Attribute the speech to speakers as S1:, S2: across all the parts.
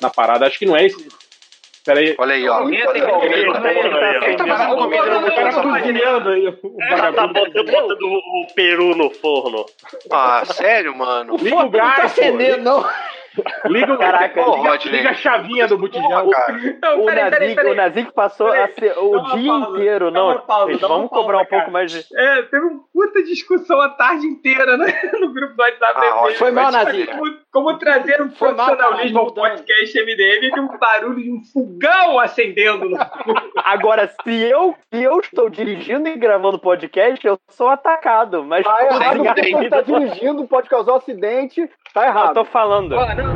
S1: na parada. Acho que não é esse. Peraí.
S2: Olha aí, ó.
S3: Entra igual
S1: Ele tá falando aí, ó.
S3: Ele tá fazendo É. comida no meu
S1: O cara tá cozinhando aí, o
S4: Ela tá
S1: vagabundo.
S4: botando, botando o o peru no forno.
S2: Ah, sério, mano?
S1: Liga o
S3: Não tá
S1: gás, pô.
S3: acendendo, não.
S1: Liga, o-
S3: Caraca,
S2: Ô,
S1: liga,
S2: Rodney.
S1: liga a chavinha do botijão.
S2: Cara,
S5: Não,
S3: O
S5: peraí, peraí,
S3: Nazik, o
S5: peraí.
S3: Nazik passou a ser
S5: dá
S3: o
S5: uma
S3: dia
S5: pausa,
S3: inteiro,
S5: dá
S3: não.
S5: uma
S1: então
S5: pausa,
S3: Gente,
S5: dá uma
S3: Vamos cobrar um
S5: pausa,
S3: pouco mais de.
S5: É, teve uma puta discussão a tarde inteira né, no grupo do WhatsApp.
S2: Ah,
S5: da
S2: ótimo.
S5: MDM.
S3: Foi
S2: Vai
S3: mal,
S2: se
S3: Nazik.
S2: fuder.
S5: como, como trazer um
S3: Foi mal,
S5: profissionalismo ao
S3: cara, mudando.
S5: podcast MDM de um barulho de um fogão acendendo no
S3: Agora, se eu, se eu estou dirigindo e gravando podcast, eu sou atacado. Mas
S6: Tá
S3: como
S6: errado
S3: assim,
S2: Sem
S6: porque você
S3: cara?
S6: tá dirigindo, pode causar um acidente. Tá
S3: Eu
S6: errado.
S3: tô falando.
S5: Ah, não.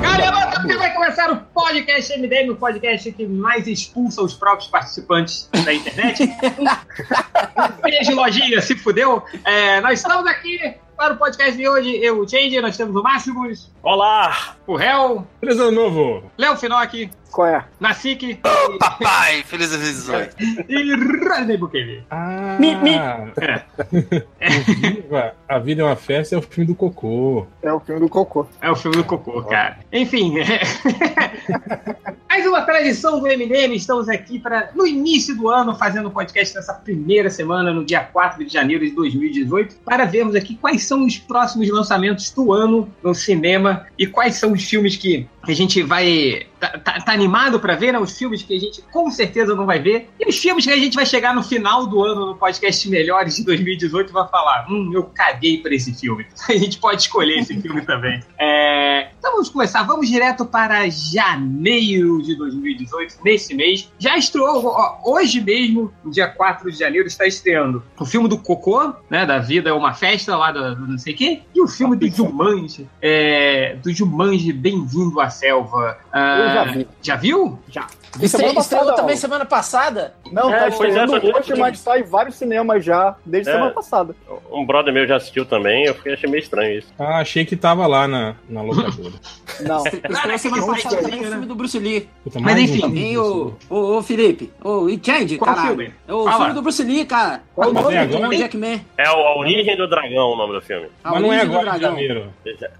S5: Galera, você vai começar o podcast MDM, o podcast que mais expulsa os próprios participantes da internet. Um Beijo, lojinha, se fudeu. É, nós estamos aqui para o podcast de hoje. Eu, o Change, nós temos o Máximos,
S4: Olá!
S5: o Hel,
S1: um-
S7: Feliz ano novo!
S5: Léo Finocchi,
S6: Qual é?
S5: Nacique
S2: Papai, felizes decisões.
S5: e Rodney Bukele.
S7: Ah!
S5: É.
S7: Viva! A Vida é uma Festa é o filme do cocô.
S6: É o filme do cocô.
S5: É o filme do cocô, cara. Enfim. é. Mais uma tradição do MDM. Estamos aqui para no início do ano fazendo o podcast nessa primeira semana, no dia 4 de janeiro de 2018, para vermos aqui quais são os próximos lançamentos do ano no cinema e quais são os filmes que a gente vai tá, tá- tá animado para ver, né? Os filmes que a gente com certeza não vai ver e os filmes que a gente vai chegar no final do ano no podcast Melhores de 2018 e vai falar, hum, eu caguei para esse filme. A gente pode escolher esse filme também. É, então vamos começar, vamos direto para janeiro de 2018, nesse mês. Já estreou, ó, hoje mesmo, no dia 4 de janeiro, está estreando o filme do Cocô, né, da Vida é uma Festa, lá do, do não sei o quê, e o filme do Jumanji, é, do Jumanji Bem-vindo à Selva. Ah,
S6: Eu já vi.
S5: já viu? Já.
S6: semana
S8: Estre- Estreou
S6: passada,
S8: também
S6: ó.
S8: semana passada?
S6: Não,
S4: É,
S6: tá
S4: pois é,
S6: estreando
S4: essa coisa
S6: hoje,
S4: que-
S6: mas tá em vários cinemas já, desde
S4: É.
S6: semana passada.
S4: Um brother meu já assistiu também, eu fiquei, achei meio estranho isso.
S7: Ah, achei que tava lá na, na locadora.
S6: Não.
S3: É,
S8: Estreou semana
S5: semana
S8: passada também
S5: passada,
S8: o filme do Bruce Lee.
S7: Puta,
S5: Mas
S7: mais um
S5: enfim,
S7: filme
S8: Também
S7: desse.
S8: o, o, o Felipe. O e Change,
S5: Qual
S8: caralho.
S5: filme?
S8: É o
S5: Fala.
S8: filme do Bruce Lee, cara.
S6: Qual
S8: o
S7: nome agora,
S8: do
S5: hein?
S8: Jack Man.
S4: É o A Origem do Dragão o nome do filme.
S8: A
S7: Mas não é
S8: Origem do
S7: agora de
S8: Dragão.
S7: janeiro.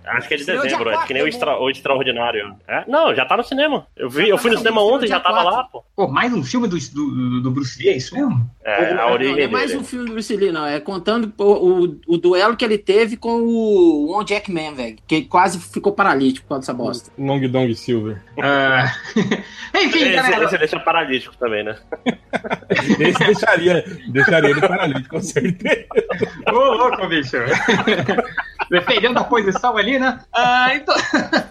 S4: Acho que é de
S8: Estreou
S4: dezembro,
S8: dia
S4: é que nem o,
S7: né?
S8: quatro,
S4: extra- o Extraordinário. É? Não, já tá no cinema. Eu, vi,
S8: Já
S4: eu
S8: tá
S4: fui no
S8: no
S4: cinema
S8: cinema,
S4: ontem, já
S8: dia
S4: tava
S8: quatro.
S4: lá, pô.
S5: Pô, mais um filme do, do, do Bruce Lee, é isso mesmo?
S4: É, a
S8: Não,
S4: origem
S8: não é
S4: dele.
S8: mais um filme do Bruce Lee, não. É contando o, o, o duelo que ele teve com o One Jack Man, velho. Que quase ficou paralítico por causa dessa bosta.
S7: Long Dong Silver.
S5: Ah,
S7: um
S5: Enfim,
S6: É,
S4: Esse,
S5: galera.
S4: esse deixa paralítico também, né?
S7: Esse deixaria, deixaria ele paralítico, com certeza.
S5: Ô, louco, bicho. Dependendo da posição ali, né? Ah, então.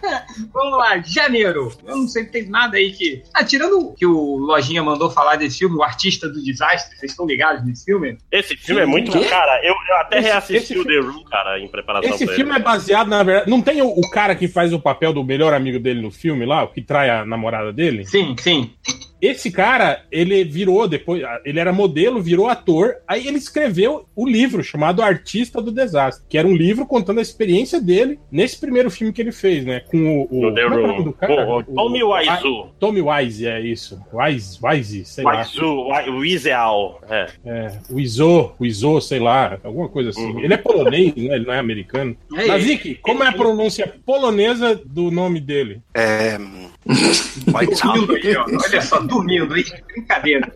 S5: Vamos lá, janeiro. Eu não sei se tem nada aí que. Ah, tirando o que o Lojinha mandou falar desse filme, O Artista do Desastre, vocês estão ligados nesse filme?
S4: Esse filme é muito.
S8: Quê?
S4: Cara, eu, eu até
S7: Esse-
S4: reassisti
S7: esse
S4: o The Room, cara, em preparação
S7: Esse
S4: pra
S7: filme é
S4: ele.
S7: baseado, na verdade. Não tem o, o cara que faz o papel do melhor amigo dele no filme lá, o que trai a namorada dele?
S5: Sim, sim.
S7: Esse cara, ele virou depois, ele era modelo, virou ator, aí ele escreveu o livro chamado Artista do Desastre, que era um livro contando a experiência dele nesse primeiro filme que ele fez, né? Com o. o
S4: No The
S7: como é o nome
S4: Room.
S7: do cara?
S4: Pô, o Tommy Wiseau.
S7: Tommy Wise, é isso. Wise, Wise, sei lá.
S4: Wiseau, Wi- Wiseau. É.
S7: É, o Iso, o Iso, sei lá, alguma coisa assim.
S4: Uhum.
S7: Ele é polonês, né? Ele não é americano.
S5: Aí.
S7: Nazik, como é a pronúncia polonesa do nome dele?
S2: É. White Sound.
S5: Dormindo aí, ó. Olha só, dormindo aí. Brincadeira.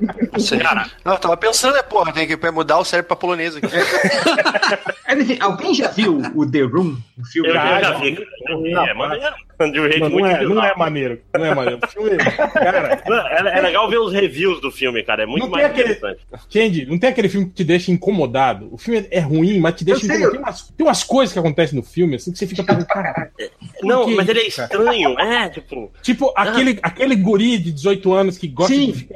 S4: Cara,
S2: Não, eu tava pensando, é porra, tem que mudar o cérebro pra polonês aqui.
S7: É,
S5: Mas, enfim, alguém já viu o The Room? O
S4: eu,
S5: filme?
S4: eu já
S7: não.
S4: vi. cara.
S7: Não,
S4: É, maneiro. De um jeito
S7: Não,
S4: muito
S7: não, é, não
S4: bizarro.
S7: é maneiro. Não é maneiro. O filme, cara,
S4: Mano, É, é legal ver os reviews do filme, cara. É muito
S7: Não tem
S4: mais
S7: aquele-
S4: interessante.
S7: Gente, não tem aquele filme que te deixa incomodado. O filme é ruim, mas te deixa
S5: Eu sei.
S7: incomodado. Tem umas, tem umas coisas que acontecem no filme, assim, que você fica pensando, caralho. por
S4: Não,
S7: que
S4: mas ele é
S7: isso, cara?
S4: estranho. É, tipo,
S7: Tipo, aquele, aquele guri de 18 anos que gosta
S5: Sim.
S7: de.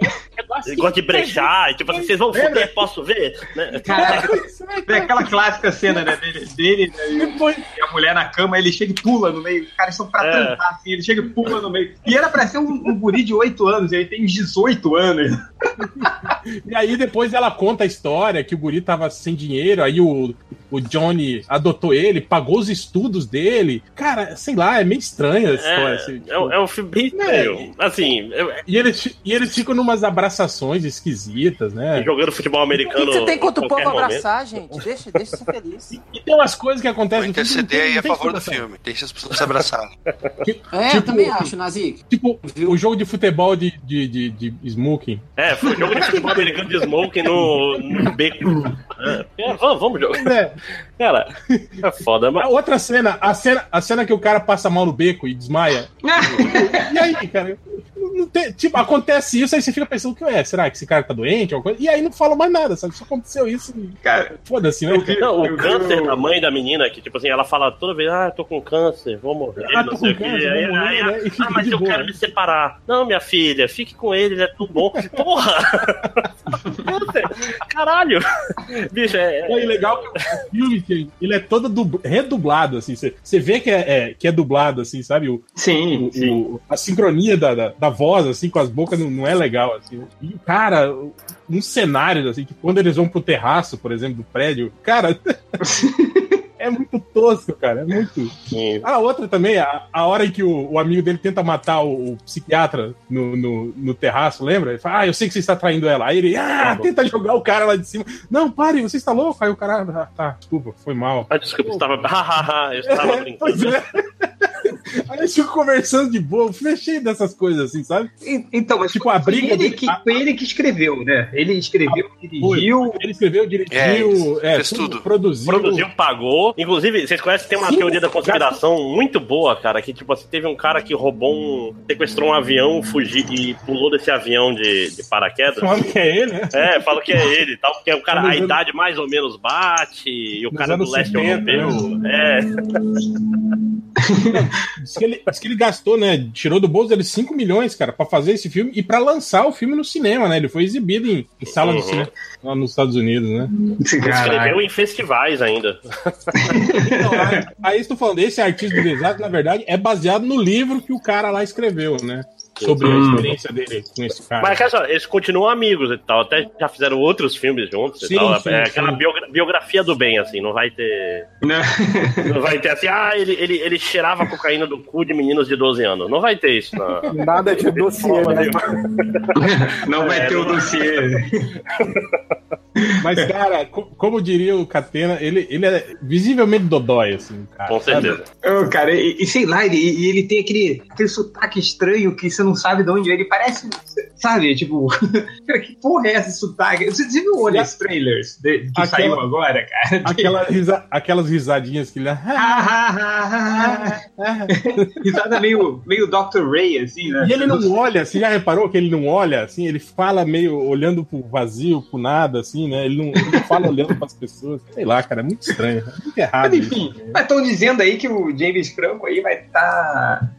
S4: ele gosta de brechar. E, tipo assim, vocês vão foder, posso ver? Né?
S5: Caraca, é aquela clássica cena né, dele, dele né, e o- e a mulher na cama, ele chega e pula no meio. Os caras são pra
S4: É.
S5: trancar, assim, ele chega e pula no meio. E era pra ser um, um guri de 8 anos, ele tem uns 18 anos.
S7: E aí depois ela conta a história que o guri tava sem dinheiro, aí o, o o Johnny adotou ele, pagou os estudos dele. Cara, sei lá, é meio estranha a história. assim, né?
S4: É, é, um- é um filme bem estranho. Assim, é-
S7: E eles, fi- e eles ficam numas abraçações esquisitas,
S4: é,
S7: né?
S4: jogando futebol
S8: O que
S4: americano.
S8: que você tem contra
S4: a
S8: o povo
S4: qualquer momento.
S8: abraçar, gente? Deixa, deixa ser feliz.
S7: E tem umas coisas que
S2: Vou
S7: acontecem no filme que tá não tem-
S2: interceder aí
S7: não
S2: a
S7: tem
S2: favor do
S7: explicação.
S2: filme. Deixa as pessoas se abraçarem.
S9: É, eu
S7: Tipo-
S9: também acho, Nazik.
S7: Tipo, o jogo de futebol de, de, de, de smoking.
S4: É, foi um jogo de futebol americano de smoking no, no beco. É, é, vamos, vamos jogar. Cara, é foda, mas.
S7: A outra cena a, cena, a cena que o cara passa mal no beco e desmaia. E aí, cara? não tem- tipo, acontece isso, aí você fica pensando, o que é? Será que esse cara tá doente? Alguma coisa? E aí não fala mais nada, sabe? Só aconteceu isso e
S5: Cara,
S7: foda-se, né? cara?
S4: Não, o
S3: eu vi
S4: câncer
S3: o-
S4: da mãe da menina, que tipo assim, ela fala toda vez, ah, tô com câncer, vou morrer,
S7: Ah,
S4: não
S7: tô
S4: sei
S7: com
S4: o quê.
S7: câncer,
S4: Aí,
S7: vou morrer,
S4: aí,
S7: né? E fica
S4: ah, mas
S7: de
S4: eu
S7: boa,
S4: quero
S7: né?"
S4: me separar. Não, minha filha, fique com ele, ele é tão bom. Porra! Câncer, Caralho! Bicho, é. é-
S7: E aí, legal que o filme, que ele é todo dub- redublado, assim. Você você vê que é, é- que é dublado, assim, sabe? O,
S5: sim,
S7: o- o- a sincronia da, da, da voz, assim, com as bocas não, não é legal, assim. E, cara, um cenário, assim, que quando eles vão pro terraço, por exemplo, do prédio, cara... É muito tosco, cara. É muito.
S4: Sim.
S7: A outra também, a, a hora em que o, o amigo dele tenta matar o, o psiquiatra no, no, no terraço, lembra? Ele fala, ah, eu sei que você está traindo ela. Aí ele,
S5: Tá
S7: ah, tenta jogar o cara lá de cima. Não, pare, você está louco. Aí o cara, ah, tá, desculpa, foi mal.
S4: Ah, desculpa, eu estava. Ah, ah, ah, eu estava
S7: Pois
S4: brincando.
S7: é. Aí eles ficam conversando de boa, fechei dessas coisas assim, sabe?
S5: E- Então, mas
S7: Tipo, a Ah,
S5: foi
S7: briga
S5: ele
S7: dele-
S5: que, foi ele que escreveu, né? Ele escreveu, dirigiu.
S7: Ele escreveu, dirigiu,
S2: É, ele
S7: é,
S2: fez
S7: tudo,
S2: tudo.
S7: Produziu.
S4: Produziu, pagou. Inclusive, vocês conhecem, tem uma
S7: Sim,
S4: teoria da conspiração muito boa, cara. Que, tipo, assim, teve um cara que roubou um. sequestrou um avião, fugiu e pulou desse avião de, de paraquedas.
S7: Falando que é ele, né?
S4: É, fala que é ele e tal, porque o cara,
S7: Nos
S4: a
S7: anos-
S4: idade mais ou menos bate, e o
S7: Nos
S4: cara do
S7: anos
S4: leste
S7: 70,
S4: europeu.
S7: né?
S4: É,
S7: Diz que, ele, diz que ele gastou, né? Tirou do bolso dele 5 milhões, cara, pra fazer esse filme e pra lançar o filme no cinema, né? Ele foi exibido em, em sala
S4: Uhum.
S7: de cinema lá nos Estados Unidos, né?
S5: Caraca.
S4: escreveu em festivais ainda.
S7: Então, aí- aí estou falando, esse artista do desastre, na verdade, é baseado no livro que o cara lá escreveu, né? Sobre a
S5: Hum.
S7: experiência dele com esse cara.
S4: Mas cara, só, eles continuam amigos e tal, até já fizeram outros filmes juntos
S7: Sim,
S4: e tal.
S7: sim,
S4: é
S7: sim.
S4: aquela biogra- biografia do bem, assim, não vai ter.
S5: Né?
S4: Não vai ter assim, ah, ele, ele, ele cheirava cocaína do cu de meninos de 12 anos. Não vai ter isso, na
S7: É
S3: Nada de dossiê,
S4: forma
S3: né?
S4: nenhuma.
S5: Não vai
S4: É,
S5: ter o
S4: não-
S5: dossiê.
S7: Mas, cara, co- como diria o Catena, ele, ele é visivelmente dodói, assim, cara.
S4: Com certeza.
S5: Ô, cara, e, e sei lá, ele, e ele tem aquele, aquele sotaque estranho que você não sabe de onde é. Ele parece, sabe, tipo... Cara, que porra é esse sotaque? Você você viu olhar os trailers de- que
S7: Aquela-
S5: saiu agora, cara?
S7: Aquela risa- aquelas risadinhas que ele. "Ah,
S5: Risada é meio, meio Dr. Ray, assim, né?
S7: E ele não olha, você já reparou que ele não olha, assim, ele fala meio olhando pro vazio, pro nada, assim, né? Ele não, ele não fala olhando pras pessoas. Sei lá, cara, é muito estranho. É muito errado.
S5: Mas
S7: isso.
S5: enfim, mas estão dizendo aí que o James Franco aí vai estar.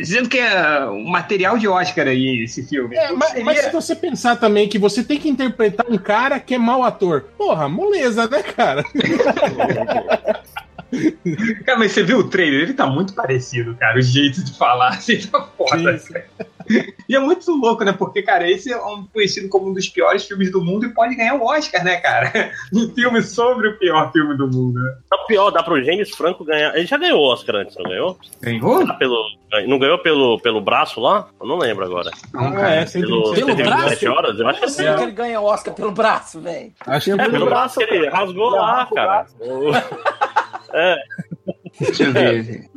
S5: dizendo que é um material de Oscar aí esse filme.
S7: É, mas, mas se você pensar também que você tem que interpretar um cara que é mau ator, porra, moleza, né, cara?
S5: Cara, mas você viu o trailer? Ele tá muito parecido, cara. O jeito de falar, assim, tá foda. cara. E é muito louco, né? Porque, cara, esse é um, conhecido como um dos piores filmes do mundo e pode ganhar o Oscar, né, cara? Um filme sobre o pior filme do mundo. né?
S4: Tá pior, dá pro James Franco ganhar. Ele já ganhou o Oscar antes, não ganhou?
S5: Ganhou?
S4: Ah, pelo, não ganhou pelo, pelo braço lá? Eu não lembro agora.
S5: Não,
S7: Ah,
S5: cara.
S7: é, sempre,
S4: Pelo,
S9: Pelo
S7: sempre-
S9: braço?
S4: 127 horas? Eu acho que
S8: Eu
S4: é
S8: sei que ele ganha o Oscar pelo braço, velho.
S7: Acho que é
S4: pelo braço, que ele rasgou lá, cara.
S5: Deixa eu ver.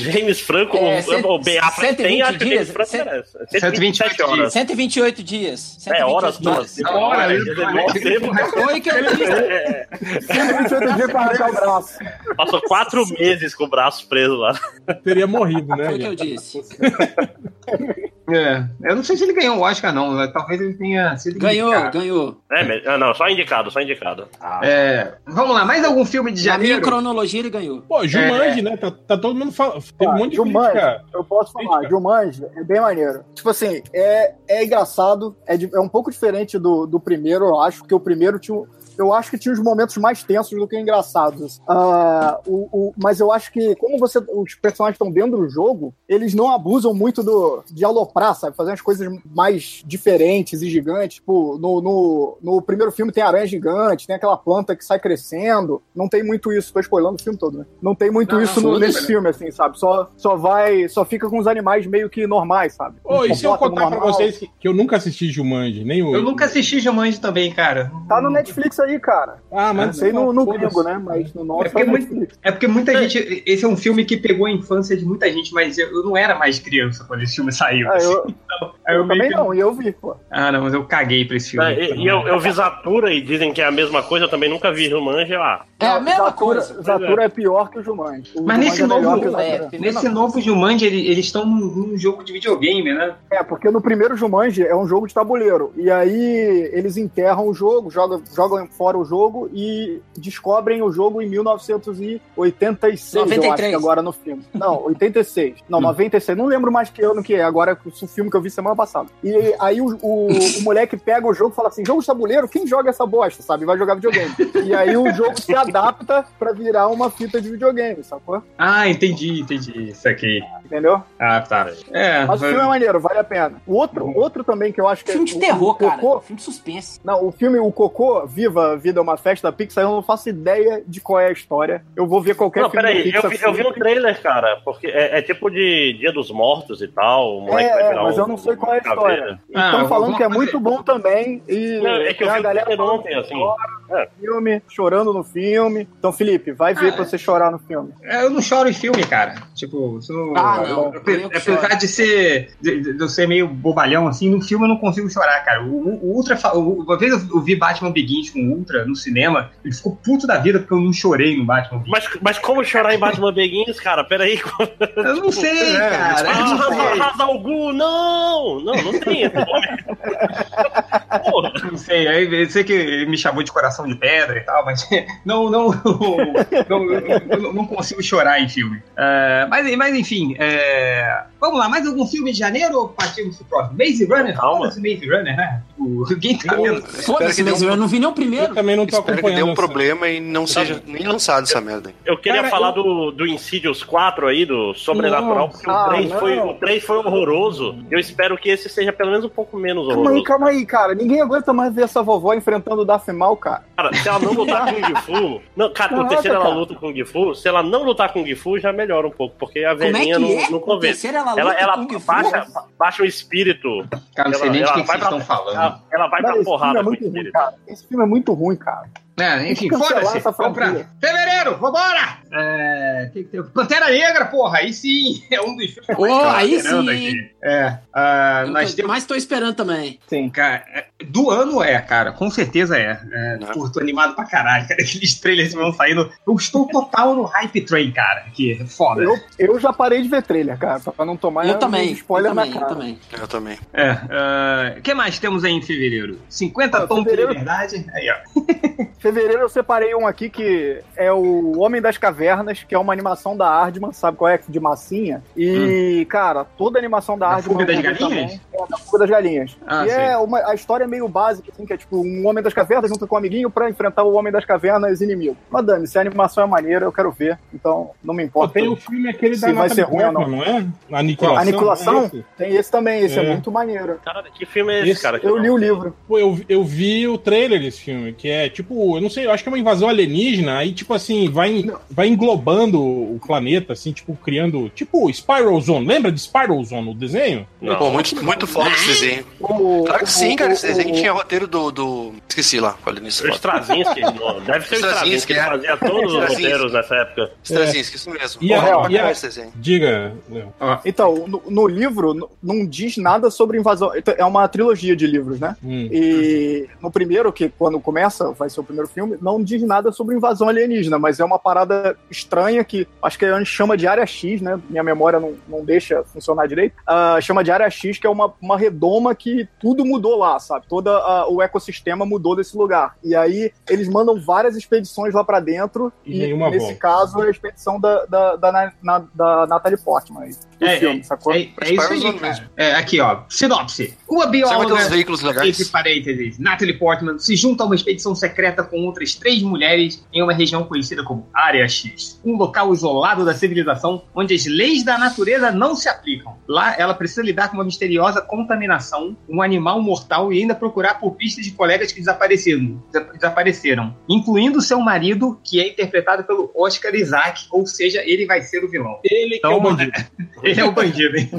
S4: James Franco,
S8: É,
S4: o-
S8: cento-
S4: o Ben Affleck tem, acho que
S8: 120
S4: James Franco
S8: dias,
S4: merece.
S5: 127 horas.
S8: 128 dias. 128
S4: É, horas todas.
S8: dias.
S5: Na hora,
S4: Ele demorou tempo.
S8: Foi que eu disse.
S4: É,
S3: 128 dias pra
S6: um
S3: arrancar o braço.
S4: Passou quatro meses com o braço preso lá.
S7: teria morrido, né?
S9: Foi o que eu disse.
S5: É, eu não sei se ele ganhou o Oscar, não. né? Talvez ele tenha sido.
S9: Ganhou,
S5: indicado.
S9: ganhou.
S4: É, mas- ah, não, só indicado, só indicado.
S5: É, vamos lá, mais algum filme de
S9: Na minha
S5: janeiro?
S9: cronologia, ele ganhou.
S7: Pô, Jumanji, né? Tá, tá todo mundo falando. Teve um monte de
S3: É. Jumanji.
S7: crítica.
S3: Eu posso falar,
S7: Crítica.
S3: Jumanji é bem maneiro. Tipo assim, é, é engraçado, é, di- é um pouco diferente do, do primeiro, eu acho, porque o primeiro tinha um- eu acho que tinha os momentos mais tensos do que engraçados. Ah, o, o- mas eu acho que, como você, os personagens estão dentro do jogo, eles não abusam muito do, de aloprar, sabe? Fazer as coisas mais diferentes e gigantes. Tipo, no, no, no primeiro filme tem aranha gigante, tem aquela planta que sai crescendo. Não tem muito isso. Tô spoilando o filme todo, né? Não tem muito
S5: Não,
S3: isso
S5: não,
S3: no-
S5: foda-se,
S3: nesse
S5: né?
S3: filme, assim, sabe? Só, só vai. Só fica com os animais meio que normais, sabe?
S7: Ô, e se eu
S3: Comporta
S7: contar pra
S3: normal.
S7: vocês que, que eu nunca assisti Jumanji, nem o.
S5: Eu nunca assisti Jumanji também, cara.
S3: Tá no Netflix aí, cara.
S7: Ah, mas
S3: Não É, sei no, no
S7: foda-se.
S3: gringo, né? Mas no nosso
S5: É porque
S3: tá no
S5: muito-
S3: Netflix.
S5: É porque muita gente. Esse é um filme que pegou a infância de muita gente, mas eu eu não era mais criança quando esse filme saiu.
S3: Ah,
S5: assim.
S3: eu,
S5: Aí eu
S3: eu
S5: meio
S3: também
S5: que-
S3: não, e eu vi, pô.
S5: Ah, não, mas eu caguei pra esse filme.
S4: É, e e eu, eu vi Zatura e dizem que é a mesma coisa, eu ah, também nunca vi Jumanji lá.
S8: É a
S3: Não,
S8: mesma
S3: Zatura,
S8: coisa.
S3: Zatura é pior que o Jumanji. O
S5: Mas
S3: Jumanji
S5: nesse
S3: é
S5: novo-
S3: melhor que o
S8: é,
S3: Zatura.
S8: mesma
S5: Nesse
S8: coisa.
S5: novo Jumanji, ele- eles estão num, num jogo de videogame, né?
S3: É, porque no primeiro Jumanji é um jogo de tabuleiro. E aí eles enterram o jogo, jogam, jogam fora o jogo e descobrem o jogo em 1986, eu acho
S8: 93.
S3: que agora no filme. Não, 86. Não, 96. Não lembro mais que ano que é. Agora é o filme que eu vi semana passada. E aí o, o- o moleque pega o jogo e fala assim, jogo de tabuleiro? Quem joga essa bosta, sabe? Vai jogar videogame. E aí o jogo se adapta pra virar uma fita de videogame, sacou?
S5: Ah, entendi, entendi. Isso aqui.
S3: Entendeu?
S5: Ah, tá. É,
S3: Mas o filme é maneiro, vale a pena. O outro, outro também que eu acho que
S8: Filme
S3: é.
S8: de
S3: o-
S8: terror,
S3: o Cocô-
S8: cara. Filme de suspense.
S3: Não, o filme O Cocô, Viva a Vida é uma Festa da Pixar, eu não faço ideia de qual é a história. Eu vou ver qualquer
S4: não,
S3: filme da
S4: peraí,
S3: Pixar.
S4: eu vi, eu vi um
S3: sempre.
S4: trailer, cara, porque é, é tipo de Dia dos Mortos e tal. O moleque vai
S3: É, é,
S4: virar
S3: mas
S4: um-
S3: eu não sei qual é a
S4: uma
S3: história.
S4: caveira.
S5: Ah,
S3: Estão falando
S5: vamos
S3: que é
S5: fazer.
S3: muito bom também. E
S4: Não, é que
S3: tem
S4: eu vi
S3: a
S4: o
S3: galera
S4: trailer
S3: falando
S4: ontem, assim.
S3: do filme, chorando no filme. Então, Felipe, vai ver
S5: Ah,
S3: pra você chorar no filme.
S5: É, eu não choro em filme, cara. Tipo, isso não.
S8: Ah, não.
S5: Ape-
S8: Eu que
S5: Apesar de ser. De, de eu ser meio bobalhão, assim, no filme eu não consigo chorar, cara. O, o- o Ultra. fa- o- uma vez eu, eu vi Batman Begins com o Ultra no cinema, ele ficou puto da vida porque eu não chorei no Batman Begins.
S4: Mas, mas como chorar em Batman Beguins, cara? Peraí. é
S5: Eu não sei, cara.
S4: tipo,
S5: Eu não sei.
S4: Ah, Hazalgu, não! Não, não tem esse nome. Porra,
S5: Não sei, aí eu sei que ele me chamou de coração de pedra e tal, mas não, não, não, eu não- não consigo chorar em filme. É, mas, mas enfim, é, vamos lá, mais algum filme de janeiro ou partimos pro próximo? Maze Runner?
S4: Calma.
S5: Foda-se Maze Runner, né? O- Ninguém tá vendo.
S2: que
S10: Foda-se,
S2: dê
S10: mas
S2: um-
S10: eu não vi nem o
S7: Eu
S10: primeiro.
S7: também não tô
S2: Espero que
S7: acompanhando.
S2: dê um
S7: essa- Tá
S2: problema e não seja nem lançado essa merda. aí.
S4: eu queria
S7: Cara,
S4: falar do, do Insidious 4 aí, do Sobrenatural, porque
S3: Ah,
S4: o 3,
S3: não.
S4: foi, o 3 foi horroroso. Eu espero que esse seja pelo menos um pouco menos
S3: Calma aí,
S4: horroroso.
S3: calma aí, cara. Ninguém aguenta mais ver essa vovó enfrentando o Darth Maul, cara.
S4: Cara, se ela não lutar com o Gifu. Não, cara,
S3: Caraca,
S4: o terceiro ela
S3: cara.
S4: luta com o Gifu. Se ela não lutar com o Gifu, já melhora um pouco, porque a
S8: Como é que
S4: velhinha não,
S8: é?
S4: não
S8: O
S4: convence.
S8: terceiro ela
S4: Ela,
S8: luta
S4: ela
S8: com o Kung Fu?
S4: baixa, baixa o espírito.
S5: Cara, não sei
S4: Ela-
S5: nem de
S4: ela
S5: quem que
S4: vai
S5: vocês
S4: pra-
S5: estão falando.
S4: Ela, ela vai
S3: Cara,
S4: pra
S3: esse filme é
S4: porrada com o
S3: muito ruim,
S4: espírito.
S3: cara. Esse filme é muito ruim, cara.
S5: É, enfim,
S3: Tem que cancelar
S5: foda-se.
S3: essa
S5: Vamos pra
S3: franquia.
S5: fevereiro, vambora! É, tem que ter- Pantera Negra, porra, aí sim, é um dos filmes que eu mais
S10: Oh,
S5: tava
S10: aí
S5: esperando
S10: sim.
S5: É, ah,
S10: Eu
S5: nós
S10: tô-
S5: temos.
S10: Mas tô esperando também.
S5: Cara, é- do ano é, cara, com certeza é. é
S2: Né?
S5: pô, tô animado pra caralho, cara. Aqueles trailers que vão saindo. Eu estou total no hype train, cara. Que é foda.
S3: Eu, eu já parei de ver trailer, cara, pra não tomar um
S10: Eu também.
S3: spoiler
S10: eu
S3: na
S10: também, eu
S3: cara.
S10: também.
S2: Eu também.
S5: É. ah, O que mais temos aí em fevereiro? 50
S3: Ah,
S5: tons
S3: fevereiro-
S5: de liberdade. Aí, ó.
S3: Fevereiro eu separei um aqui que é o Homem das Cavernas, que é uma animação da Ardman, sabe qual é? De massinha. E, cara, toda animação
S5: Hum.
S3: da
S5: Da
S3: Ardman.
S5: Fuga das
S3: também
S5: Galinhas?
S3: É, da Fuga das Galinhas.
S5: Ah,
S3: e
S5: sei.
S3: é uma, a história é meio básica, assim, que é tipo um Homem das Cavernas junto com um amiguinho pra enfrentar o Homem das Cavernas inimigo. Madame, se a animação é maneira, eu quero ver, então não me
S7: Pô,
S3: importa.
S7: tem o filme aquele
S3: Se
S7: da
S3: vai ser
S7: Natalie
S3: ruim ou não.
S7: Portman, não é? Aniquilação.
S3: Aniquilação?
S7: é esse?
S3: Tem esse também, esse é,
S7: É.
S3: muito maneiro.
S4: Cara, que filme é esse,
S7: Esse-
S4: cara?
S3: Eu li o livro.
S7: Pô, eu, eu vi o trailer desse filme, que é tipo, eu não sei, eu acho que é uma invasão alienígena, aí tipo assim, vai, vai englobando o planeta, assim, tipo, criando. Tipo, Spiral Zone. Lembra de Spiral Zone, o desenho?
S4: Não.
S2: Pô, muito, muito foda esse desenho.
S3: O-
S2: Claro que sim, cara. Esse
S3: o-
S2: desenho tinha roteiro do. do... Esqueci lá, olha nisso.
S7: É.
S4: O Strazinski, não, deve ser o
S2: Strazinski,
S4: Strazinski, ele
S2: é.
S4: fazia todos os
S2: Strazinski.
S4: roteiros nessa época.
S2: Strazinski, isso mesmo.
S7: E a-
S2: Porra, pra
S7: e a-
S2: caralho esse desenho.
S7: Diga, Léo.
S3: Então, no, no livro n- não diz nada sobre invasão. Então, É uma trilogia de livros, né?
S7: Hum.
S3: E no primeiro, que quando começa, vai ser o primeiro filme, não diz nada sobre invasão alienígena, mas é uma parada estranha que acho que a gente chama de área X, né? Minha memória não, não deixa funcionar direito. Ah, chama de área X, que é uma, uma redoma que tudo mudou lá, sabe? Todo o ecossistema mudou desse lugar. E aí eles mandam várias expedições lá pra dentro,
S7: E nenhuma
S3: nesse
S7: volta.
S3: caso é a expedição da, da, da, Na- na- da Natalie Portman. do
S5: É,
S3: filme, sacou?
S5: É, é isso
S2: Spyros
S5: aí,
S2: on
S5: cara. É, aqui, ó. Sinopse. Uma
S2: Você vai ter uns
S5: bióloga...
S2: veículos
S5: Entre
S2: legais.
S5: parênteses, Natalie Portman se junta a uma expedição secreta com outras três mulheres em uma região conhecida como Área X, um local isolado da civilização onde as leis da natureza não se aplicam. Lá, ela precisa lidar com uma misteriosa contaminação, um animal mortal e ainda procurar por pistas de colegas que desapareceram, desa- desapareceram incluindo seu marido, que é interpretado pelo Oscar Isaac, ou seja, ele vai ser o vilão.
S7: Ele
S2: Então,
S7: que é o bandido.
S5: Ele é o bandido, hein?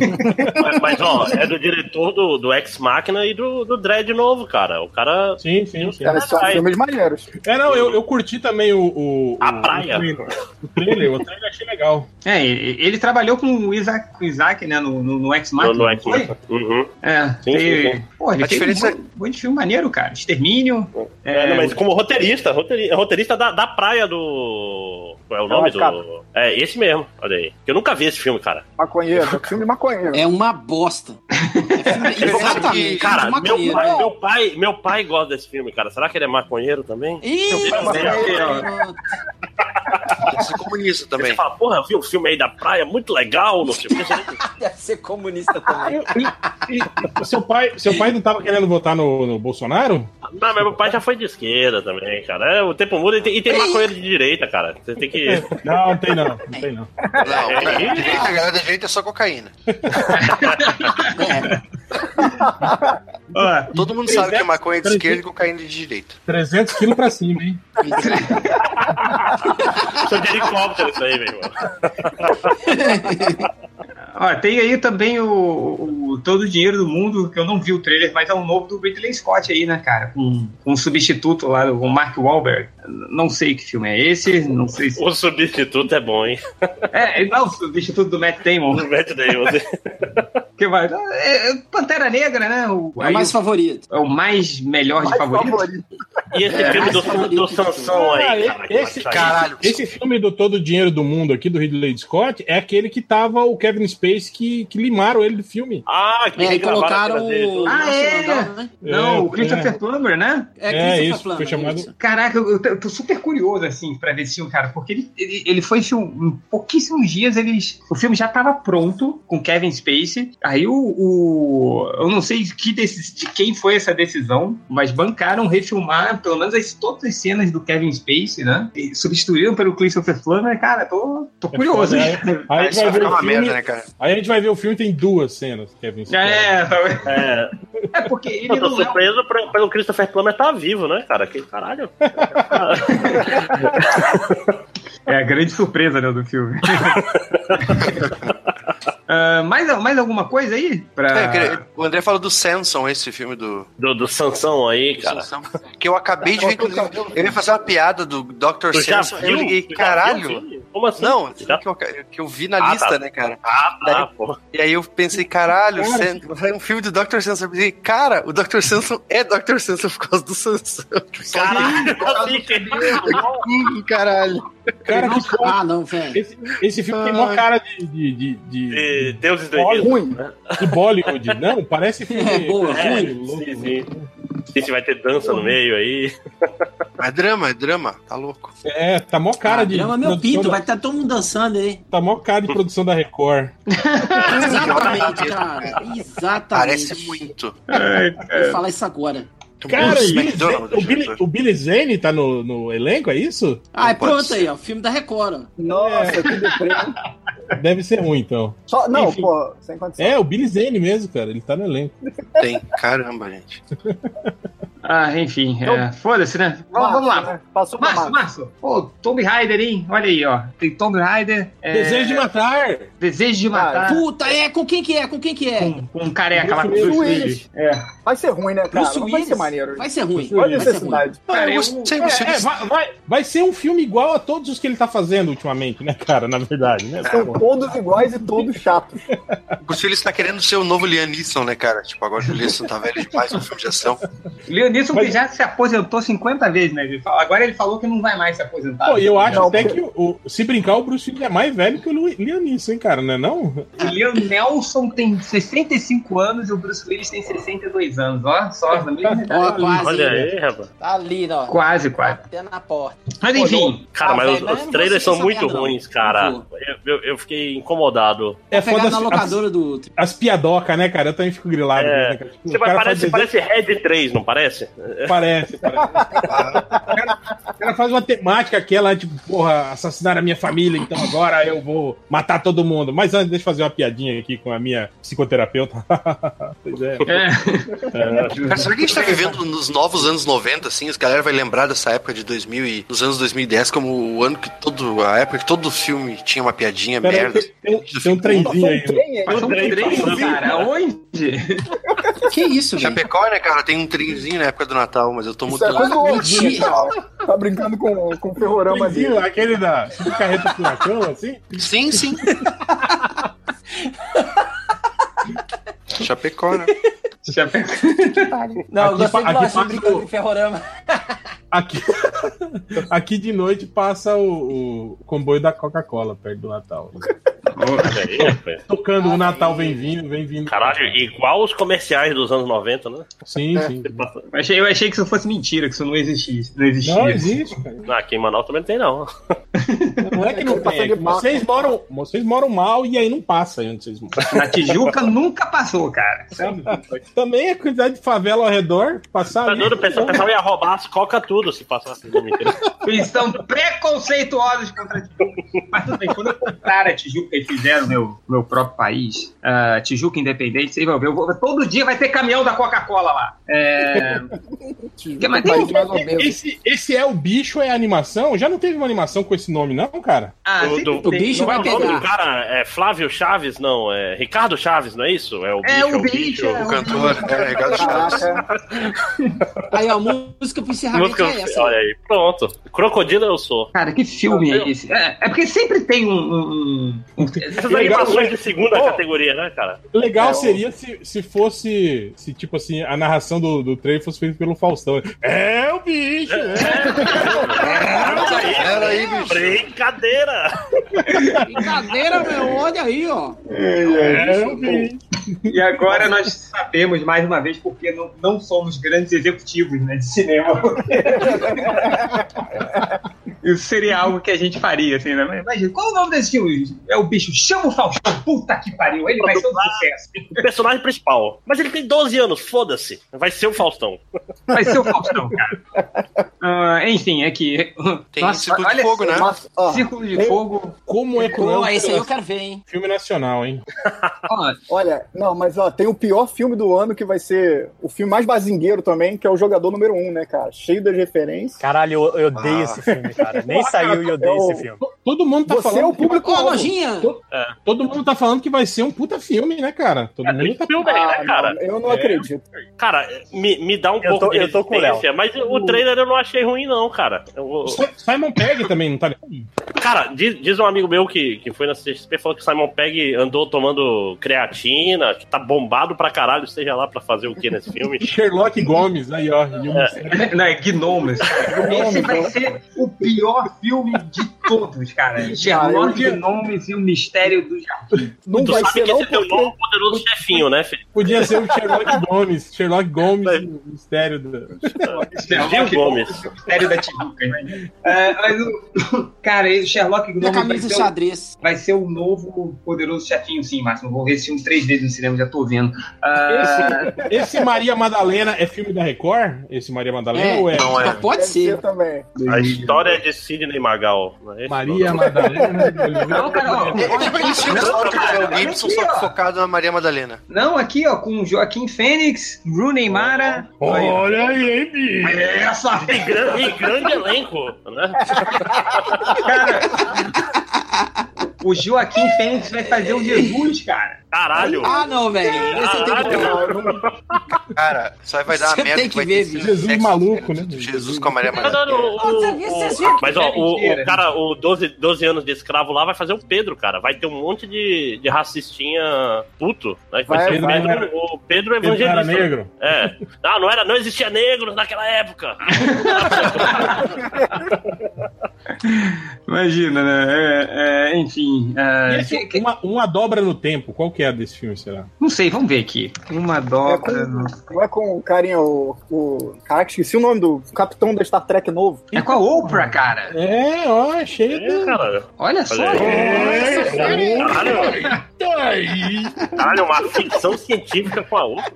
S4: Mas, mas, ó, é do diretor do, do Ex Machina e do, do Dread novo, cara. O cara.
S7: Sim, sim, sim.
S3: Cara, são
S4: Ai.
S3: filmes maneiros.
S7: É, não, eu, eu curti também o. o
S4: A
S7: o-
S4: praia.
S7: O trailer, o trailer, o trailer eu achei legal.
S5: É, ele, ele trabalhou com o Isaac, com o Isaac né, no, no, no X-Men.
S4: No, no Ex Machina. Uhum.
S5: É,
S4: Sim,
S5: tem-
S4: sim,
S5: Pô, ele
S2: A
S5: fez
S2: diferença-
S5: um monte de filme maneiro, cara. Extermínio.
S4: É,
S5: É,
S4: não, mas como roteirista, roteirista, roteirista da, da praia do. Qual é o nome do. É, esse mesmo, olha aí. Eu nunca vi esse filme, cara.
S3: Maconheiro. filme maconheiro.
S8: É uma bosta. É filme- exatamente.
S4: Cara,
S8: de
S4: meu
S8: é maconheiro.
S4: pai, meu, pai, meu pai gosta desse filme, cara. Será que ele é maconheiro também?
S8: Ih,
S4: Meu pai é
S5: maconheiro.
S8: pronto.
S2: Pode ser comunista
S4: Você
S2: também.
S4: fala, porra, eu vi o filme aí da praia, muito legal, não sei o que.
S11: Deve ser comunista também.
S7: E, e- seu, pai, seu pai não tava querendo votar no, no Bolsonaro?
S4: Não, mas meu pai já foi de esquerda também, cara. É, o tempo muda e tem, e tem maconheiro de direita, cara. Você tem que.
S7: Não, não tem não. Não tem não.
S2: Não, né? direita, a galera da direita é só cocaína.
S8: É,
S5: ó,
S2: Todo mundo sabe que é maconha de esquerda e cocaína é de direita.
S7: 300 quilos pra cima, hein?
S4: Sou de helicóptero isso aí, meu irmão.
S5: ó, tem aí também o, o Todo o Dinheiro do Mundo, que eu não vi o trailer, mas é um novo do Ridley Scott aí, né, cara? Com, com um substituto lá, o Mark Wahlberg. Não sei que filme é esse, não sei se...
S4: O substituto é bom, hein?
S5: É, não, o substituto do Matt Damon.
S4: O Matt Damon.
S5: Que vai... É, é Pantera Negra, né? O,
S8: é o mais favorito.
S5: é o mais melhor de favorito.
S4: E esse filme do, do Sansão aí,
S7: Cara,
S4: cara. que vai
S7: esse,
S4: sair?
S2: Caralho.
S7: esse filme do Todo o Dinheiro do Mundo aqui, do Ridley Scott, é aquele que tava o Kevin Space que, que limaram ele do filme.
S4: Ah, que
S8: É, e
S4: regravaram
S8: colocaram
S4: a dele.
S8: o.
S5: Ah,
S8: Márcio
S5: é?
S8: Landau, né?
S5: Não, o Christopher
S7: é.
S5: Plummer, né?
S8: É,
S7: É,
S8: Christopher
S7: isso, foi
S8: Plummer,
S7: chamado-
S8: isso.
S5: Caraca, eu, eu tô- eu tô super curioso, assim, pra ver esse filme, cara, porque ele, ele, ele foi filme. Em pouquíssimos dias eles. O filme já tava pronto com Kevin Spacey. Aí o. o- eu não sei de que deci- de quem foi essa decisão, mas bancaram refilmar pelo menos as, todas as cenas do Kevin Spacey, né? E substituíram pelo Christopher Plummer, cara, tô, tô curioso.
S7: foda,
S5: É,
S7: Aí, a
S2: Aí
S7: gente
S2: isso
S7: vai
S2: vai
S7: ver
S2: ficar
S7: o
S2: uma
S7: filme,
S2: merda, né, cara?
S7: aí a gente vai ver o filme tem duas cenas, Kevin Space.
S5: tá-
S4: É,
S5: é porque ele
S4: eu
S5: não
S4: tô
S5: é. um-
S4: surpreso pre- pelo Christopher Plummer tá vivo, né, cara? Que caralho.
S5: É a grande surpresa, né, do filme. Ah, mais, mais alguma coisa aí? Pra...
S2: É, eu queria- o André fala do Samson, esse filme do.
S4: Do, do Sansão aí, cara.
S2: Que eu acabei de ver, inclusive. Eu ia fazer uma piada do Dr.
S4: Tu já
S2: Samson.
S4: viu?
S2: Eu liguei,
S4: Tu já viu o
S2: caralho.
S4: filme? Como assim?
S2: Não, que
S4: Já...
S2: eu, que eu vi na
S4: Ah,
S2: lista,
S4: tá.
S2: né, cara?
S4: Ah, tá,
S2: Daí-
S4: pô.
S2: E aí eu pensei, caralho, Sam- vai um filme do Dr. Samson. Eu pensei, cara, o Dr. Samson é Dr. Samson por causa do Samson.
S4: Caralho, assim, que...
S2: Hum, caralho.
S7: Cara, que porra.
S8: Ah, não, velho.
S7: Esse, esse filme tem uma cara de, de, de, de,
S2: É.
S4: E Deuses do
S7: Olha,
S4: Egito.
S3: Ruim.
S7: de Bollywood. Não, parece filme.
S8: É, boa,
S4: É,
S8: ruim.
S7: louco.
S4: sim, sim. Não sei Se vai ter dança no meio aí.
S2: É drama, é drama. Tá louco.
S7: É, tá mó cara
S8: Ah,
S7: de.
S8: drama meu
S7: produção
S8: pinto,
S7: da-
S8: vai estar todo mundo dançando aí.
S7: Tá mó cara de produção da Record.
S8: Exatamente, cara. Exatamente.
S2: É.
S7: Tá
S2: Parece muito.
S4: É.
S8: Vou falar isso agora.
S7: Cara,
S2: Nossa,
S7: e Billy Zane-
S2: McDonald's,
S7: o, Billy,
S2: diretor.
S7: o Billy Zane tá no, no elenco, é isso?
S8: Ah, é
S2: Não pode
S8: pronto
S2: ser.
S8: aí, ó. Filme da Record. ó.
S3: Nossa, que deprê.
S7: Deve ser ruim, então.
S3: Só, não,
S7: Enfim.
S3: pô, sem condição.
S7: É, o Billy Zane mesmo, cara. Ele tá no elenco.
S2: Tem, caramba, gente.
S5: Ah, enfim, é, foda-se, né? Vamos,
S3: Márcio,
S5: vamos lá.
S3: né? Passou pra
S5: Márcio,
S3: Márcio.
S5: Márcio. Pô, Tomb Raider, hein? Olha aí, ó. Tem Tomb Raider. é,
S7: Desejo de matar!
S5: Desejo de matar.
S8: Puta, é com quem que é? Com quem que
S7: Ah,
S8: é?
S5: Com, com um careca lá com
S7: Bruce
S5: Bruce
S3: Willis.
S5: Willis. É.
S3: Vai ser ruim, né, cara?
S8: Bruce
S3: Não vai
S8: Willis.
S3: ser maneiro. né?
S8: Vai ser ruim.
S7: Bruce
S3: Olha a
S8: Vai ser ruim.
S3: necessidade.
S2: Cara, eu
S5: eu-
S2: gostei,
S7: É,
S2: gostei
S7: é,
S2: desse-
S7: vai, vai, vai ser um filme igual a todos os que ele tá fazendo ultimamente, né, cara? Na verdade, né?
S3: São todos iguais e todos chatos.
S2: O Bruce Willis tá querendo ser o novo Liam Neeson, né, cara? Tipo, agora o Liam Neeson tá velho demais no filme de ação.
S5: Leon Wilson que já se aposentou 50 vezes, né? Ele fala- Agora ele falou que não vai mais se aposentar.
S7: Pô, e eu acho
S3: Não,
S7: até
S3: porque-
S7: que o, se brincar, o Bruce Willis é mais velho que o Lu- Lianisson, hein, cara, não é não?
S5: O Leon Nelson tem 65 anos e o Bruce Willis tem 62 anos, ó. Só na mesma idade.
S8: Ó, quase.
S4: Olha aí, rapaz.
S12: Tá ali, ó.
S5: Quase, quase.
S12: Até na porta.
S5: Mas enfim,
S4: Cara,
S8: Ah,
S4: mas
S8: velho,
S4: os,
S8: mas eu
S4: os
S8: não
S4: trailers
S8: vou assistir
S4: são muito
S8: essa merda, não.
S4: ruins, cara.
S8: Não vou.
S4: Eu, eu- eu fiquei incomodado.
S7: É foda
S8: Pegar na
S7: as, as,
S8: locadora do outro.
S7: as piadoca, né, cara? Eu também fico grilado.
S4: É.
S7: né, cara? Tipo,
S4: Você
S7: o
S4: vai,
S7: cara
S4: parece,
S7: faz
S4: parece Red 3, não parece?
S7: desenho- parece, parece. o, cara, o cara faz uma temática aquela, tipo, porra, assassinar a minha família, então agora eu vou matar todo mundo. Mas antes, deixa eu fazer uma piadinha aqui com a minha psicoterapeuta. pois é.
S5: é,
S2: Cara, será que a gente tá vivendo nos novos anos 90, assim? Os galera vai lembrar dessa época de 2000 e dos anos 2010 como o ano que todo. a época que todo filme tinha uma piadinha
S7: Pera aí,
S2: merda.
S7: tem, tem um- tem um trenzinho aí.
S4: né?
S3: é.
S5: passou um trem, cara. Onde?
S8: Que isso, velho?
S2: Chapecó, né, cara? Tem um trenzinho na época do Natal, mas eu tô
S3: Isso é
S2: mudando.
S3: coisa do Aldini,
S8: Mentira.
S3: cara. Tá brincando com, com o
S7: Um
S3: ferrorama
S7: trenzinho,
S3: dele.
S7: aquele da tipo, carreta furacão, assim.
S2: Sim, sim. Chapecó, né?
S12: Não,
S7: Aqui
S12: eu gostei
S7: pa-
S12: do Lógico
S7: aqui passa
S12: brincando
S7: o-
S12: de ferrorama.
S7: Aqui, aqui de noite passa o, o comboio da Coca-Cola perto do Natal.
S4: Olha aí, rapaz.
S7: Tocando o Natal vem vindo, vem vindo.
S4: Caralho, igual os comerciais dos anos 90, né?
S7: Sim, sim.
S4: Uhum.
S5: Eu achei, eu achei que isso fosse mentira, que isso não existisse. Não existia.
S7: Não existe, cara.
S4: Ah, aqui em Manaus também não tem, não.
S7: Não é que não tem. é que vocês, moram, vocês moram mal e aí não passa aí onde vocês moram.
S5: Na Tijuca nunca passou, cara.
S7: Também a quantidade de favela ao redor, passar né?
S4: Tá
S7: ali,
S4: doido, o pessoal o
S7: não.
S4: pessoal ia roubar as coca tudo se passasse no mentira.
S5: Eles são preconceituosos contra a Tijuca. Mas tudo bem, quando eu comprar a Tijuca e fizer o meu, meu próprio país, a Tijuca Independente, vocês vão ver. eu vou- todo dia vai ter caminhão da Coca-Cola lá. É... que mais?
S3: Mas mais ou menos.
S7: Esse, esse é o bicho, é a animação? Já não teve uma animação com esse nome, não, cara?
S5: Ah,
S4: O
S5: sempre
S4: do-
S5: tem.
S8: O bicho
S4: Não é
S8: vai
S4: o nome do
S8: pegar.
S4: cara? É Flávio Chaves? Não, é Ricardo Chaves, não é isso? É o bicho.
S5: É o bicho. é
S2: O cantor é regado chaves.
S3: Caraca.
S8: Aí, ó, a música pro encerramento
S4: Música,
S8: é essa.
S4: olha aí, pronto. Crocodilo eu sou.
S5: Cara, que filme é esse? É, é porque sempre tem um. um- um-
S4: Essas
S7: Legal,
S4: animações de segunda
S7: Pô.
S4: categoria, né, cara?
S7: Legal
S3: É, o-
S7: seria se, se fosse, se tipo assim, a narração do, do trailer fosse feita pelo Faustão. É o bicho! É.
S4: Ah, é
S2: Pera aí, bicho.
S4: Brincadeira!
S8: Brincadeira, meu. Olha aí, ó.
S3: É
S7: é
S5: E agora nós sabemos, mais uma vez, porque não, não somos grandes executivos né, de cinema. Isso seria algo que a gente faria, assim, né? Mas Imagina, qual o nome desse filme? É o bicho, chama o Faustão, puta que pariu, ele vai ser um sucesso.
S4: O personagem principal. Mas ele tem 12 anos, foda-se. Vai ser o Faustão.
S5: Vai ser o Faustão, cara. Ah, enfim, é que.
S2: Tem Círculo de Fogo, né?
S3: Mas, ó,
S5: Círculo de
S3: Eu-
S5: Fogo.
S7: Como é
S8: Pô,
S7: cruel
S8: esse aí eu quero ver, hein?
S7: filme nacional, hein?
S5: Ó,
S3: olha, não, mas ó, tem o pior filme do ano que vai ser o filme mais bazingueiro também, que é o Jogador Número 1, né, cara? Cheio das referências.
S13: Caralho, eu, eu odeio
S2: Ah.
S13: esse filme, cara. Nem saiu e eu odeio esse filme.
S7: Todo mundo tá
S3: Você
S7: falando.
S3: é o
S7: que vai-
S3: público.
S8: Ô, Lojinha!
S7: Todo mundo tá falando que vai ser um puta filme, né, cara? Todo mundo tá
S4: Filme,
S3: Ah,
S4: né, cara?
S3: não, eu não acredito.
S4: Cara, me, me dá um
S13: Eu
S4: pouco
S13: tô-
S4: de
S13: eu tô com o Léo.
S4: resistência, mas o trailer eu não achei ruim, não, cara. Eu-
S7: Si- Simon Pegg também, não tá ligado?
S4: Cara, diz, diz um amigo meu que, que foi na CXP falou que o Simon Pegg andou tomando creatina, que tá bombado pra caralho, seja lá pra fazer o que nesse filme.
S7: Sherlock Gomes, aí, ó. e um-
S5: Não, é Gnomes. Esse vai ser o pior filme de todos, cara. Sherlock Gnomes e o Mistério do Jardim.
S3: Não
S4: Tu
S3: vai
S4: sabe
S3: ser
S4: que
S3: não
S4: esse é teu
S3: porque...
S4: novo poderoso chefinho, né, Felipe?
S7: Podia ser o Sherlock Gomes. Sherlock Gomes,
S5: É.
S7: o mistério do.
S4: Gil Gomes.
S5: O Mistério da Tijuca, né? É, mas o... Cara, esse Sherlock
S8: Minha
S5: Gnomes vai
S8: camisa
S5: ser,
S8: de
S5: o,
S8: xadrez.
S5: vai ser o novo poderoso chefinho, sim, Máximo. Vou ver esse filme três vezes no cinema, já tô vendo. Ah,
S7: Esse Maria Madalena é filme da Record? Esse Maria Madalena
S8: É.
S7: ou é?
S2: Não é.
S8: Pode
S3: Deve
S8: ser.
S3: ser também.
S4: A história é de Sidney Magal. não é esse
S7: Maria
S4: nome?
S7: Madalena.
S5: não, cara, ó,
S2: É tipo aquele filme
S5: Não,
S2: do
S5: cara,
S2: Mel
S5: olha
S2: Gibson,
S5: aqui,
S2: só
S5: ó.
S2: que focado na Maria Madalena.
S5: não, aqui, ó, com Joaquim Fênix, Rooney Mara.
S7: Olha aí, hein, bicho.
S5: É essa
S4: E grande, e grande elenco, né?
S5: Cara, o Joaquim Fênix vai fazer o Jesus, cara.
S4: Caralho!
S8: Ah, não, velho. Esse eu tenho que
S3: um
S4: Caralho.
S8: ver.
S2: Cara, só vai dar
S8: Você
S2: uma merda
S8: tem que
S2: vai
S8: ver,
S2: ter
S8: bicho.
S2: sexo-
S7: Jesus maluco, né?
S2: Jesus com a Maria
S4: Não,
S2: Maravilha.
S4: não, não, Tá o-
S14: Vocês viram- vocês
S4: o-
S14: viram que
S4: Mas
S14: isso
S4: ó,
S14: é
S4: o,
S14: mentira?
S4: o cara, o 12, 12 anos de escravo lá vai fazer o Pedro, cara. Vai ter um monte de, de racistinha puto, né? Que Vai,
S3: Vai-
S4: ser o
S7: vai,
S4: Pedro,
S7: vai.
S4: o Pedro
S7: Pedro
S4: evangelista.
S7: era um negro.
S4: É. Não, não era, não existia negros naquela época.
S5: Imagina, né? É, é, enfim. é,
S7: E esse,
S5: que- que-
S7: uma, uma dobra no tempo, qual que é a desse filme, será?
S5: não sei, vamos ver aqui. Uma
S3: É
S5: dobra. no-
S3: com, não é com o carinha, o, o. Caraca, esqueci o nome do capitão da Star Trek novo.
S5: É com a Oprah, cara.
S7: É, ó, achei.
S4: É, cara.
S5: Olha só.
S4: Olha aí.
S7: É,
S4: Caralho,
S5: É.
S4: caralho, uma ficção científica com a outra.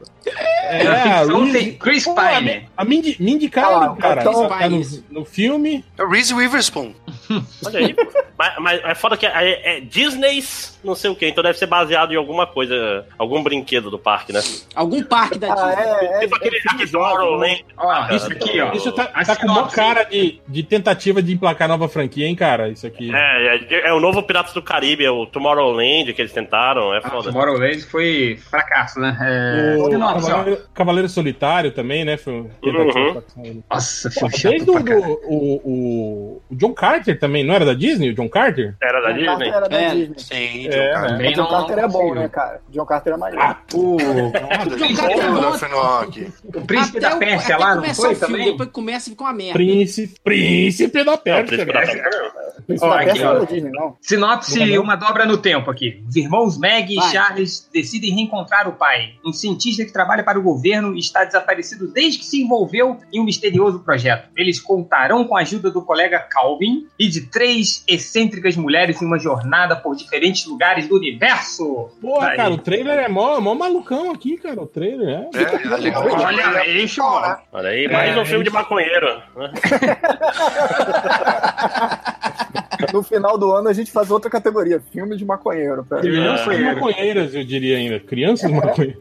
S7: é,
S5: Na
S7: a
S5: ficção
S7: Reese-
S5: tem Chris
S7: Pô,
S5: Pine.
S7: A Mindy, Mindy
S3: Ah,
S7: Kaling,
S3: o
S7: cara.
S3: Capitão
S7: tá no,
S8: Pines.
S7: no filme.
S2: É o Reese Witherspoon.
S4: Olha aí. pô. mas, mas é foda que é, é Disney's não sei o que, então deve ser baseado em alguma coisa, algum brinquedo do parque, né?
S8: Algum parque da
S3: Ah,
S8: Disney.
S3: é, é,
S4: Tipo aquele Tomorrow, né?
S5: Ó,
S4: cara,
S5: isso aqui, ó.
S7: Isso Ah, tá,
S5: A
S7: tá com uma
S5: sinopse.
S7: cara de, de tentativa de emplacar nova franquia, hein, cara? Isso aqui.
S4: É, é, é o novo Piratas do Caribe, é o Tomorrowland que eles tentaram, é
S5: Ah,
S4: foda.
S5: Tomorrowland foi fracasso, né? É...
S7: O
S5: Sinopse, ó.
S7: Cavaleiro, Cavaleiro Solitário também, né? Foi uma
S4: Uhum.
S7: tentativa pra-
S5: Nossa,
S7: Pô,
S5: foi chato
S7: Desde o,
S5: pra caralho.
S7: do- o, o, o John Carter também, não era da Disney? O John Carter?
S4: Era da
S3: John
S4: Disney?
S3: Carter era da
S8: É.
S3: Disney.
S2: Sim,
S7: É,
S2: John
S3: O
S5: Também
S3: John
S5: não-
S3: Carter é
S5: não
S3: bom,
S5: conseguiu.
S3: né, cara? John Carter é maior.
S4: Ah,
S2: Carter.
S8: John Carter é bom.
S5: O príncipe
S8: Até
S5: da
S8: o-
S5: Pérsia
S8: até
S5: lá, não
S8: começar o
S5: foi
S8: filme,
S5: também?
S8: Depois que começa e fica uma
S7: É.
S8: merda.
S7: Príncipe, príncipe da
S4: É, o
S7: Pérsia.
S4: Príncipe
S7: né?
S4: da Pérsia.
S3: Isso
S5: Ó,
S3: da
S5: aqui,
S3: Pérsia
S5: ó.
S3: não é da Disney, não.
S5: Sinopse, uma dobra no tempo aqui. Os irmãos Meg e
S8: Vai.
S5: Charles decidem reencontrar o pai, um cientista que trabalha para o governo e está desaparecido desde que se envolveu em um misterioso projeto. Eles contarão com a ajuda do colega Calvin e de três excêntricas mulheres em uma jornada por diferentes lugares do universo.
S7: Porra,
S5: Aí.
S7: cara, o trailer é mó, mó malucão aqui, cara. O trailer, né?
S2: É, é legal.
S5: Olha, isso, ó.
S4: Olha aí, mais um filme de maconheiro. né?
S3: No final do ano a gente faz outra categoria, filme de maconheiro. Pera.
S5: Criança
S7: Crianças
S5: maconheira.
S7: maconheiras, eu diria ainda. Crianças maconheiras.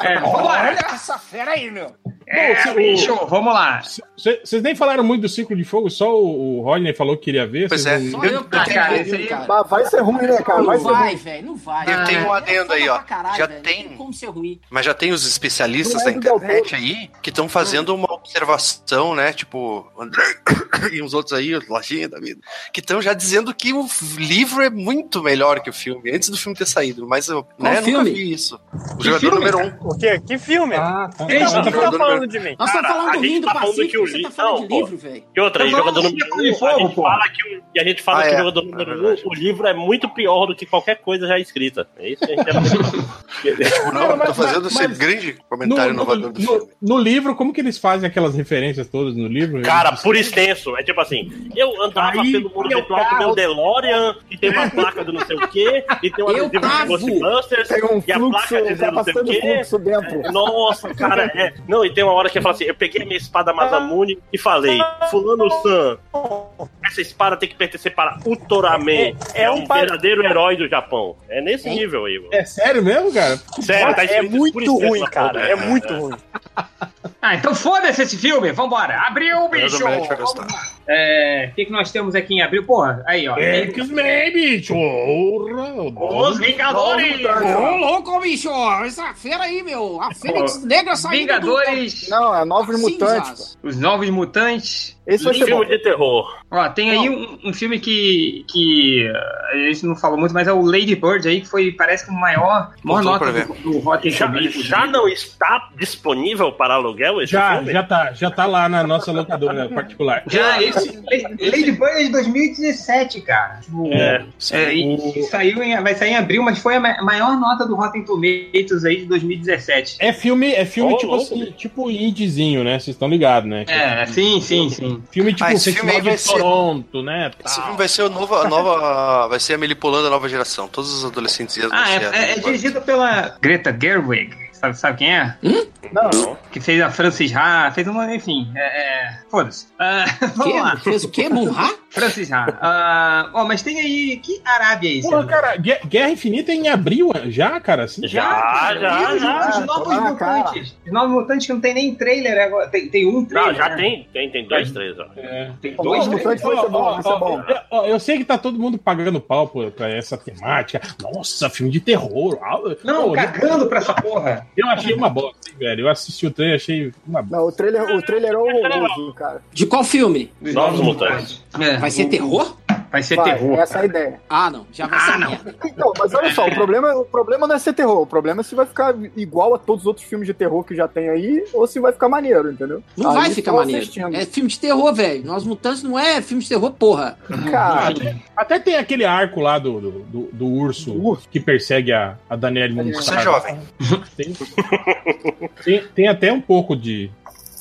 S5: É, bora.
S15: essa fera aí, meu.
S7: Pô,
S5: É,
S7: o-
S5: bicho, vamos lá.
S7: Cê- Vocês nem falaram muito do Círculo de Fogo, só o, o Rodney falou que queria ver.
S2: Pois
S7: vocês
S2: é.
S7: não-
S8: Só
S2: Eu-
S8: eu,
S2: eu
S8: cara.
S5: tenho-
S8: eu tenho,
S5: Esse-
S8: cara.
S3: Vai, vai ser ruim, né, cara? Vai
S8: Não
S3: ser ruim.
S8: vai, velho, não vai.
S2: Eu tenho um
S8: É
S2: adendo
S8: foda
S2: aí, ó.
S8: pra caralho,
S2: Já
S8: velho.
S2: tem-
S8: Como ser ruim.
S2: Mas já tem os especialistas
S3: Não
S2: da
S3: é do Del
S2: internet aí que estão fazendo uma observação, né? Tipo, o André e uns outros aí, o Lojinha da vida, que estão já dizendo que o livro é muito melhor que o filme, antes do filme ter saído. Mas eu né, nunca
S8: filme?
S2: vi isso. O
S5: Que
S2: jogador
S5: filme,
S2: número um.
S13: O quê? Que filme?
S7: Ah, tá.
S5: Três
S13: Não,
S2: tá
S13: não tá
S2: falando-
S13: falando de mim.
S8: Nós
S4: Cara,
S8: estamos
S4: a
S8: falando do
S4: gente
S8: Rio do
S4: tá falando que o
S8: Pacífico, você
S4: livro-
S8: tá falando
S4: Não,
S8: de livro, velho.
S4: E outra, aí,
S5: Tá falando
S4: jogador
S5: de
S4: número
S5: Círculo de
S4: 1. A
S5: Fogo,
S4: gente
S5: pô.
S4: fala que, o- e a gente fala
S2: Ah,
S4: que
S2: é.
S4: o jogador
S2: É
S4: número 1,
S2: verdade.
S4: o livro é muito pior do que qualquer coisa já escrita. É isso que a gente é.
S2: Não,
S7: Não, mas-
S2: tô fazendo esse
S7: mas-
S2: grande
S7: No,
S2: comentário
S7: no-
S2: inovador do
S7: no-
S2: filme.
S7: no livro, como que eles fazem aquelas referências todas no livro?
S4: Cara, por extenso. É tipo assim, eu andava
S7: Aí,
S4: pelo mundo
S7: meu
S4: virtual com
S7: carro.
S4: meu DeLorean, que tem uma placa do não sei o quê, e tem uma
S8: Eu
S4: adesiva de
S8: tava.
S4: Ghostbusters,
S3: Tem um
S4: e a
S3: fluxo,
S4: placa dizendo
S3: tá
S4: não sei o
S3: passando
S4: quê.
S3: fluxo dentro.
S4: Nossa, cara, é. Não, e tem uma hora que eu falo assim: eu peguei a minha espada Masamune e falei, Fulano San, essa espada tem que pertencer para Utorame. É, um verdadeiro herói do Japão. É nesse nível aí, mano.
S7: É sério mesmo, cara?
S4: Sério, tá
S13: é
S4: escrito por
S13: muito
S4: extenso
S13: ruim,
S4: na
S13: cara.
S4: foto.
S13: É muito ruim.
S5: Ah, então foda-se esse filme. Vambora. Abriu,
S2: O
S5: bicho.
S2: jogador Omelete vai gostar.
S5: É, o que, que nós temos aqui em abril? Porra, aí, ó.
S7: É que os memes, bicho. Porra.
S5: Os Vingadores!
S8: Ô, louco, bicho! Essa fera aí, meu! A Fênix
S15: Tá
S8: Negra saindo
S5: Vingadores,
S15: né?
S3: Não, é Novos
S8: do...
S3: Mutantes. pô.
S8: Cinzas.
S5: os Novos Mutantes.
S3: Esse vai ser bom.
S4: Filme de terror.
S5: Ó, tem aí um, um filme que, que uh, a gente não falou muito, mas é o Lady Bird aí, que foi, parece que o maior, maior
S2: Voltou
S5: nota
S2: pra ver.
S5: do, do Rotten
S4: Já,
S5: Tomatoes. né?
S4: já não está disponível para aluguel esse
S7: Já,
S4: filme?
S7: já tá, já tá lá na nossa locadora particular.
S5: Já, esse Lady Bird é de 2017, cara. Tipo,
S4: É.
S5: É, e saiu em- vai sair em abril, mas foi a ma- maior nota do Rotten Tomatoes aí de 2017.
S7: É filme, é filme
S4: Ô,
S7: tipo
S4: louco,
S7: assim, tipo indiezinho, né? Vocês estão ligados, né?
S5: É, sim, sim, sim.
S7: Filme tipo
S2: Ah, esse
S7: Festival
S2: filme aí vai
S7: de
S2: ser-
S7: Toronto, né?
S2: Esse
S7: tal.
S2: filme vai ser a nova, a nova. Vai ser a Melipolã da nova geração. Todos os adolescentes iam
S5: Ah, é,
S2: anunciar.
S5: é- é dirigido pela Greta Gerwig. Sabe, sabe quem é?
S3: Hum?
S4: Não.
S5: Que fez a Francis Ha, fez uma. Enfim, é. é, Foda-se. Ah, vamos lá.
S8: Quê? Fez o quê? Munhá?
S5: Francis Ha. Ah, ó, mas tem aí. Que Arábia é isso?
S7: Porra, cara, Gue- Guerra Infinita é em abril já, cara? Assim,
S4: Já, já,
S5: os,
S4: já.
S5: os novos
S3: Ah,
S5: mutantes. Os novos mutantes que não tem nem trailer agora. Tem, tem um trailer.
S4: Não, já
S5: né?
S4: tem, tem, tem dois, três, ó.
S5: Tem
S3: Os Novos
S5: dois trailers.
S3: Mutantes vai ser bom, vai ser bom.
S7: é. Ó, Eu sei que tá todo mundo pagando pau pô, pra essa temática. Nossa, filme de terror. Ah,
S5: Não,
S7: pô,
S5: cagando pra essa porra.
S7: eu achei uma bosta, hein, velho. Eu assisti o trailer, achei uma bosta.
S3: Não, o trailer, o trailer é horroroso, cara.
S8: De qual filme?
S4: Novos mutantes.
S5: É,
S8: Vai ser terror?
S5: Vai ser
S3: Vai,
S5: terror.
S3: essa é a ideia.
S8: Ah, não. Já vai
S5: Ah,
S8: ser
S5: não.
S8: merda.
S3: Então, mas olha só, o problema, o problema não é ser terror, o problema é se vai ficar igual a todos os outros filmes de terror que já tem aí, ou se vai ficar maneiro, entendeu?
S8: Não
S3: Aí
S8: vai ficar
S3: tô
S8: maneiro.
S3: assistindo.
S8: É filme de terror, velho. Nós Mutantes não é filme de terror, porra.
S3: Cara,
S7: Até tem aquele arco lá do, do, do- do urso
S3: Uh.
S7: que persegue a, a Daniela
S2: Você é
S7: Monstro.
S2: jovem.
S7: Tem, tem, tem até um pouco de,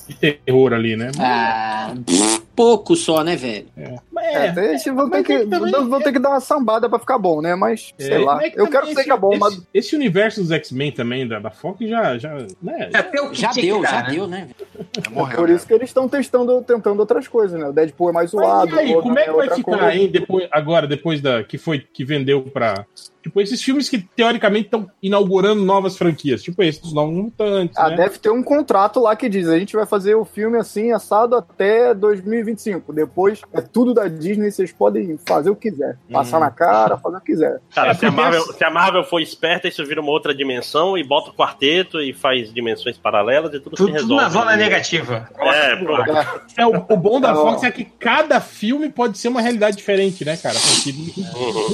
S7: de terror ali, né?
S3: É,
S8: Ah, pff, pouco só, né, velho?
S7: Mas
S3: é,
S7: é,
S3: tem- vão, ter
S7: mas
S3: que,
S7: tem também-
S3: vão ter que dar uma sambada pra ficar bom, né? Mas, sei
S7: é,
S3: lá,
S7: mas é
S3: eu quero
S7: também
S3: que seja bom,
S7: esse,
S3: mas
S7: Esse universo dos X-Men também, da, da Fox, já. já né?
S3: É
S5: Até o que
S8: Já
S5: tinha que
S8: deu,
S5: dar,
S8: já
S5: né?
S8: deu, né? velho?
S2: Morreu.
S3: por isso que eles estão testando, tentando outras coisas, né? O Deadpool é mais
S7: Mas
S3: zoado.
S7: e aí,
S3: o
S7: como é que
S3: Wolverine
S7: vai
S3: outra
S7: ficar,
S3: coisa.
S7: hein? Depois, agora, depois da que foi que vendeu pra. Tipo, esses filmes que teoricamente estão inaugurando novas franquias, tipo esse dos Novos Mutantes.
S3: Ah,
S7: né?
S3: deve ter um contrato lá que diz: a gente vai fazer o filme assim, assado até 2025. Depois é tudo da Disney, vocês podem fazer o que quiser. Passar
S7: Uhum.
S3: na cara, fazer o que quiser.
S4: Cara,
S7: É,
S4: se, a
S7: porque
S4: Marvel,
S7: assim-
S4: se a Marvel for esperta, isso vira uma outra dimensão e bota o quarteto e faz dimensões paralelas e tudo, se
S5: Tudo, tudo
S4: resolve.
S5: na zona negativa.
S4: É, pronto.
S7: É, o, o bom da
S3: Não.
S7: Fox é que cada filme pode ser uma realidade diferente, né, cara? Porque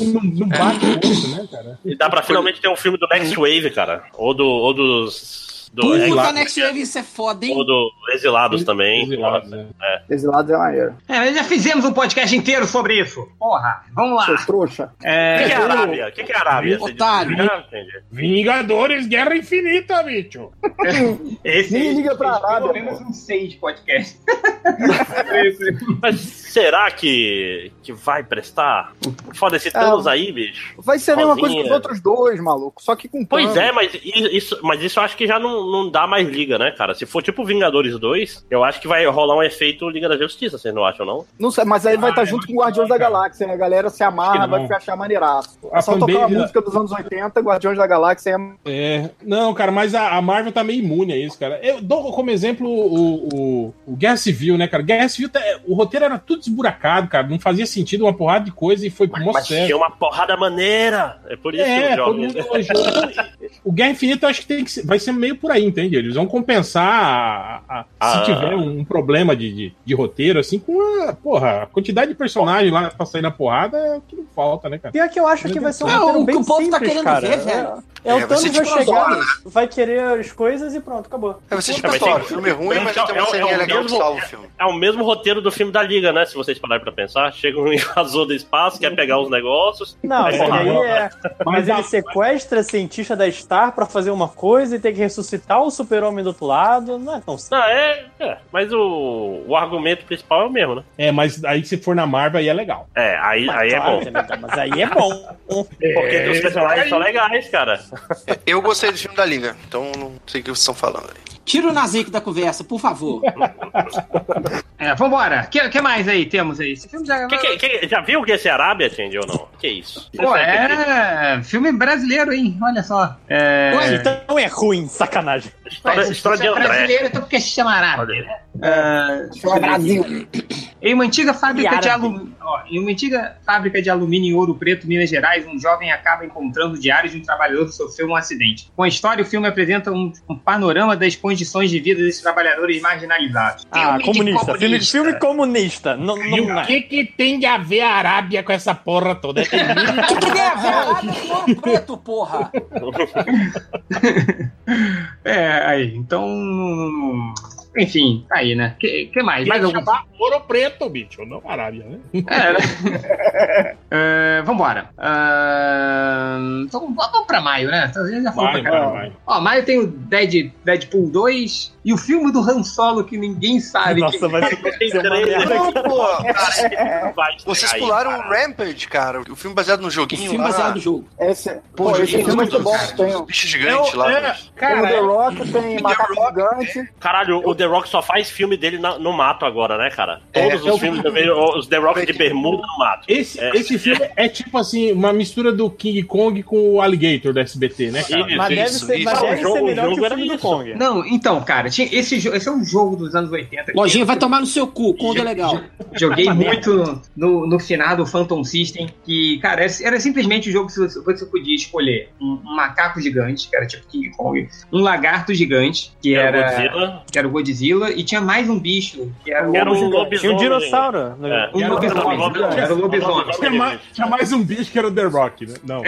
S7: não, não bate o outro, né, cara?
S4: E dá pra finalmente ter um filme do Next Wave, cara. Ou, do, ou dos. Do,
S8: Puta,
S4: Exilados.
S8: tá Next Wave, isso é foda, hein?
S4: Ou do Exilados também.
S7: Exilados, né?
S3: Exilados é maneiro.
S5: É, nós já fizemos um podcast inteiro sobre isso. Porra, vamos lá.
S3: Seu trouxa.
S4: O que, que é
S5: É,
S4: Arábia? O que, que é Arábia? Você
S8: Otário.
S4: disse? Ah, entendi.
S7: Vingadores Guerra Infinita, bicho!
S5: esse
S3: Nem liga pra
S5: esse,
S3: Arábia,
S5: Pelo menos uns seis podcasts.
S4: Mas será que, que vai prestar? Foda esse Thanos aí, bicho.
S3: Vai ser a mesma
S4: Sozinha.
S3: coisa
S7: é.
S3: que os outros dois, maluco. Só que com
S4: Pois
S3: plano.
S4: é, mas i- isso, mas isso eu acho que já não, não dá mais liga, né, cara? Se for tipo Vingadores 2, eu acho que vai rolar um efeito Liga da Justiça, vocês não acham, não?
S3: Não sei, mas aí
S7: Ah,
S3: vai
S7: é
S3: estar junto com o Guardiões da Galáxia. né? A galera se amarra,
S7: Acho que não.
S3: vai achar maneiraço.
S7: A né?
S3: É só tocar uma
S7: fanbase-
S3: música dos anos 80, Guardiões da Galáxia é
S7: É, não, cara, mas a, a Marvel tá meio imune a isso, cara. Eu dou como exemplo o, o, o Guerra Civil, né, cara? Guerra Civil, tá- o roteiro era tudo esburacado, cara. Não fazia sentido uma porrada de coisa e foi pro mó
S4: Mas
S7: sério.
S4: tinha uma porrada maneira. É por isso,
S7: É, todo
S4: jovem.
S7: mundo elogiou. O Guerra Infinita eu acho que, tem que ser- vai ser meio por aí, entende? Eles vão compensar a- a- a-
S4: Ah.
S7: se tiver um, um problema de, de, de roteiro, assim, com a, porra, a quantidade de personagem lá pra sair na porrada é o que não falta, né, cara?
S13: Pior que eu acho que vai ser um
S8: É, o
S13: roteiro
S8: que
S13: bem
S8: o povo tá
S13: simples,
S8: querendo
S13: cara.
S8: ver, velho.
S13: É, é o
S2: É, vai
S13: Thanos
S2: ser
S13: vai
S8: um
S2: tipo
S13: chegar,
S2: Crossover,
S13: vai querer as coisas e pronto, acabou.
S2: É, vai ser
S8: Puta
S2: tipo
S4: mas
S2: história.
S4: tem-
S2: filme ruim, mas
S4: Então,
S2: tem
S4: é
S2: uma
S4: o- é
S2: cena
S4: o
S2: legal que
S4: mesmo-
S2: salva o filme.
S4: É o mesmo roteiro do filme da Liga, né? Se vocês pararem pra pensar, chega um invasor do espaço, quer pegar os negócios.
S13: Não,
S4: É,
S13: mas aí
S4: não.
S13: é. Mas ele sequestra cientista da Star pra fazer uma coisa e tem que ressuscitar o super-homem do outro lado. Não é tão simples.
S4: Não, é. é, mas o, o argumento principal é o mesmo, né?
S7: É, mas aí se for na Marvel aí é legal.
S4: É, aí, aí é
S13: Claro
S4: bom.
S13: que não dá, Mas aí é bom.
S4: Porque os personagens são legais, cara.
S2: Eu gostei do filme da Liga, então não sei o que vocês estão falando aí.
S8: Tira o Nazik da conversa, por favor.
S5: É, vambora. O que, que mais aí temos aí? Esse filme já...
S4: Que, que- que- já viu que esse é Arábia, entende ou não? Que isso?
S5: Pô, é filme brasileiro, hein? Olha só. É...
S13: Ué, então é ruim, sacanagem.
S4: História, história de
S5: é
S4: André.
S5: brasileiro, então por que se chama Arábia? Ah,
S3: Brasil.
S5: Em uma antiga fábrica
S13: Piara,
S5: de alumínio. Em uma antiga fábrica de alumínio em Ouro Preto, Minas Gerais, um jovem acaba encontrando o diário de um trabalhador que sofreu um acidente. Com a história, o filme apresenta um, um panorama das condições de vida desses trabalhadores marginalizados.
S4: um
S13: Ah,
S5: Filme de
S13: comunista. Filme, filme comunista. Não, é.
S7: E
S13: não,
S7: o
S13: não.
S7: que que tem a ver a Arábia com essa porra toda? É Tem
S8: O que, que tem a ver Arábia com ouro preto, porra?
S5: É, aí. Então. Enfim, aí, né? Que, que mais? Mais
S7: que
S5: algum?
S7: chamar ouro preto, bicho, não Arábia, né?
S5: É, né? É, vambora. Ahn, então, v- vamos pra maio, né? Então, Já foi pra
S7: Vai,
S5: caralho.
S7: vai, vai.
S5: Ó, maio tem o Dead, Deadpool 2 e o filme do Han Solo que ninguém sabe.
S13: Nossa, vai ser
S4: Tem
S13: ser uma merda.
S4: trailer.
S2: Não, pô,
S4: Cara, vai
S2: vocês
S4: aí,
S2: pularam
S4: cara.
S2: o Rampage, cara. O filme baseado no
S8: O
S2: joguinho
S8: filme
S2: lá.
S8: baseado no jogo.
S3: Esse,
S2: Pô,
S3: pô, esse
S2: joguinho
S3: filme é muito
S2: dos-
S3: bom.
S2: cara,
S3: Tem,
S2: dos bichos gigantes lá. né?
S7: é,
S3: tem o
S7: cara, é
S3: The Rock, tem Macaco
S2: Rock.
S3: Gigante.
S4: Caralho, o
S2: Eu
S4: The Rock só faz filme dele na- no mato agora, né, cara?
S7: É,
S4: Todos
S7: é o-
S4: os filmes também, os The Rock de bermuda no mato.
S7: Esse,
S4: É.
S7: esse filme é tipo assim, uma mistura do King Kong com o Alligator do SBT, né, cara?
S13: Mas deve ser, mas
S4: isso.
S13: deve
S4: O jogo-
S13: ser melhor
S4: o
S13: que
S4: jogo
S13: o
S4: era um
S13: filme do
S4: isso.
S13: Kong.
S5: Não, então, cara, tinha- esse, jo- esse é um jogo dos anos 80.
S8: Lojinha, vai tomar no seu cu, Kong é legal.
S5: Joguei muito no, no finado Phantom System, que, cara, era, era simplesmente o jogo que você, você podia escolher um, um macaco gigante, que era tipo King Kong, um lagarto gigante, que
S4: Era
S5: era,
S4: Godzilla.
S5: que era o Godzilla, e tinha mais um bicho, que era, o-
S4: Era um
S13: Tinha um
S4: lobisomem.
S13: dinossauro. né? no-
S5: um
S4: É.
S7: era o
S5: lobisomem.
S4: lobisomem. é
S5: Era o lobisomem.
S7: Tinha mais, tinha mais um bicho que era o The Rock, né? Não.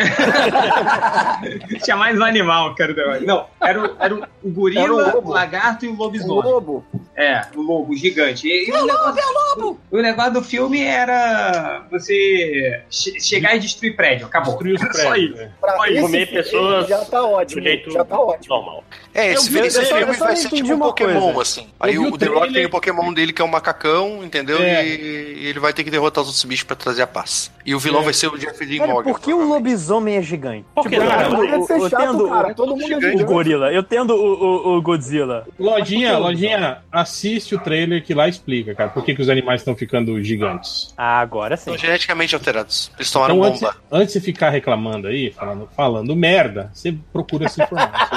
S5: Tinha mais um animal, que era o demônio. Não, era o, era o- o gorila,
S3: Era o
S5: o,
S3: lobo.
S5: lagarto e o
S3: O
S5: lobisomem.
S3: lobo.
S5: É, o lobo gigante. E,
S13: É
S5: e o negócio, O negócio do filme era você che- chegar e destruir prédio. Acabou. É
S7: Destruiu os
S4: Só
S7: prédios.
S4: isso.
S7: né?
S3: Pra
S4: Olha,
S3: esse
S4: comer
S3: filme
S4: pessoas
S3: Já tá ótimo.
S4: Sujeito
S3: Já tá ótimo.
S4: um normal.
S2: É, esse,
S3: vi-
S2: esse
S3: eu só-
S2: filme
S3: eu só
S2: vai
S3: não
S2: ser
S3: entendi
S2: tipo um
S3: uma
S2: Pokémon,
S3: coisa.
S2: assim. Aí
S7: Eu vi
S2: o,
S7: o
S2: The Rock
S7: trailer.
S2: tem o Pokémon dele, que é um macacão, entendeu?
S7: É.
S2: E, e ele vai ter que derrotar os outros bichos pra trazer a paz. E o vilão vai ser o Jeffrey Dean
S13: Cara,
S2: Morgan.
S13: por que o lobisomem é gigante?
S4: Porque
S13: eu
S7: cara,
S13: tendo-
S3: Para de
S13: eu
S3: ser
S13: tendo
S3: chato, cara.
S13: o-
S3: Todo mundo é
S13: O
S3: gigante.
S13: gorila, eu tendo o, o- o Godzilla.
S7: Lojinha, lojinha, assiste o trailer que lá explica, cara, por que, que os animais estão ficando gigantes.
S13: Ah, agora sim.
S2: São geneticamente alterados. Eles tomaram
S7: Então, antes,
S2: bomba.
S7: antes de ficar reclamando aí, falando, falando merda, você procura se informar.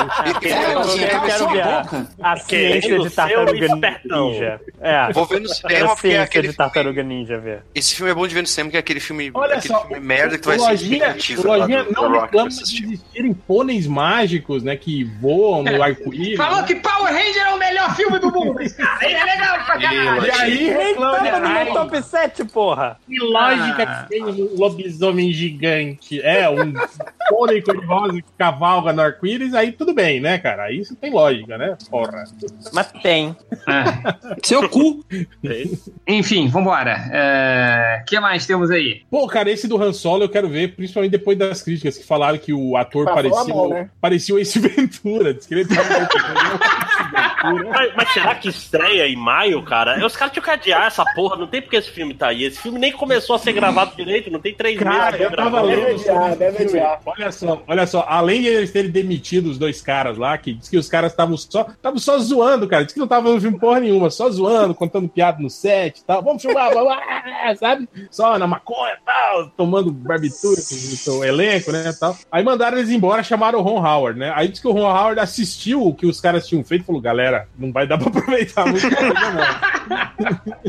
S7: Você-
S8: É,
S2: um
S8: Lojinha,
S13: eu
S8: cala
S13: quero
S8: sua
S13: ver a-
S8: boca.
S13: A ciência
S4: Querendo
S13: de
S4: ser
S13: tartaruga
S4: um espertão.
S13: ninja. É.
S2: Vou ver no
S13: A
S2: cinema porque é
S13: ciência
S2: aquele
S13: de
S2: filme,
S13: tartaruga ninja, velho.
S2: Esse filme é bom de ver no cinema, que é aquele filme,
S7: Olha
S2: aquele
S7: só,
S2: filme merda que tu vai
S7: o
S2: ser
S7: lojinha,
S2: expectativa.
S7: o
S2: lá
S7: lojinha
S2: do- do
S7: não
S2: Rock pra
S7: reclama de
S2: assistir.
S7: existirem pôneis mágicos, né, que voam no arco-íris.
S5: Falou
S7: né?
S5: que Power Ranger é o melhor filme do mundo. Esse cara é legal pra caralho.
S7: E aí
S13: Nem tava tá no
S7: reclama,
S13: meu
S7: ai,
S13: top 7, porra!
S7: que lógica que tem um lobisomem gigante. É, um pônei cor-de-rosa que cavalga no arco-íris, aí tudo bem, né, cara? Aí isso tem lógica, né? Porra.
S13: Mas tem.
S5: Ah,
S8: Seu cu.
S5: enfim, vambora. É, O que mais temos aí?
S7: Pô, cara, esse do Han Solo eu quero ver, principalmente depois das críticas que falaram que o ator
S3: Pra falar
S7: parecia,
S3: mal, né?
S7: parecia o Ace Ventura. Diz que ele tava-
S4: Mas, mas será que estreia em maio, cara? Os caras tinham que adiar essa porra. Não tem porque esse filme tá aí. Esse filme nem começou a ser gravado direito. Não tem três meses. É
S7: Cara,
S4: que
S7: eu tava
S4: gravou.
S7: lendo.
S3: Deve adiar, deve adiar.
S7: Olha só, olha só, além de eles terem demitido os dois caras lá, que diz que os caras estavam só, estavam só zoando, cara. Diz que não estavam ouvindo porra nenhuma, só zoando, contando piada no set e tal. Vamos filmar, vamos, ah, sabe? Só na maconha e tal, tomando barbitura com o seu elenco, né? e Tal. Aí mandaram eles embora, chamaram o Ron Howard, né? Aí diz que o Ron Howard assistiu o que os caras tinham feito e falou: galera, não vai dar pra aproveitar muito coisa, não.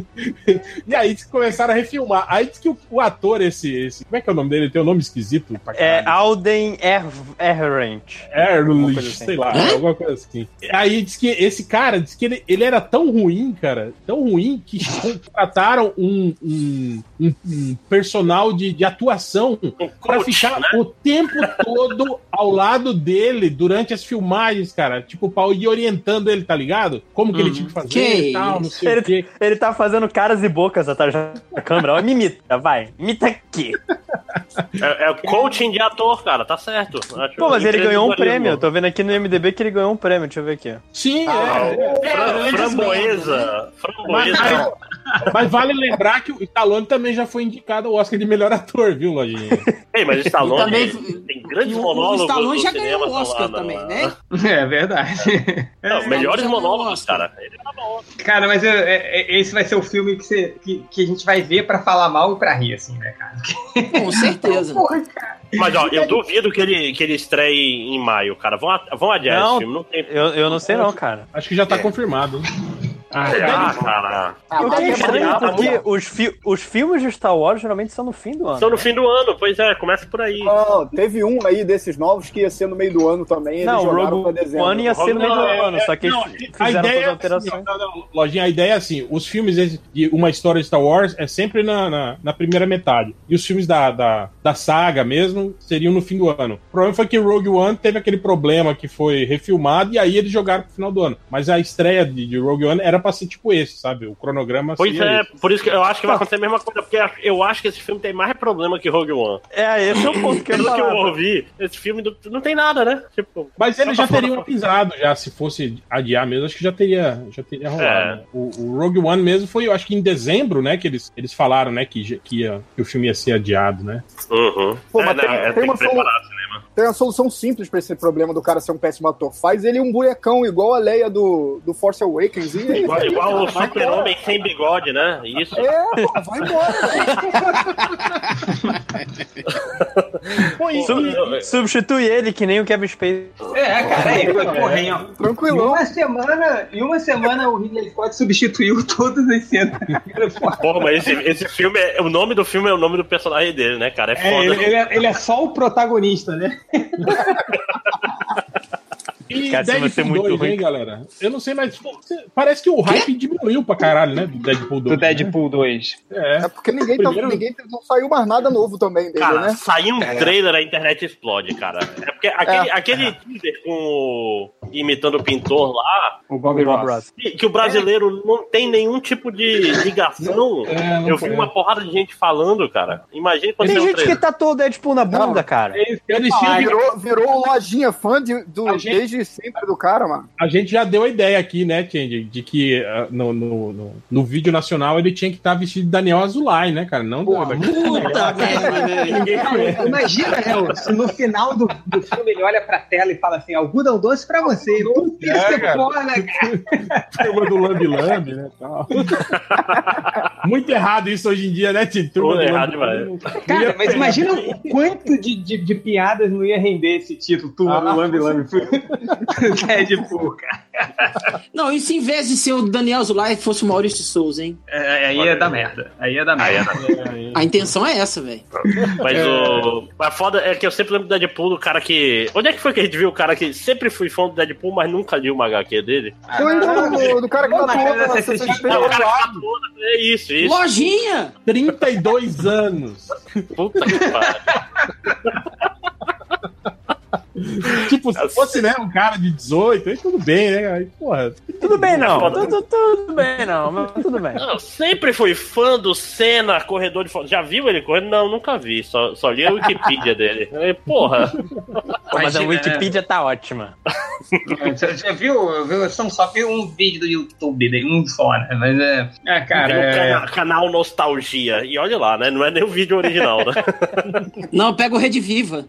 S7: E aí diz que começaram a refilmar. Aí diz que o, o ator, esse, esse. Como é que é o nome dele? Ele tem um nome esquisito pra
S13: É
S7: caralho.
S13: Alden Er- Ehrenreich. Alguma
S7: Erlich,
S13: coisa assim.
S7: sei lá, alguma coisa assim. Aí diz que esse cara, diz que ele, ele era tão ruim, cara, tão ruim, que contrataram um, um, um- um personal de, de atuação
S4: Um
S7: pra
S4: coach,
S7: ficar o tempo todo ao lado dele durante as filmagens, cara. Tipo, pra ir orientando ele, tá ligado? Como que ele tinha que fazer
S8: Que
S7: e tal, não sei o quê.
S13: Ele tá fazendo caras e bocas atrás da câmera. Ó, me imita, vai. Imita aqui.
S4: É, é o coaching de ator, cara. Tá certo. Acho
S13: Pô, mas ele ganhou um prêmio. Eu
S4: empreendedorismo.
S13: Tô vendo aqui no MDB que ele ganhou um prêmio. Deixa eu ver aqui.
S7: Sim, é.
S4: Fram- Framboesa.
S7: Mas,
S4: Framboesa.
S7: mas vale lembrar que o Stallone também já foi indicado ao Oscar de melhor ator, viu, Lojinha?
S4: Ei, mas o Stallone
S8: E
S4: tem
S8: E
S4: grandes
S8: o-
S4: monólogos.
S8: o Stallone
S4: no
S8: já ganhou
S4: cinema,
S8: o Oscar
S4: tá lá,
S8: também,
S4: na-
S8: né? É,
S5: É verdade.
S4: Não, melhores
S8: já ganhou o
S4: monólogos,
S8: Oscar.
S4: cara. Ele era bom.
S5: Cara, mas eu- é- é- esse vai ser o filme que, você- que, que a gente vai ver pra falar mal e pra rir, assim, né, cara?
S8: Com certeza.
S4: Mas ó, eu duvido que ele, que ele estreie em maio, cara. Vão, a- vão adiar
S13: Não.
S4: esse filme. Não tem.
S13: Eu, eu não sei não, cara.
S7: Acho que já tá
S2: É.
S7: confirmado. hein?
S4: Ah, cara.
S13: Eu
S8: mas
S13: tenho
S8: é
S13: estranho
S8: bom, tá
S13: porque
S8: bom.
S13: os, fi- os filmes de Star Wars geralmente são no fim do ano.
S4: Estão no fim do ano, pois é, começa por aí.
S3: Não, teve um aí desses novos que ia ser no meio do ano também. Eles
S13: Não, o
S3: jogaram pra
S13: Rogue
S3: dezembro.
S13: One ia ser no meio do
S4: Não, é-
S13: ano, só que
S7: Não,
S13: eles
S7: a
S13: fizeram
S7: ideia é
S13: todas as
S7: assim,
S13: alterações.
S7: não, não, Lojinha, a ideia é assim, os filmes esse- de uma história de Star Wars é sempre na, na, na primeira metade. E os filmes da, da, da saga mesmo seriam no fim do ano. O problema foi que Rogue One teve aquele problema que foi refilmado e aí eles jogaram pro final do ano. Mas a estreia de, de Rogue One era pra ser tipo esse, sabe? O cronograma
S4: Pois
S7: seria
S4: é,
S7: esse.
S4: por isso que eu acho que vai acontecer a mesma coisa, porque eu acho que esse filme tem mais problema que Rogue One.
S13: É, esse é o ponto que eu
S4: Pelo que eu
S13: não
S4: ouvi, esse filme do- não tem nada, né? Tipo,
S7: Mas eles
S4: Só
S7: já
S4: pra
S7: teriam
S4: fora.
S7: avisado já, se fosse adiar mesmo, acho que já teria, já teria rolado.
S4: É.
S7: né? O, o Rogue One mesmo foi, eu acho que em dezembro, né, que eles, eles falaram, né, que, já- que, ia- que o filme ia ser adiado, né?
S4: uhum.
S3: Pô,
S4: É,
S3: mas
S4: não,
S3: tem-
S4: é,
S3: tem
S4: tem
S3: uma
S4: que preparar o cinema.
S3: Tem uma solução simples pra esse problema do cara ser um péssimo ator. Faz ele um bonecão igual a Leia do, do Force Awakens. E é isso
S4: Igual,
S3: aí,
S4: igual o
S3: cara. Vai embora.
S4: super-homem sem bigode, né? Isso.
S3: É, pô, vai embora.
S4: Pô, isso-
S16: Sub- substitui ele que nem o Kevin Spacey.
S17: É, cara, aí, porra, hein, ó. Em
S3: Tranquilão.
S17: uma semana, em uma semana o Ridley Scott substituiu todas as cenas. Porra.
S4: Porra, mas esse, esse filme, é, o nome do filme é o nome do personagem dele, né, cara? É foda.
S17: É, ele, ele é, ele é só o protagonista, né?
S7: E
S13: Cara, isso vai ser
S7: Deadpool né?
S13: muito
S7: 2,
S13: ruim.
S7: hein, galera? Eu não sei, mas pô, parece que o hype diminuiu pra caralho, né? Do Deadpool 2.
S5: Do Deadpool 2.
S7: Né?
S3: É porque ninguém, tá,
S7: Primeiro-
S3: ninguém não saiu mais nada novo também dele,
S4: Cara,
S3: né?
S4: saiu um trailer, a internet explode, cara. É porque aquele, aquele teaser com o- imitando o pintor lá,
S5: O Bob
S16: Bob
S5: Ross.
S16: Ross.
S4: que, que o brasileiro não tem nenhum tipo de ligação.
S7: É. É, não
S4: Eu vi
S7: foi.
S4: uma porrada de gente falando, cara. Imagina quando
S16: Tem
S4: tem um
S16: gente que
S13: tá
S4: trailer.
S16: tatuou
S13: é,
S16: o
S13: tipo,
S16: Deadpool na bunda, cara.
S7: Eles- eles tinham-
S3: Ah, Virou, virou lojinha fã de, do,
S7: A gente-
S3: desde sempre do cara, mano.
S7: a gente já deu a ideia aqui, né, Change, de que ah, no, no, no, no vídeo nacional ele tinha que estar vestido de Daniel Azulay, né, cara? Não do-
S18: Puta merda, velho.
S17: É. Imagina, Léo, se no final do, do filme ele olha pra tela e fala assim: algodão doce pra você. Puta,
S7: É,
S17: isso é
S7: cara.
S17: foda, cara.
S7: Turma do Lambi Lambi, né? Tal. Muito errado isso hoje em dia, né, Tito? Turma
S4: Pô,
S7: do
S4: errado
S7: Lambi Lambi.
S17: Cara, mas imagina o quanto de, de, de piadas não ia render esse título, turma do Lambi Lambi. É, tipo, Deadpool, cara.
S18: Não, e se em vez de ser o Daniel Zulay fosse o Maurício de Souza, hein?
S5: É, aí é da merda. Aí é da
S4: Aí é
S5: merda.
S18: A intenção é essa, velho.
S4: Mas
S7: É.
S4: o. Mas foda é que eu sempre lembro do Deadpool, do cara que. Onde é que foi que a gente viu o cara que sempre fui fã do Deadpool, mas nunca li uma HQ dele?
S3: Eu
S17: Ah,
S3: lembro
S7: é
S3: do, do cara que tá
S17: Não, mas
S3: tatuou
S17: era
S3: na
S17: CCXP.
S3: CCXP.
S4: Não, o cara que tá todo- É isso, isso.
S18: Lojinha!
S7: 32 anos.
S4: Puta que pariu.
S7: Tipo, se fosse, né, um cara de 18, aí tudo bem, né? Aí, porra,
S16: Tudo
S13: é
S16: bem, não.
S4: foda.
S16: Tudo, tudo bem, não. Mas tudo bem.
S4: Não, eu sempre fui fã do Senna, corredor de foto. Já viu ele correndo? Não, nunca vi. Só, só li a Wikipedia dele. Aí, porra.
S16: Mas a
S5: Imagina,
S16: Wikipedia tá ótima.
S5: Você já viu? viu? São só viu um vídeo do YouTube dele, um só, né? Mas é. É, cara.
S4: Tem um
S5: É...
S4: cana- canal Nostalgia. E olha lá, né? Não é nem o vídeo original, né?
S18: Não, pega o Rede Viva.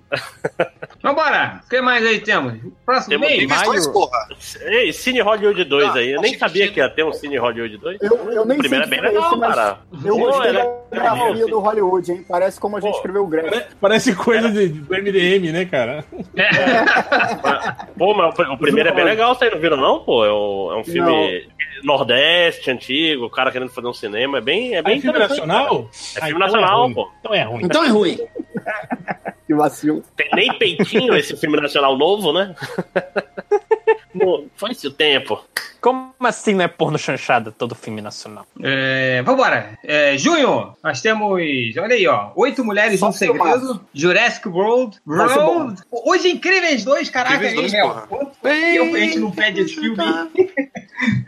S5: Vambora! O que mais aí temos? Próximo
S4: Temos
S5: mês?
S2: Teve dois,
S16: Maio-
S2: porra.
S4: Ei, Cine Hollywood 2 aí. Eu
S2: Ah,
S4: nem
S2: achei
S4: sabia
S2: que
S4: que ia ter um Cine Hollywood 2.
S3: Eu, eu nem
S4: O primeiro é
S3: sei
S4: bem
S3: se foi
S4: legal,
S3: esse, mas
S4: cara.
S3: Eu
S4: Pô,
S3: gostei
S4: era-
S3: da grafia do Hollywood, hein? Parece como a gente
S4: Pô.
S3: escreveu o Greg.
S7: parece coisa de, do MDM, né, cara?
S4: Pô, mas o, o primeiro é bem legal, vocês não viram, não? Pô, é um, é um filme nordeste, antigo, o cara querendo fazer um cinema. É bem, é bem
S7: Aí, Ah, filme
S4: interessante, cara.
S7: nacional?
S4: É
S7: Ah,
S4: filme
S7: então é
S4: nacional,
S7: ruim.
S4: pô.
S7: Então é ruim.
S18: Então é ruim.
S3: Que vacilo.
S4: Tem nem peitinho esse filme nacional novo, né? Não, foi esse o tempo.
S16: Como assim não é porno chanchada todo filme nacional?
S5: É, vambora! É, junho, nós temos. Olha aí, ó. Oito Mulheres
S3: Só
S5: um Segredo, Jurassic World,
S3: Vai ser bom.
S5: World. Hoje é Incríveis 2, caraca,
S2: Incríveis
S5: hein,
S2: dois,
S5: Mel?
S2: porra.
S5: Quanto tempo a gente não pede esse filme?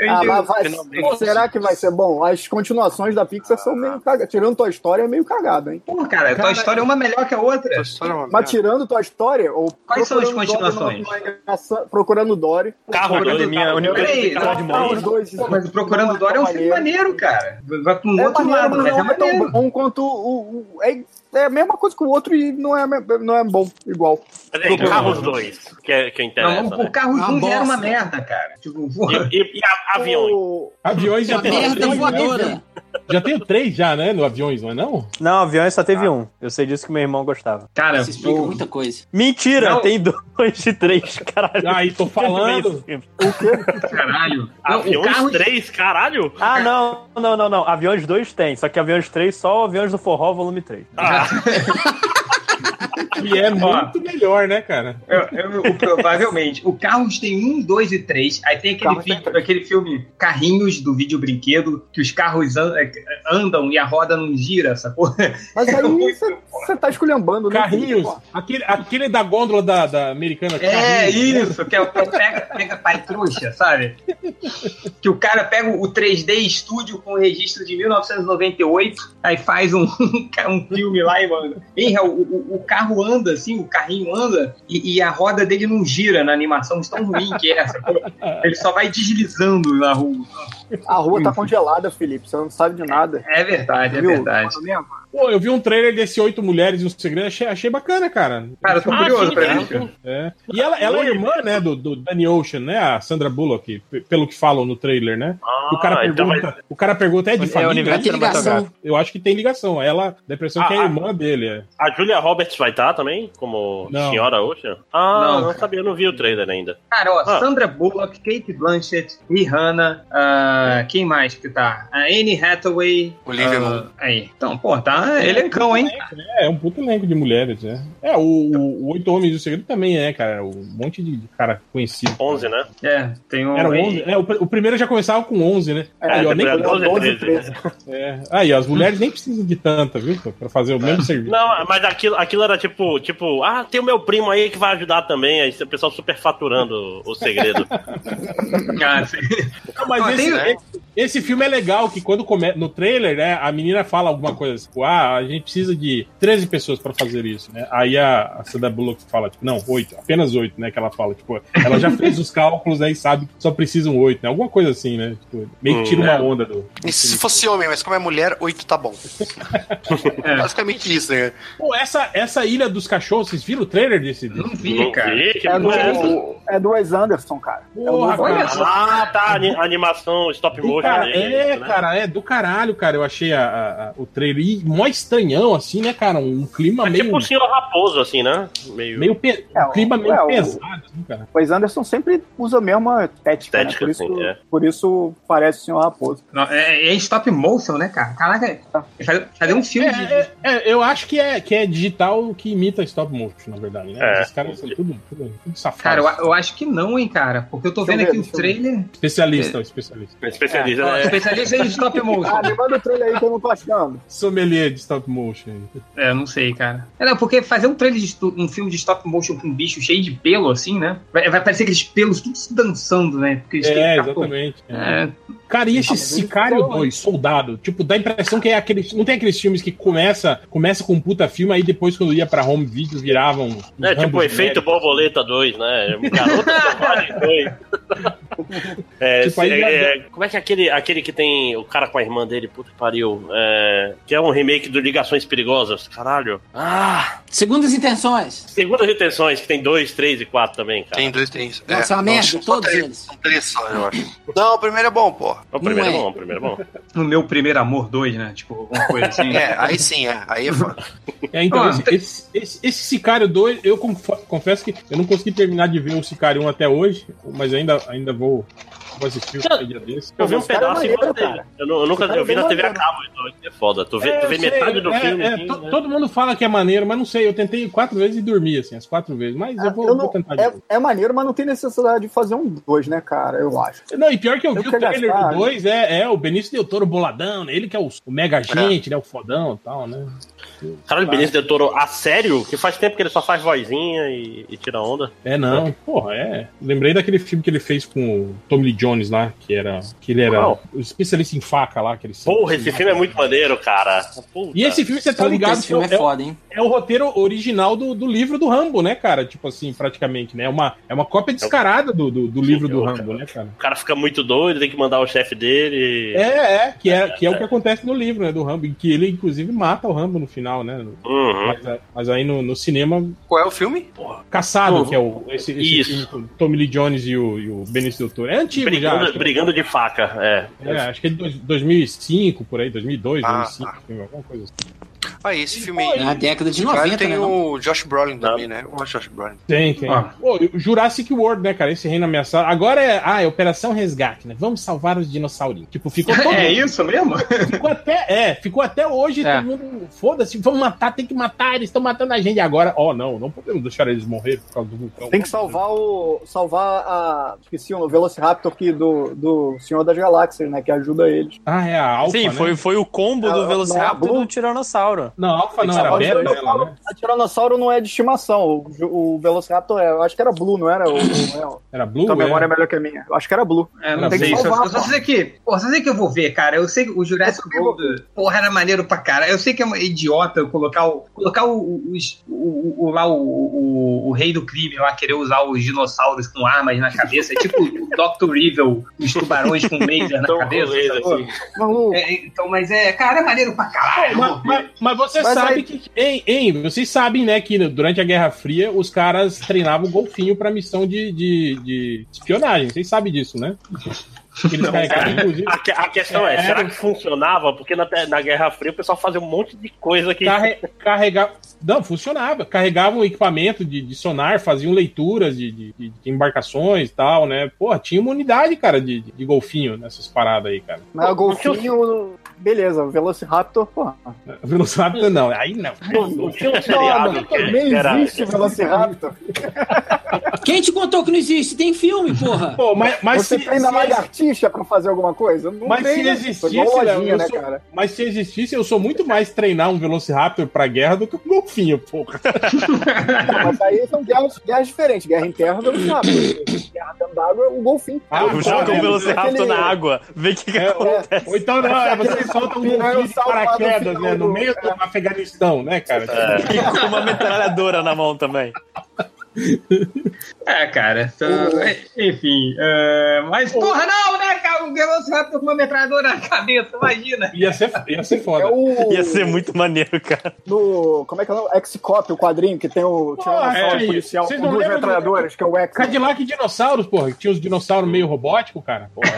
S3: Ah, mas vai-
S2: Finalmente.
S3: pô, será que vai ser bom? As continuações da Pixar são meio cagadas. Tirando Tua História, é meio cagada, hein?
S5: Pô, cara, tua história é uma melhor que a outra.
S2: Essa história é uma
S3: Mas
S2: merda.
S3: tirando Tua História, ou
S5: Quais são as
S3: Procurando Dory
S5: continuações?
S3: não é engraçado, Procurando Dory.
S4: Carro
S16: Olha,
S4: dois.
S16: minha única
S5: Peraí,
S16: dificuldade
S5: não,
S16: de
S3: Ah,
S16: morrer.
S3: os dois.
S5: Pô, mas o Procurando Dory é um filme maneiro, cara. Vai pra um
S3: É
S5: outro
S3: maneiro,
S5: lado,
S3: mas
S5: mas é
S3: não é tão
S5: maneiro.
S3: bom quanto o. o- é, é a mesma coisa que o outro e não é, não é bom igual.
S4: Peraí, é Carros dois, que, é, que interessa,
S5: Não, o
S4: né?
S5: carro
S18: Uma
S5: junto já era uma
S18: bosta.
S5: merda, cara. Tipo, pô,
S4: E, e, e a- aviões.
S3: O-
S7: Aviões já
S18: Uma
S7: tem
S18: merda
S7: três, né?
S18: voadora.
S7: Já tem três já, né, no aviões, não é não?
S16: Não, aviões só teve um. Eu sei disso que meu irmão gostava.
S5: cara,
S18: Isso
S8: é
S18: explica
S5: o-
S18: muita coisa.
S16: Mentira,
S5: Não.
S16: tem dois e três, caralho.
S7: Aí, tô falando.
S5: caralho. Não, o
S4: Aviões
S5: carro
S4: 3, caralho.
S16: Ah, não, não, não, não. Aviões 2 tem, só que Aviões 3 só o Aviões do Forró, volume 3.
S7: Que é muito melhor, né, cara?
S5: Eu- eu- o- provavelmente. O Carros tem um, dois e três. Aí tem aquele,
S3: Carros
S5: fi- aquele filme Carrinhos do vídeo brinquedo, que os carros an- eh, andam e a roda não gira, sacou?
S3: Mas aí você tá esculhambando, né?
S7: Carrinhos.
S3: Pô,
S7: Aquele, aquele da gôndola da, da americana.
S5: É
S7: Carrinhos.
S5: isso, que é o pega, pega pai trouxa, sabe? Que o cara pega o 3D Studio com um registro de 1998, aí faz um, um filme lá e manda. Hein, o, o- o carro anda assim, o carrinho anda e, e a roda dele não gira na animação, de tão ruim que é essa. Ele só vai deslizando na rua.
S3: A rua tá congelada, Felipe. Você não sabe de nada.
S5: É verdade, é verdade.
S7: Pô, eu vi um trailer desse Oito Mulheres e um Segredo, achei, achei bacana, cara.
S5: Cara, eu tô
S7: Ah,
S5: curioso
S7: sim,
S5: pra
S7: né?
S5: isso. cara.
S7: É. E ela, ela é irmã, né, do, do Danny Ocean, né? A Sandra Bullock, p- pelo que falam no trailer, né?
S4: Ah,
S7: o, cara
S4: então
S7: pergunta,
S4: vai-
S7: o cara pergunta, é de
S4: É
S7: família?
S4: universo Tem ligação. cinematográfico.
S7: Eu acho que tem ligação. Ela, dá a impressão que é
S4: Ah, ah.
S7: irmã dele. É.
S4: A Julia Roberts vai estar também? Como
S7: Não.
S4: senhora Ocean? Ah,
S5: Não,
S4: não,
S5: cara.
S4: sabia, não vi o trailer ainda.
S5: Cara, ó,
S4: Ah.
S5: Sandra Bullock, Kate Blanchett, Rihanna, ah, quem mais que tá? A Anne Hathaway.
S2: Olivia
S5: ah,
S2: Munn.
S5: Aí, então, pô, tá elencão, hein?
S7: É, é um puto elenco de mulheres, né? É, o, o- o Oito Homens e o Segredo também é, cara. Um monte de cara conhecido.
S4: 11, né?
S5: É, tem um...
S7: Era 11, é, o, pr- o primeiro já começava com 11, né?
S4: É,
S7: Aí, ó, nem-
S4: depois era 12,
S7: 12,
S4: 13.
S7: É. Aí, ó, as mulheres nem precisam de tanta, viu? Pra fazer o
S4: É.
S7: mesmo serviço.
S4: Não, mas aquilo, aquilo era tipo, tipo, ah, tem o meu primo aí que vai ajudar também. Aí o pessoal superfaturando o segredo.
S5: Ah, sim.
S7: Não, mas
S5: Ah,
S7: esse,
S5: tem-
S7: esse- esse filme é legal, que quando começa no trailer, né, a menina fala alguma coisa, tipo, ah, a gente precisa de 13 pessoas pra fazer isso, né? Aí a, a Sandra Bullock fala, tipo, não, oito, apenas oito, né, que ela fala, tipo, ela já fez os cálculos, né, e sabe que só precisam oito, né? Alguma coisa assim, né? Tipo, meio que tira
S2: Hum,
S7: uma
S2: é.
S7: onda do...
S2: E se fosse homem, mas como é mulher, oito tá bom. É. Basicamente isso, né?
S7: Pô, essa, essa Ilha dos Cachorros, vocês viram o trailer desse?
S4: Hum?
S7: Não
S2: vi, cara. Não vi, que
S3: É do,
S4: porra é
S3: é do Wes Anderson, cara. é o
S7: Porra,
S3: novo
S7: cara.
S3: Wes Anderson.
S4: ah, tá, ani- animação stop
S7: Do
S4: motion.
S7: cara-
S4: né?
S7: é, cara, é do caralho, cara. Eu achei a- a- a- o trailer e mó estranhão, assim, né, cara? Um clima
S4: É
S7: meio.
S4: tipo o senhor Raposo, assim, né? Meio.
S7: meio pe- um clima meio
S3: é, o-
S7: pesado, assim, cara.
S3: Wes Anderson sempre usa a mesma tética, né?
S4: Estética,
S3: Por, isso,
S4: assim, é.
S3: por isso parece o Senhor Raposo.
S5: Não, é, é stop motion, né, cara? Caraca, fazer fazer um filme de...
S7: É, é, é, eu acho que é, que é digital que imita stop motion, na verdade, né?
S4: É.
S7: Esses caras são tudo, tudo, tudo safados.
S5: Cara, eu, eu acho que não, hein, cara? Porque eu tô
S3: Deixa
S5: vendo
S3: eu
S5: aqui
S3: ver,
S5: o
S3: deixa
S5: trailer...
S7: Especialista, especialista.
S2: É.
S4: Especialista.
S5: ó,
S4: né?
S5: Especialista em stop motion.
S3: Ah, me manda o trailer aí que eu não tô achando.
S7: Sommelier de stop motion.
S5: É, não sei, cara. É, não, porque fazer um trailer de stu- um filme de stop motion com um bicho cheio de pelo, assim, né? Vai, vai parecer aqueles pelos tudo se dançando, né? Porque eles
S7: É,
S5: têm-
S7: exatamente.
S5: É,
S7: Cara, e esse
S3: Ah, mas ele
S7: Sicário
S3: falou,
S7: 2, Soldado? Tipo, dá a impressão que é aquele. Não tem aqueles filmes que começa, começa com um puta filme, aí depois, quando ia pra home video, viravam. uns
S4: É tipo
S7: Rambo
S4: o efeito
S7: genéricos.
S4: borboleta 2, né? Garota Selvagem 2. É,
S7: Tipo, aí
S4: se-
S7: já-
S4: é, como é que é aquele, aquele que tem o cara com a irmã dele, puta que pariu, é, que é um remake do Ligações Perigosas, caralho.
S18: Ah, segundas intenções.
S4: Segundas intenções, que tem dois, três e quatro também, cara.
S2: Tem dois, tem isso.
S18: Nossa, é uma merda,
S2: são
S18: todos
S2: três,
S18: eles.
S2: São um, três só, eu acho. Não, o primeiro é bom, pô.
S4: O primeiro é
S18: Não é.
S4: bom, o primeiro é bom.
S5: no meu primeiro amor 2, né? Tipo, alguma coisa assim.
S2: É, aí sim, é. Aí é foda.
S7: É, então,
S5: Ah,
S7: esse,
S5: tem-
S7: esse, esse- esse Sicário 2, eu confo- confesso que eu não consegui terminar de ver o Sicário 1 até hoje, mas ainda, ainda vou, vou assistir o dia desse.
S4: Eu vi um
S3: Esse cara é
S4: pedaço e
S3: maneiro,
S4: gostei.
S3: cara.
S4: Eu, nu- eu nunca
S3: Esse cara
S4: eu vi
S3: é
S4: na
S3: bem
S4: TV a
S3: maneiro.
S4: cabo, então é foda. Tu vê,
S7: É,
S4: tu
S7: eu
S4: vê
S7: sei,
S4: metade do
S7: é,
S4: filme.
S7: é,
S4: assim,
S7: to-
S4: né?
S7: Todo mundo fala que é maneiro, mas não sei. Eu tentei quatro vezes e dormi, assim, as quatro vezes. Mas eu vou,
S3: Ah, Eu
S7: vou
S3: não-
S7: tentar de novo.
S3: é, é maneiro, mas não tem necessidade de fazer um dois, né, cara? Eu acho.
S7: Não, e pior que eu,
S3: Eu
S7: vi o
S3: quero
S7: trailer
S3: gastar, né?
S7: do 2 é, é o Benício Del Toro boladão, né? Ele que é o, o mega gente, né? O fodão e tal, né?
S4: Caralho, Benício Del Toro, a sério? Que faz tempo que ele só faz vozinha e, e tira onda.
S7: É, não. Porra, é. Lembrei daquele filme que ele fez com o Tommy Lee Jones lá, que era. Que ele era
S4: Qual?
S7: o especialista em faca lá, que ele
S4: Porra, esse filme é muito maneiro, cara. Puta.
S7: E esse filme, você tá
S18: Puta,
S7: ligado,
S18: Esse filme
S7: que
S18: é
S7: é,
S18: foda, hein?
S7: é o roteiro original do, do livro do Rambo, né, cara? Tipo assim, praticamente, né? É uma, é uma cópia descarada do, do, do livro do
S4: eu-
S7: Rambo, né, cara?
S4: é O cara fica muito doido, tem que mandar o chefe dele.
S7: É, é, que é, que é o que acontece no livro, né, do Rambo, em que ele, inclusive, mata o Rambo no final, né?
S4: Uhum.
S7: Mas, a- mas aí no, no cinema,
S2: Qual é o filme?
S7: Caçado,
S4: Uhum.
S7: que é o esse, esse
S4: Isso.
S7: filme com o Tommy Lee Jones e o, e o Benício Del Toro. É antigo já.
S4: Brigando,
S7: acho que-
S4: brigando de faca, é.
S7: É, acho que é de dois- 2005, por aí, 2002,
S2: Ah,
S7: 2005,
S3: tá.
S7: alguma coisa assim.
S2: Ah, esse filme
S18: É
S2: aí.
S18: na década de
S2: Esse cara
S18: 90,
S2: tem um-
S18: né? não?
S2: o Josh Brolin também, né? O Josh Brolin.
S7: Tem, tem.
S5: Ah.
S7: Pô, e o Jurassic World, né, cara? Esse reino ameaçado. Agora é, ah, é Operação Resgate, né? Vamos salvar os dinossaurinhos. Tipo, ficou todo
S5: É isso mesmo?
S7: Ficou até, é, ficou até hoje,
S5: É.
S7: todo mundo, foda-se, vamos matar, tem que matar, eles estão matando a gente E agora. Ó, não, não podemos deixar eles morrer por causa do vulcão.
S3: Tem que salvar o. salvar a. Esqueci o Velociraptor aqui do, do Senhor das Galáxias, né? Que ajuda eles.
S7: Ah, é a Alpha,
S16: Sim,
S7: né?
S16: foi, foi o combo
S3: Ah,
S16: do
S3: não é a
S16: Velociraptor e
S3: Blue?
S16: do Tiranossauro.
S7: Não, a Alpha
S3: Tem
S7: não,
S3: que
S7: era a
S3: salvar os
S7: Beta
S3: dois.
S7: dela, né?
S3: A Tiranossauro não é de estimação. O, ju- o Velociraptor é. Eu acho que era Blue, não era? O, o- é
S7: Era Blue?
S3: Tua memória é
S7: era?
S3: melhor que a minha. Eu acho que era Blue.
S5: É, não
S3: Tem que
S5: sei. Só,
S3: salvar,
S5: eu só sei que. Pô, só sei que eu vou ver, cara. Eu sei que o Jurassic World. Porra, era maneiro pra cara. Eu sei que é uma idiota eu colocar o. Colocar o. o, os- o- o- lá o, o, o rei do crime lá querer usar os dinossauros com armas na cabeça. É tipo o Dr. Evil, os tubarões com laser na
S4: Então, com
S5: cabeça.
S4: laser,
S2: tá
S5: sacou?
S4: sim.
S5: É, então, mas é. Cara, é maneiro pra caralho.
S7: Mas, mas- mas você
S5: Mas
S7: sabe
S5: aí-
S7: que. Hein, hein, vocês sabem, né, que durante a Guerra Fria os caras treinavam o golfinho pra missão de, de, de espionagem. Vocês sabem disso, né? Eles carregavam, inclusive.
S4: A, que- a questão é,
S7: É.
S4: será que funcionava? Porque na, te- na Guerra Fria o pessoal fazia um monte de coisa que.
S7: Carre, carregar não funcionava carregavam equipamento de, de sonar faziam leituras de, de- de embarcações e tal né Porra, tinha uma unidade cara de, de golfinho nessas paradas aí cara
S3: Mas o golfinho. Beleza, o Velociraptor, porra.
S7: Velociraptor não aí não
S4: Não tinha um
S3: Não,
S4: seriado
S3: não,
S13: É,
S4: que
S3: nem
S4: era-
S3: existe Velociraptor.
S18: Quem te contou que não existe? Tem filme, porra.
S7: Pô, mas, mas
S3: Você
S7: se-
S3: tem ainda
S7: se-
S3: lagartixa pra fazer alguma coisa? Não
S7: mas
S3: tem,
S7: se
S3: né?
S7: existisse,
S3: Foi igual
S7: Léo,
S3: lojinha,
S7: eu
S3: né,
S7: sou-
S3: cara?
S7: mas se existisse, eu sou muito mais treinar um Velociraptor pra guerra do que um golfinho, porra.
S3: Não, mas aí são guerras, guerras diferentes. Guerra em terra, Velociraptor. Guerra dentro d'água, o golfinho.
S7: Ah,
S13: Joga
S7: é,
S13: o Velociraptor
S3: aquele- é,
S13: na água. Vê o que, que acontece.
S7: Ou então não, é, você solta um golfinho de
S3: salvado no
S7: paraquedas, né?
S3: final
S7: No
S3: do-
S7: meio do Afeganistão, né, cara?
S13: E com uma metralhadora na mão também.
S5: É, cara. tá- Enfim. é, mas, porra, não, né, cara? O Velociraptor com uma metralhadora na cabeça, imagina.
S7: Ia ser, ia ser
S3: É
S7: foda.
S3: o.
S13: Ia ser muito maneiro, cara.
S3: No, como é que é o nome? X-Cop, o quadrinho que tem o
S7: é,
S3: Tiranossauro policial
S7: vocês
S3: com
S7: não
S3: duas
S7: lembram do-
S3: metralhadoras, que é o X.
S7: Cadillac e dinossauros, porra. que Tinha os dinossauros meio robóticos, cara. Porra,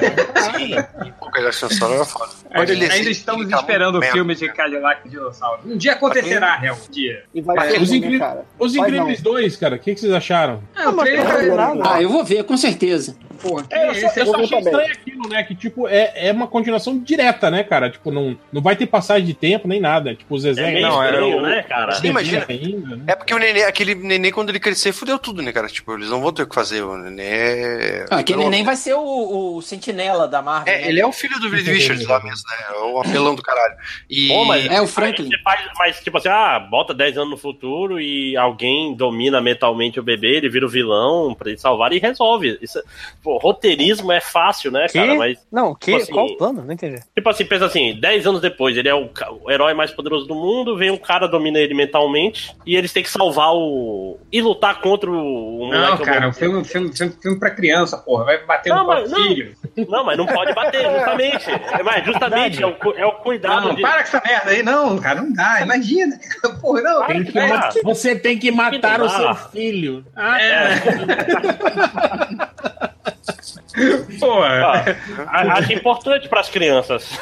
S2: Pô, cara, essa história era é foda. Olha ele
S5: Ainda
S2: assim,
S5: estamos
S2: ele tá
S5: esperando o
S2: muito
S5: filme de Cadillac e Dinossauro. Um dia acontecerá, Real. Um dia.
S3: E vai
S7: é.
S3: ser
S7: Os,
S3: ruim,
S7: Incri-
S3: né, cara?
S7: os
S3: Vai
S7: Incríveis 2, cara, o que, que vocês acharam?
S13: Ah,
S5: É, o
S13: um
S5: trailer
S3: não
S5: é-
S3: nada.
S18: Ah, eu vou ver, com certeza.
S5: Porra, que
S7: É, eu só, eu só
S3: eu
S7: achei
S3: também.
S7: estranho aquilo, né? Que, tipo, é, é uma continuação direta, né, cara? Tipo, não, não vai ter passagem de tempo nem nada. Tipo, os
S4: É
S7: desenhos.
S4: meio
S2: Não, era
S4: estranho,
S2: o-
S4: né, cara?
S2: Sim, imagina.
S7: Ainda, né?
S2: É porque o neném, aquele neném, quando ele crescer, fudeu tudo, né, cara? Tipo, eles não vão ter o que fazer. O neném é.
S18: Ah, aquele
S2: Pronto.
S18: nem vai ser o, o sentinela da Marvel. né?
S2: É, ele é o filho do Reed Richards lá mesmo, né? É o apelão do caralho. E...
S4: Pô, mas-
S18: É o
S4: Aí
S18: Franklin.
S4: você faz, mas tipo assim, ah, bota 10 anos no futuro e alguém domina mentalmente o bebê, ele vira o vilão pra ele salvar e resolve. Isso, é, pô, roteirismo é fácil, né, cara?
S13: Que?
S4: Mas,
S13: Não, que,
S4: Tipo assim,
S13: qual o plano? Não entendi.
S4: tipo assim, pensa assim, 10 anos depois, ele é o, ca- o herói mais poderoso do mundo, vem um cara, domina ele mentalmente, e eles têm que salvar o. e lutar contra o, o
S2: é
S5: Não,
S4: moleque
S5: cara,
S4: homem-
S5: um filme, um filme, filme, filme pra criança, porra. Vai bater
S4: Não,
S5: no próprio
S4: mas- não.
S5: filho.
S4: Não, mas não pode bater, justamente. É, mas justamente é o, cu- é o
S5: Não,
S4: cuidado de.
S5: para com essa merda aí. Não, cara, não dá. Imagina. Porra, não.
S7: Tem que
S5: É,
S7: ma- Você tem que matar
S4: Que
S7: o seu
S4: dá.
S7: filho. Ah,
S5: É. Porra.
S4: Ah, a- acho importante pras crianças.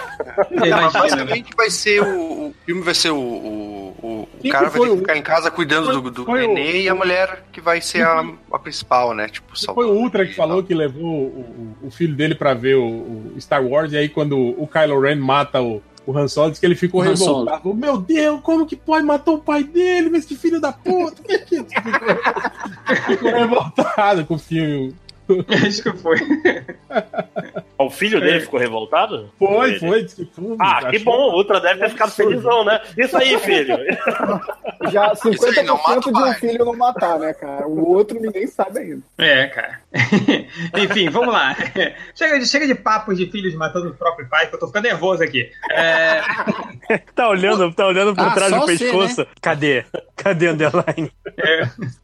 S2: Não, mas
S5: Imagina. né?
S2: basicamente vai ser o, o filme vai ser o. O, o- o
S7: Sempre
S2: cara vai
S7: foi
S2: ter
S7: o-
S2: que ficar em casa cuidando do, do
S7: foi o-
S2: neném e a mulher que vai ser a, a principal, né? Tipo,
S7: Foi
S2: salvando
S7: o Ultra que
S2: e
S7: falou que levou o, o- o filho dele pra ver o, o Star Wars, e aí quando o Kylo Ren mata o, o Han Solo, diz que ele ficou
S18: O Han Solo.
S7: revoltado. Meu Deus, como que pode matar o pai dele, mas que filho da puta! ficou, ficou revoltado com o filme.
S5: Acho que foi.
S4: O filho
S13: É.
S4: dele ficou revoltado?
S7: Foi, foi. disse que foi,
S4: Ah, que
S7: achou-
S4: bom, o Ultra deve ter ficado felizão, né? Isso aí, filho.
S3: Já
S2: aí, não mata o
S3: 50% de um
S2: pai.
S3: filho não matar, né, cara? O outro ninguém sabe ainda.
S5: É, cara. Enfim, vamos lá. Chega de, chega de papos de filhos matando o próprio pai, que eu tô ficando nervoso aqui. É,
S13: Tá olhando, tá olhando por
S18: Ah,
S13: trás
S18: só
S13: do
S18: o C,
S13: pescoço. Cadê? Cadê Underline?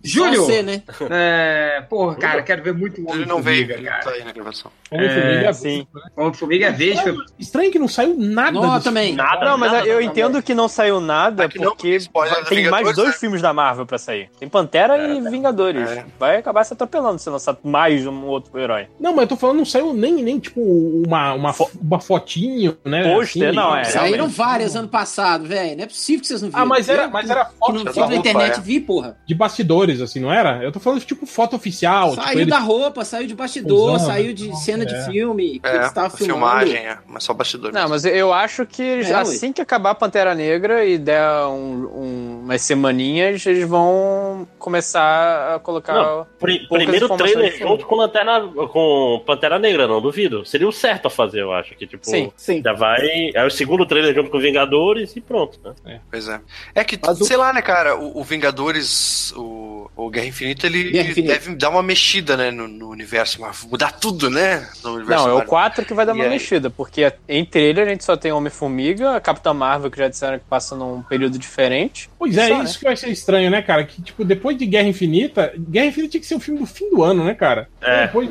S5: Júlio!
S18: Só Você, né?
S5: é, porra, cara, quero ver muito o
S2: Ele não veio,
S5: Homem-Formiga,
S2: ele tá- não
S5: cara.
S2: tá aí na gravação.
S7: Homem-Formiga,
S13: Sim.
S5: Homem-Formiga é Vespa.
S7: Estranho que não saiu nada.
S18: Não,
S7: disso.
S18: também.
S4: Nada,
S13: Não, mas
S4: nada,
S13: eu
S4: nada.
S13: entendo que não saiu nada,
S2: Ah, que não,
S13: É porque
S2: spoiler do
S13: tem mais
S2: Vingadores,
S13: dois
S2: né?
S13: filmes da Marvel pra sair. Tem Pantera e Vingadores.
S2: É.
S13: Vai acabar se atropelando se lançar mais um outro herói.
S7: Não, mas eu tô falando, não saiu nem, nem tipo, uma, uma,
S13: Fo-
S7: uma fotinho, né?
S13: Pôster, não, é.
S18: Saíram
S13: realmente.
S18: várias ano passado, velho. Não é possível que vocês não viram.
S7: Ah, mas era, mas era
S18: Eu,
S7: foto
S18: que não
S2: da
S18: vi na
S2: roupa,
S18: internet,
S2: é.
S18: vi, porra.
S7: de bastidores, assim, não era? Eu tô falando, tipo, foto oficial.
S18: saiu
S7: tipo, ele-
S18: da roupa, saiu de bastidor,
S7: Usando, né?
S18: saiu de cena de filme que eles
S2: É,
S18: estavam filmando.
S2: filmagem, é, mas só bastidor.
S13: Não,
S2: mesmo.
S13: mas eu acho que eles,
S18: É, ué.
S13: assim que acabar a Pantera Negra e der um- um- umas semaninhas, eles vão começar a colocar.
S4: Não, pri-
S13: poucas
S4: primeiro
S13: informações
S4: trailer
S13: em cima.
S4: junto com Lanterna com Pantera Negra, não duvido. Seria o certo a fazer, eu acho. Que, tipo,
S2: Sim, sim.
S4: já vai. É o segundo trailer junto com Vingadores e pronto, né?
S2: Pois é. É que, sei lá, né, cara, o, o Vingadores, o, o Guerra Infinita, ele
S13: Guerra Infinita.
S2: deve dar uma mexida, né, no, no universo, mas mudar tudo, né? No universo
S13: Não, é o
S2: Marvel.
S13: 4 que vai dar uma
S2: E aí?
S13: mexida, porque em trailer a gente só tem Homem-Formiga, a Capitã Marvel, que já disseram que passa num período diferente.
S7: Pois
S13: E
S7: é,
S13: só, né?
S7: isso que vai ser estranho, né, cara? Que, tipo, depois de Guerra Infinita, Guerra Infinita tinha que ser o filme do fim do ano, né, cara?
S4: É.
S7: Depois,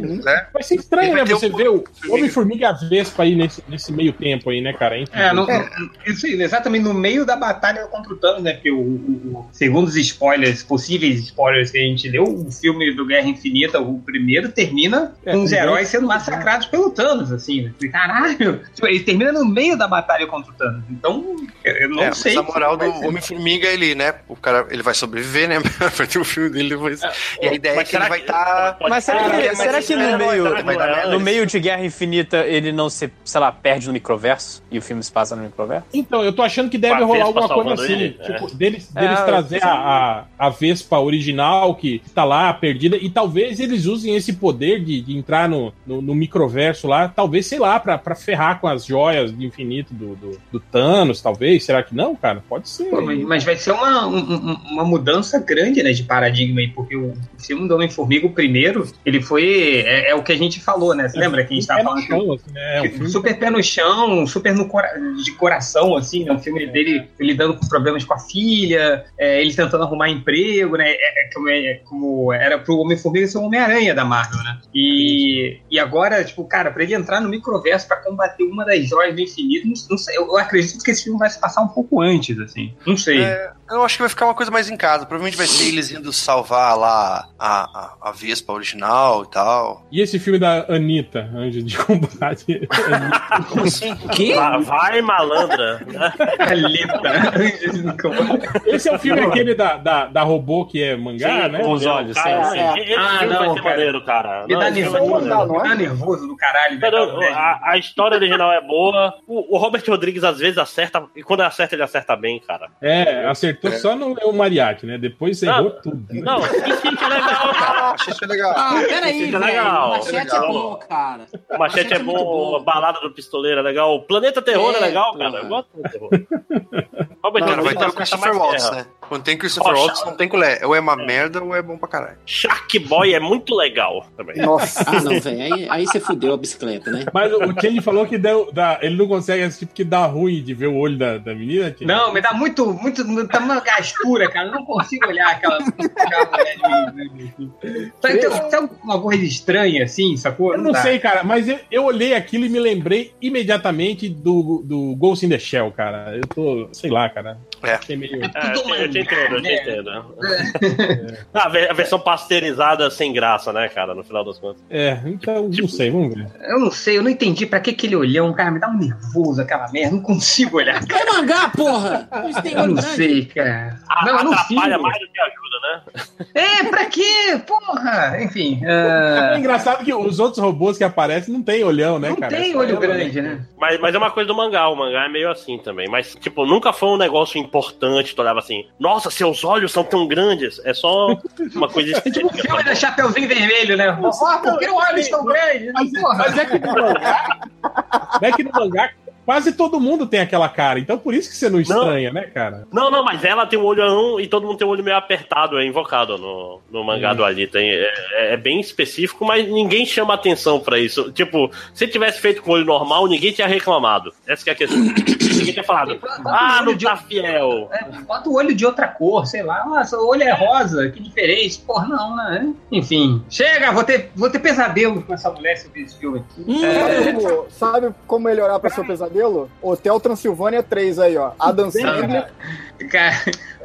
S7: Vai ser estranho, né? Você ver o Homem-Formiga e a Vespa aí nesse, nesse meio tempo aí, né, cara? Entre-
S5: É, no- isso aí, exatamente no meio da batalha contra o Thanos, né? Porque o, o- o- segundo os spoilers, possíveis spoilers que a gente leu, o filme do Guerra Infinita, o primeiro, termina
S16: É,
S5: com os
S16: com
S5: heróis
S16: dois-
S5: sendo
S2: né?
S5: massacrados pelo Thanos, assim, né? Caralho! Tipo, ele termina no meio da batalha contra o Thanos. Então, eu, eu não
S2: É,
S5: sei.
S2: Mas a moral do
S5: como vai ser.
S2: Homem-Formiga, ele, né? O cara ele vai sobreviver, né? Vai ter o filme dele depois. e a ideia é que ele vai estar.
S13: Ah, Mas será que, será que no
S4: é
S2: Vai dar
S13: meio,
S2: merda.
S13: no meio de Guerra Infinita ele não se, sei lá, perde no microverso e o filme se passa no microverso?
S7: Então, eu tô achando que deve
S13: Com a
S7: rolar
S13: Vespa
S7: alguma coisa
S13: salvando
S7: assim.
S13: ele,
S7: tipo,
S4: né?
S13: é.
S7: deles,
S13: É,
S7: deles
S13: eu-
S7: trazer a, a, a Vespa original que tá lá, perdida. E talvez eles usem esse poder de, de entrar no, no, no microverso lá. Talvez, sei lá, pra, pra ferrar com as joias do infinito do, do, do Thanos, talvez. Será que não, cara? Pode ser.
S5: Pô, mas, mas vai ser uma, um- um- uma mudança grande, né, de paradigma aí, porque o filme do Homem-Formiga, o primeiro, ele foi. É, é o que a gente falou, né? Você lembra que a gente
S7: É,
S5: tava falando? que o-
S7: assim, né? um
S5: que super pé no chão, super no cora- de coração, assim, né? Um filme dele lidando com problemas com a filha, é, ele tentando arrumar emprego, né? É, é como, é- como era pro Homem-Formiga ser o Homem-Aranha da Marvel, né? E, e agora, tipo, cara, pra ele entrar no microverso pra combater uma das joias do infinito, não, não sei, eu, eu acredito que esse filme vai se passar um pouco antes, assim. Não sei.
S2: É, eu acho que vai ficar uma coisa mais em casa. Provavelmente vai ser eles indo salvar lá a, a, a Vespa original e tal.
S7: E esse filme da Anitta, Anjo de Combate?
S2: Como assim?
S7: Ah,
S4: Lá vai, malandra.
S5: Tá
S7: Esse é o filme aquele da, da, da robô que é mangá,
S4: Sim,
S7: né?
S4: com os olhos,
S7: Cara,
S4: sim, sim.
S7: é.
S4: assim, Esse filme vai ser maneiro, cara.
S7: Me dá
S4: esse filme
S7: nervoso,
S4: vai ser maneiro.
S7: não é? Me dá
S5: nervoso do caralho. né?
S4: Não, a, a história original é boa. O, o Robert Rodrigues às vezes acerta, e quando acerta, ele acerta bem, cara.
S7: É, acertou só no o mariachi, né? Depois você errou tudo. né?
S4: Não, Machete é legal, cara.
S2: Machete é legal.
S18: Ah, peraí,
S4: Machete é
S18: velho.
S4: legal.
S18: Machete é bom, cara.
S4: O Machete é bom, a balada do pistoleiro é legal, o Planeta Terror é,
S18: É,
S4: legal,
S18: porra.
S4: cara. Eu gosto do terror.
S2: Não, cara, vai ter o
S4: acerta
S2: Christopher
S4: mais
S2: Waltz,
S4: terra.
S2: né? Quando tem Christopher
S4: Ó,
S2: Waltz, não tem colé. Ou é uma merda ou é bom pra caralho.
S4: Shark Boy é muito legal também.
S18: Ah, não, velho. Aí, aí você fudeu a bicicleta, né?
S7: Mas o o Kenny falou que deu, dá- ele não consegue assistir porque dá ruim de ver o olho da, da menina. Kenny.
S5: Não, me
S4: um.
S5: dá muito, muito. Tá uma gastura, cara. Eu não consigo olhar aquela, aquela mulher de Sabe, tem- tem alguma coisa estranha assim, sacou?
S7: Eu não
S5: dá.
S7: sei, cara, mas eu, eu olhei aquilo e me lembrei imediatamente do, do Ghost in the Shell, cara. Eu tô, sei lá, cara.
S2: É.
S7: meio...
S4: É, eu te- eu te entendo, eu
S7: né?
S4: te entendo. Ah, a ve- a versão pasteurizada sem graça, né, cara, no final das contas.
S7: É, então, não sei, vamos ver.
S5: Eu não sei, eu não entendi pra que aquele olhão, cara. Me dá um nervoso aquela merda. eu Não consigo olhar.
S18: É mangá, porra! Eles
S7: É
S18: têm
S5: Eu
S18: olho
S5: não
S18: grande.
S5: sei, cara.
S4: A-
S5: Não, eu não
S4: atrapalha
S5: fico.
S4: mais do que ajuda, né?
S5: É, pra quê? Porra! Enfim. ah,
S7: É engraçado que os outros robôs que aparecem não tem olhão, né, cara? É só ela,
S5: né?
S4: Mas, mas é uma coisa do mangá, o mangá é meio assim também. Mas, tipo, nunca foi um negócio importante, tu olhava assim, nossa, seus olhos são tão grandes. É só uma coisa estética.
S5: Filme da Chapeuzinho Vermelho, né? Ó, por que o olho tão grande? Porra.
S7: é Mas é que no mangá, é que no mangá quase todo mundo tem aquela cara, então por isso que você não estranha, né, cara?
S4: Não, não, mas ela tem um olhão e todo mundo tem um olho meio apertado, é invocado no, no mangá do Alita. hein? É, é- é bem específico, mas ninguém chama atenção pra isso. Tipo, se tivesse feito com olho normal, ninguém tinha reclamado. Essa que é a questão. ninguém tinha falado. Ah, não tá fiel.
S5: É, Bota o olho de outra cor, sei lá. Nossa, o olho é rosa, que diferente. Porra, não, né? Enfim. Chega, vou ter, vou ter pesadelo com essa mulher se eu ver esse filme aqui.
S3: Sabe como- Sabe como melhorar pra seu pesadelo? Hotel Transilvânia 3 aí, ó. Adam Sandler.
S5: É, cara,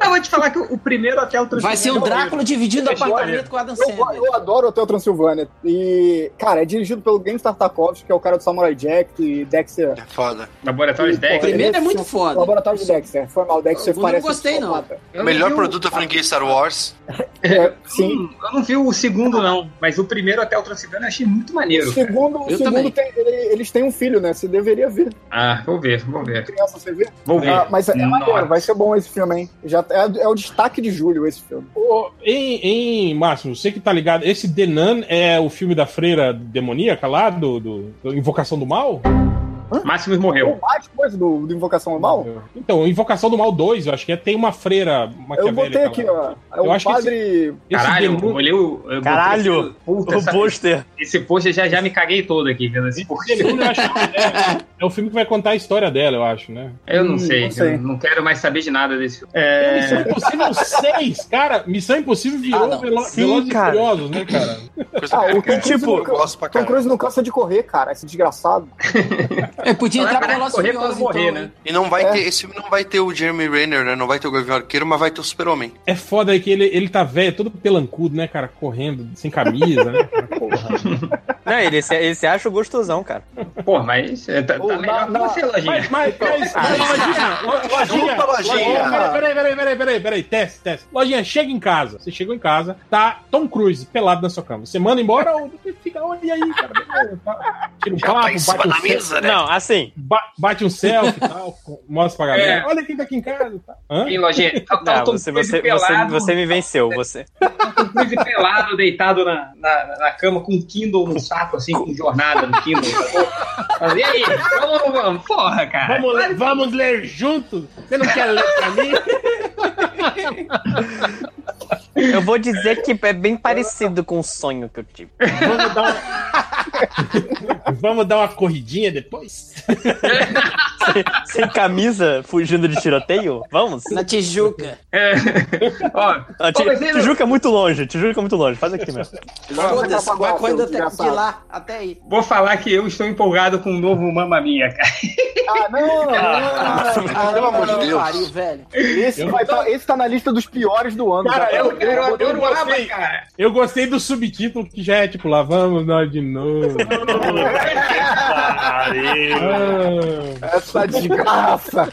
S5: eu vou te falar que o primeiro Hotel Transilvânia...
S3: Vai
S18: um
S3: ser o Drácula dividindo apartamento
S5: com a Adam
S3: Eu, eu adoro Hotel Transilvânia. E, cara, é dirigido pelo James Tartakovsky, que é o cara do Samurai Jack e Dexter.
S2: É Foda.
S5: Laboratório de Dexter.
S3: Ele filme- Laboratório de Dexter. Foi mal, Dexter
S5: é Eu não
S3: parece.
S5: gostei, não. Eu
S2: Melhor
S5: vi o-
S2: produto da franquia Star Wars.
S3: É,
S5: sim. Eu não vi o segundo, não. Mas o primeiro Hotel Transilvânia eu achei muito maneiro.
S3: O segundo, o
S5: Eu
S3: segundo
S5: também.
S3: tem- ele- eles têm um filho, né? Você deveria ver.
S5: Ah, vou ver, vou ver.
S3: Criança, você vê?
S5: Vou ver.
S3: Ah, mas é
S5: Nossa.
S3: maneiro, vai ser bom esse filme, hein? Já é, é o destaque de julho esse filme.
S7: Ô, Em, em Máximo, você que tá ligado, esse Denan é o filme da freira demoníaca lá, do, do- do Invocação do Mal?
S17: Máximo morreu.
S3: Mais coisa do, do Invocação do Mal?
S7: Então, Invocação do Mal 2, eu acho que é, tem uma freira
S3: Eu botei
S7: maquiavélica
S3: aqui,
S7: lá.
S3: ó. É o
S7: Eu acho que
S3: padre.
S7: esse
S5: Caralho,
S7: demo-
S5: eu olhei o. eu
S16: Caralho,
S5: botei esse- puta,
S16: o
S5: essa-
S16: pôster.
S5: Esse pôster já, já me caguei todo aqui vendo esse pôster.
S7: Eu acho que é, é o filme que vai contar a história dela, eu acho, né?
S5: Eu não sei,
S3: Hum, não sei.
S5: eu não quero mais saber de nada desse filme. É,
S3: É.
S7: Missão Impossível 6, cara. Missão Impossível virou
S18: Ah, não.
S7: Velo-
S16: Sim,
S7: Velozes e
S16: cara.
S7: Furiosos, né, cara?
S2: Coisa
S3: Ah, o
S2: pra
S3: Tom
S2: caralho.
S3: Cruise,
S16: Tipo,
S3: não,
S2: eu gosto pra
S3: Tom
S2: caralho.
S3: Cruise não cansa de correr, cara. Esse desgraçado.
S18: É, podia
S5: Ela
S18: entrar
S5: vai
S18: Velozes e
S5: correr quando
S18: Furiosos,
S5: morrer,
S18: então,
S5: né?
S18: hein?
S2: E não vai
S3: É.
S2: ter, esse filme não vai ter o Jeremy Renner, né? Não vai ter o Gavião Arqueiro, mas vai ter o Super-Homem.
S7: É foda aí que ele, ele tá velho, todo pelancudo, né, cara? Correndo, sem camisa, né? cara? Porra.
S16: Não, ele se, ele se acha gostosão, cara.
S5: Pô, mas é, tá, tá
S3: Ô,
S5: melhor
S3: na-
S5: que
S3: na-
S5: você, Lojinha.
S7: Mas, mas, mas, mas, Então, ah, lojinha, lo- lojinha,
S2: Chupa, Lojinha.
S7: lojinha, peraí, peraí, peraí, peraí, peraí, peraí, teste, teste. Lojinha, chega em casa, você chegou em casa, tá Tom Cruise pelado na sua cama, você manda embora ou você fica, olha aí, cara, beleza, tá? tira um
S2: Já tá
S7: papo,
S2: em cima
S7: bate um,
S2: da
S7: selfie,
S2: mesa, né?
S16: Não, assim,
S7: ba- bate um selfie e tal, mostra pra galera, olha quem tá aqui em casa, tá? Hã?
S5: Hein, Lojinha? Tá, tá
S16: não,
S5: o Tom
S16: você,
S5: Cruise
S16: você, você,
S5: pelado,
S16: você me venceu. Você.
S5: Tom Cruise pelado, deitado na, na, na cama com um Kindle no saco, assim, com jornada no Kindle. Mas e aí? Vamos, ou não vamos. Porra, cara.
S7: Vamos, ler- vamos ler juntos? Você não quer ler pra mim?
S16: Eu vou dizer que é bem parecido com o sonho que eu tive.
S7: Vamos dar uma... Vamos dar uma corridinha depois?
S16: Sem camisa, fugindo de tiroteio? Vamos?
S18: Na Tijuca.
S5: É. Ó,
S16: Ah,
S5: Ô, mas ele-
S16: Ti- Tijuca é muito longe, Tijuca é muito longe. Faz aqui mesmo.
S18: Foda-se,
S3: vai pra
S18: vai
S3: qual,
S18: correndo
S3: seu
S18: até de
S3: desgraçado?
S18: lá, até aí.
S5: vou falar que eu estou empolgado com o novo Mamma Mia, cara.
S3: Ah, não, não, não, não, não, não.
S18: Ah,
S2: Pelo amor de
S18: não,
S2: Deus.
S18: pariu, velho.
S3: Esse, vai tá, esse tá na lista dos piores do ano.
S7: Cara,
S3: já.
S7: eu-
S5: Eu adoro
S7: gostei.
S5: Mamma, cara.
S7: Eu gostei do subtítulo que já é tipo lá, vamos nós de novo.
S4: Pariu.
S7: Ah,
S3: Essa desgraça.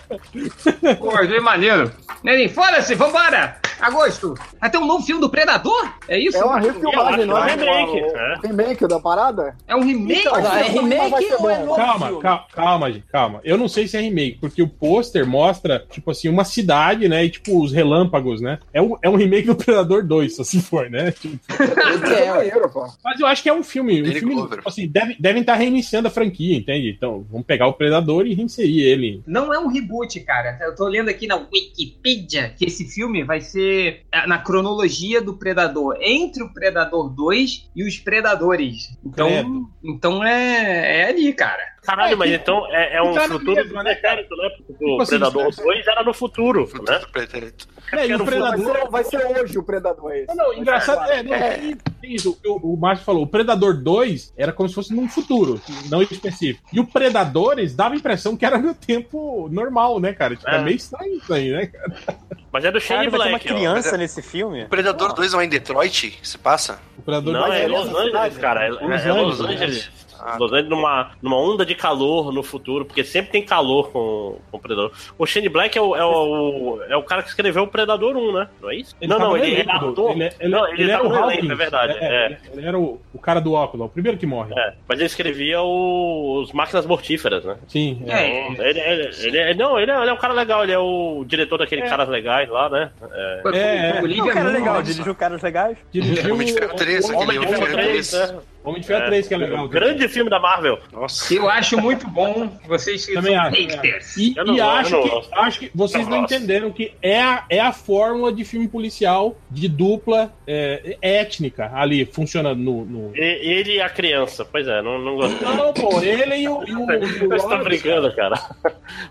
S5: Pô, é maneiro. Neném, foda-se, vambora. Agosto. Vai ter um novo filme do Predador? É isso?
S3: É uma
S4: Eu acho
S3: refilmagem,
S4: que
S3: não
S4: é
S3: é?
S4: remake. É.
S3: Remake da parada?
S5: É um remake?
S3: Então,
S18: Não,
S3: vai
S18: é
S3: ser bom, mas vai
S18: remake
S3: ser
S18: ou é
S3: bom.
S18: novo
S7: Ah, calma,
S18: filme?
S7: calma, calma, gente, calma. Eu não sei se é remake, porque o pôster mostra, tipo assim, uma cidade, né? E tipo, os relâmpagos, né? É um, é um remake do Predador 2, só se for, né? Tipo,
S18: É, ué.
S3: Maneiro, pô.
S7: mas eu acho que é um filme. Um
S2: Danny
S7: filme
S2: Glover.
S7: tipo assim, deve- devem estar reiniciando a franquia, entende? Então, vamos pegar o Predador e reinserir ele.
S5: Não é um reboot, cara. Eu tô lendo aqui na Wikipedia que esse filme vai ser ah, na cronologia do Predador, entre o Predador 2 e os Predadores. Então,
S7: Credo.
S5: então é, é ali, cara.
S4: Caralho, mas então é, é um
S7: Tá na
S4: futuro
S7: mesma, né, cara?
S4: pretérito, né? Porque O
S7: Tipo assim,
S4: Predador 2 era no futuro, né?
S2: Tudo preto e preto.
S7: É, e o
S4: quero um
S3: Vai
S7: Predador
S3: ser, vai ser hoje o Predador esse.
S7: Não, não, engraçado é, não, tem- tem isso. O que O, o Márcio falou, o Predador 2 era como se fosse num futuro, não específico. E o Predadores dava a impressão que era no tempo normal, né, cara? Tipo, é.
S4: É.
S7: meio estranho isso aí, né? cara?
S4: Mas é do Shane
S16: Cara, vai ter uma
S4: Black. ó.
S16: criança
S2: mas é-
S16: nesse filme?
S2: O Predador 2 não é em Detroit? que Se passa?
S7: O Predador
S4: Não,
S7: dois
S4: é
S7: era
S4: Los
S7: essa
S4: Angeles,
S7: cidade,
S4: cara. É-
S7: Los
S4: É é Los
S7: né?
S4: Angeles.
S2: Ah,
S4: Los Angeles numa, numa onda de calor no futuro, porque sempre tem calor com, com o Predador. O Shane Black é o, é, o, é o cara que escreveu o Predador 1, né? Não é isso?
S7: Ele
S4: não,
S7: tava
S4: não,
S7: no
S4: ele, ele é
S7: elenco.
S4: ator.
S7: Ele, ele-
S4: Não,
S7: ele
S4: ele
S7: era
S4: tá
S7: o
S4: no elenco,
S7: Hawkins.
S4: é verdade, é.
S7: Ele, ele era o, o cara do óculos, o primeiro que morre.
S4: É, mas ele escrevia o- os Máquinas Mortíferas, né?
S7: Sim, é.
S5: É,
S4: Ele, ele- ele- não, ele é, ele é um cara legal, ele é o diretor daquele Caras Legais lá, né? É,
S7: É,
S5: Pô, pô,
S7: é.
S5: o
S16: Não,
S5: Olivia
S16: cara,
S5: Munn,
S16: legal,
S5: olha só.
S16: dirigiu caras
S4: Ah,
S16: legais.
S7: Dirigiu
S2: Homem de Ferro
S7: o-
S2: 3,
S7: o-
S2: aquele
S7: Homem de
S2: Homem de
S7: Ferro
S2: Ferro
S7: 3.
S2: 3.
S4: né?
S7: Homem de Ferro
S4: É.
S7: 3, que é legal.
S4: Grande filme da Marvel.
S2: Nossa.
S5: Eu acho muito bom vocês que
S7: Também
S5: são
S7: acho, também
S5: haters.
S7: E,
S4: Eu não
S7: e
S4: gosto,
S7: acho,
S4: eu não
S7: que,
S4: gosto.
S7: acho que vocês
S4: Eu
S7: não,
S4: não gosto.
S7: entenderam que é a, é a fórmula de filme policial de dupla é, étnica ali, funcionando no. no-
S4: E, ele e a criança, pois é, não, não gostei.
S7: Não, pô, ele e o. E o, e o
S4: Vocês estão
S7: Lawrence,
S4: brincando, cara.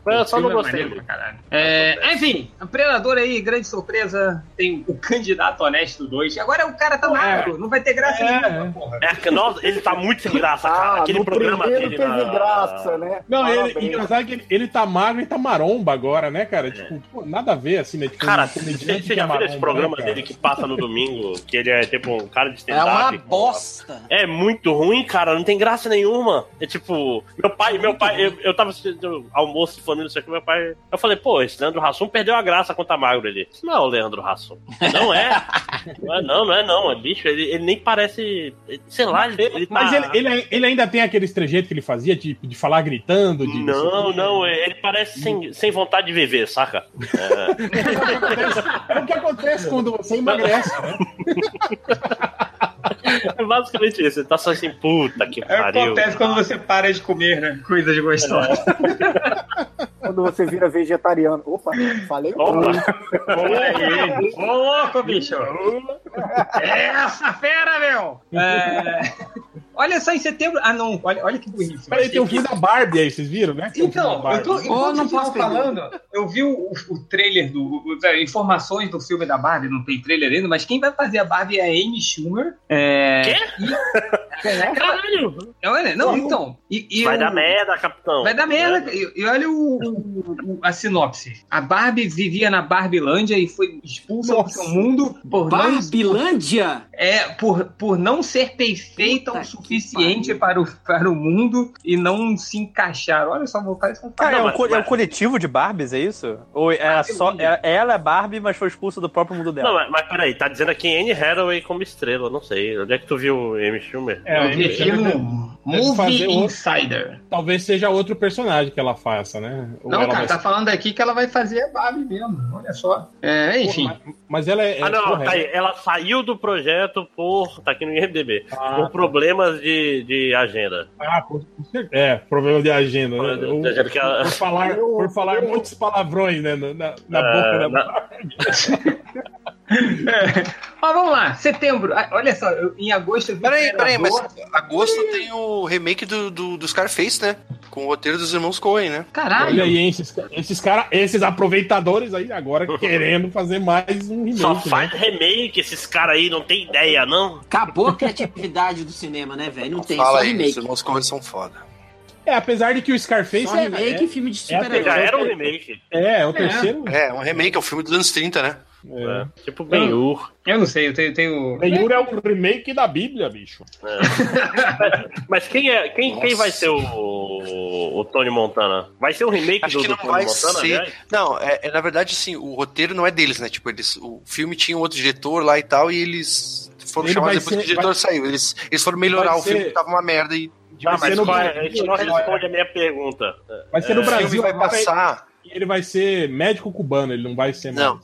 S4: Mas eu só não
S5: Filme é
S4: gostei.
S5: maneiro pra caralho. É, enfim, o Predador aí, grande surpresa, tem o Candidato Honesto 2. Agora o cara tá magro, não vai ter graça
S7: É,
S5: nenhuma, porra.
S4: É que, nossa, ele tá muito sem graça, cara.
S3: Ah,
S4: Aquele
S3: no
S4: programa
S3: primeiro
S4: dele.
S3: teve
S4: na-
S3: graça, né?
S7: Não, ele,
S3: Parabéns.
S7: engraçado que ele, ele tá magro e tá maromba agora, né, cara? Tipo, pô, nada a ver, assim, né? Tipo,
S4: É. Cara,
S7: um
S4: você
S7: comediante
S4: você
S7: que é
S4: já viu esse
S7: maromba,
S4: programa
S7: né, cara?
S4: dele que passa no domingo? Que ele é tipo um cara de
S18: É uma
S4: stand-up.
S18: bosta.
S4: É muito ruim, cara. Não tem graça nenhuma. É tipo, meu pai, meu pai, eu, eu tava assistindo almoço de família, isso aqui, meu pai. Eu falei, pô, esse Leandro Hassum perdeu a graça contra magro ele. Isso não é o Leandro Hassum. Não é. Não é não, não é não. É bicho, ele, ele nem parece. Sei lá, ele, ele tá.
S7: Mas ele, ele, ele ainda tem aqueles trejeitos que ele fazia, de, de falar gritando, de. assim.
S4: Não, não, ele parece sem, sem vontade de viver, saca? É.
S7: É o que acontece quando você emagrece.
S4: É basicamente isso, ele tá só assim, puta
S7: É
S4: que pariu.
S5: Acontece quando você para de comer, né? Coisas gostosas.
S3: Quando você vira vegetariano. Opa, falei.
S5: Opa.
S3: Olha aí.
S5: Ô, louco, bicho! Essa fera, meu! É, Olha só, em setembro. Ah, não, olha, olha que bonito.
S7: Peraí, tem um o fim da Barbie aí, vocês viram, né? Tem o fim da
S5: Então,
S7: Barbie.
S5: eu tô, enquanto vocês estavam falando, eu vi o, o trailer do. o- o- informações do filme da Barbie, não tem trailer ainda, mas quem vai fazer a Barbie é a Amy Schumer. É.
S4: Caralho!
S5: Olha, não, então. E, e
S4: Vai
S5: o-
S4: dar merda, capitão.
S5: Vai
S7: né?
S5: dar merda. E, e olha o, o- o- a sinopse. A Barbie vivia na Barbilândia e foi expulsa do seu mundo por não...
S18: Barbilândia?
S5: É, por, por não ser perfeita o suficiente para o, para o mundo e não se encaixar. Olha só, vou parece um
S16: Cara, é um, co- é um coletivo de Barbies, é isso? Ou era só. é- Ela é Barbie, mas foi expulsa do próprio mundo dela.
S4: Não, mas, mas peraí, tá dizendo aqui Anne Hathaway como estrela, não sei. Onde é que tu viu o M. Schumer?
S7: É, o Amy Schumer
S5: um
S7: deve fazer outro- Talvez seja outro personagem que ela faça, né? Ou
S5: Não,
S7: ela
S5: cara,
S7: vai-
S5: tá falando aqui que ela vai fazer a Barbie mesmo. Olha só. É, enfim.
S7: Porra, mas, mas ela é.
S4: Ah, não,
S7: porra,
S4: tá aí,
S7: é-
S4: ela saiu do projeto por. tá aqui no IMDB. por
S7: tá.
S4: problemas de, de agenda.
S7: Ah, com com certeza. É, problema de agenda, né? Ou-
S4: É porque ela-
S7: Por falar, por falar muitos palavrões, né? Na, na- na
S4: É,
S7: boca da
S4: na-
S5: Mas vamos lá, setembro. Ah, Olha só, eu- em agosto eu vi
S2: Peraí,
S5: Predador.
S2: peraí, mas agosto tem o remake do, do, do Scarface, né? Com o roteiro dos irmãos Coen, né?
S5: Caralho!
S7: Olha aí, hein, esses, ca- esses caras, esses aproveitadores aí agora querendo fazer mais um remake.
S4: Só
S7: né?
S4: faz remake, esses caras aí não tem ideia, não.
S18: Acabou a criatividade do cinema, né, velho? Não tem,
S2: Fala
S18: só
S2: aí, os
S18: remake.
S2: irmãos Coen são foda.
S7: É, apesar de que o Scarface
S18: Só
S7: é.
S18: remake
S7: é,
S18: e filme de
S7: é a
S18: super-herói.
S4: Já
S7: pegada-
S4: era um remake.
S7: É, é o terceiro.
S2: É, um remake, é um filme dos anos 30, né?
S7: É.
S4: Tipo Ben-Hur.
S5: Eu não sei, eu tenho. tenho...
S7: Benhur é um remake da Bíblia, bicho.
S4: Mas quem, é, quem, quem
S2: Nossa.
S4: vai ser o, o, o Tony Montana? Vai ser um remake
S2: Acho
S4: do,
S2: que
S4: do
S2: não
S4: Tony
S2: vai
S4: Montana,
S2: ser.
S4: aliás?
S2: Não, é, é, na verdade, assim, o roteiro não é deles, né? Tipo, eles, o filme tinha um outro diretor lá e tal, e eles foram
S7: Ele vai
S2: chamados depois
S7: ser-
S2: que o diretor
S7: vai-
S2: saiu. Eles, eles foram melhorar
S7: vai
S2: o filme
S7: ser-
S2: que tava uma merda e.
S4: Ah,
S7: ser
S4: mas
S7: no
S4: qual é?
S7: Brasil.
S4: a gente não responde É. a minha pergunta.
S7: Vai ser no
S2: O filme
S7: Brasil,
S2: vai
S7: agora ele-
S2: passar.
S7: ele vai ser médico cubano, ele não vai ser mais.
S2: Não.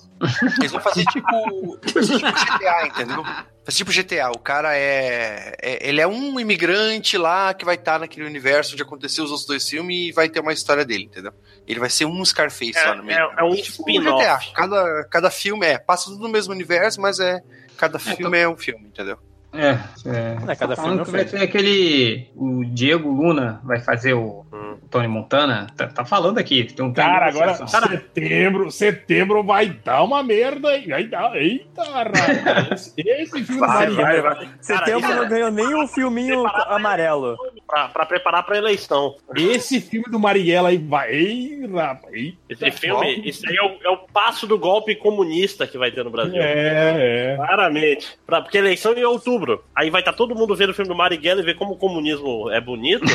S2: Eles vão fazer tipo. vai ser tipo GTA, entendeu? Mas tipo GTA, o cara é, é- Ele é um imigrante lá que vai estar naquele universo onde aconteceu os outros dois filmes e vai ter uma história dele, entendeu? Ele vai ser um Scarface
S4: É,
S2: lá no meio.
S4: é- é um spin-off.
S2: GTA. Cada, cada filme é. Passa tudo no mesmo universo, mas é. Cada filme é um filme, entendeu?
S5: É, é.
S16: É, cada filme é
S5: Tá falando
S16: um
S5: que vai
S16: filme.
S5: ter aquele. O Diego Luna vai fazer o
S2: Hum.
S5: o Tony Montana. Tá, tá falando aqui. Tem um
S7: Cara, agora
S5: Cara,
S7: setembro, setembro vai dar uma merda, hein? Vai dar. Eita, rapaz. Esse- Esse filme
S4: Vai,
S7: não daria.
S4: vai, vai.
S16: Setembro
S4: Cara, é
S16: não ganhou nem um filminho amarelo.
S4: Pra, pra preparar pra eleição.
S7: Esse filme do Marighella aí vai. Ei, rapaz. eita,
S2: Tá
S4: Esse filme, isso aí é o, é o passo do golpe comunista que vai ter no Brasil.
S7: É, é.
S4: Claramente. Pra, porque eleição é em outubro. Aí vai estar todo mundo vendo o filme do Marighella e ver como o comunismo é bonito.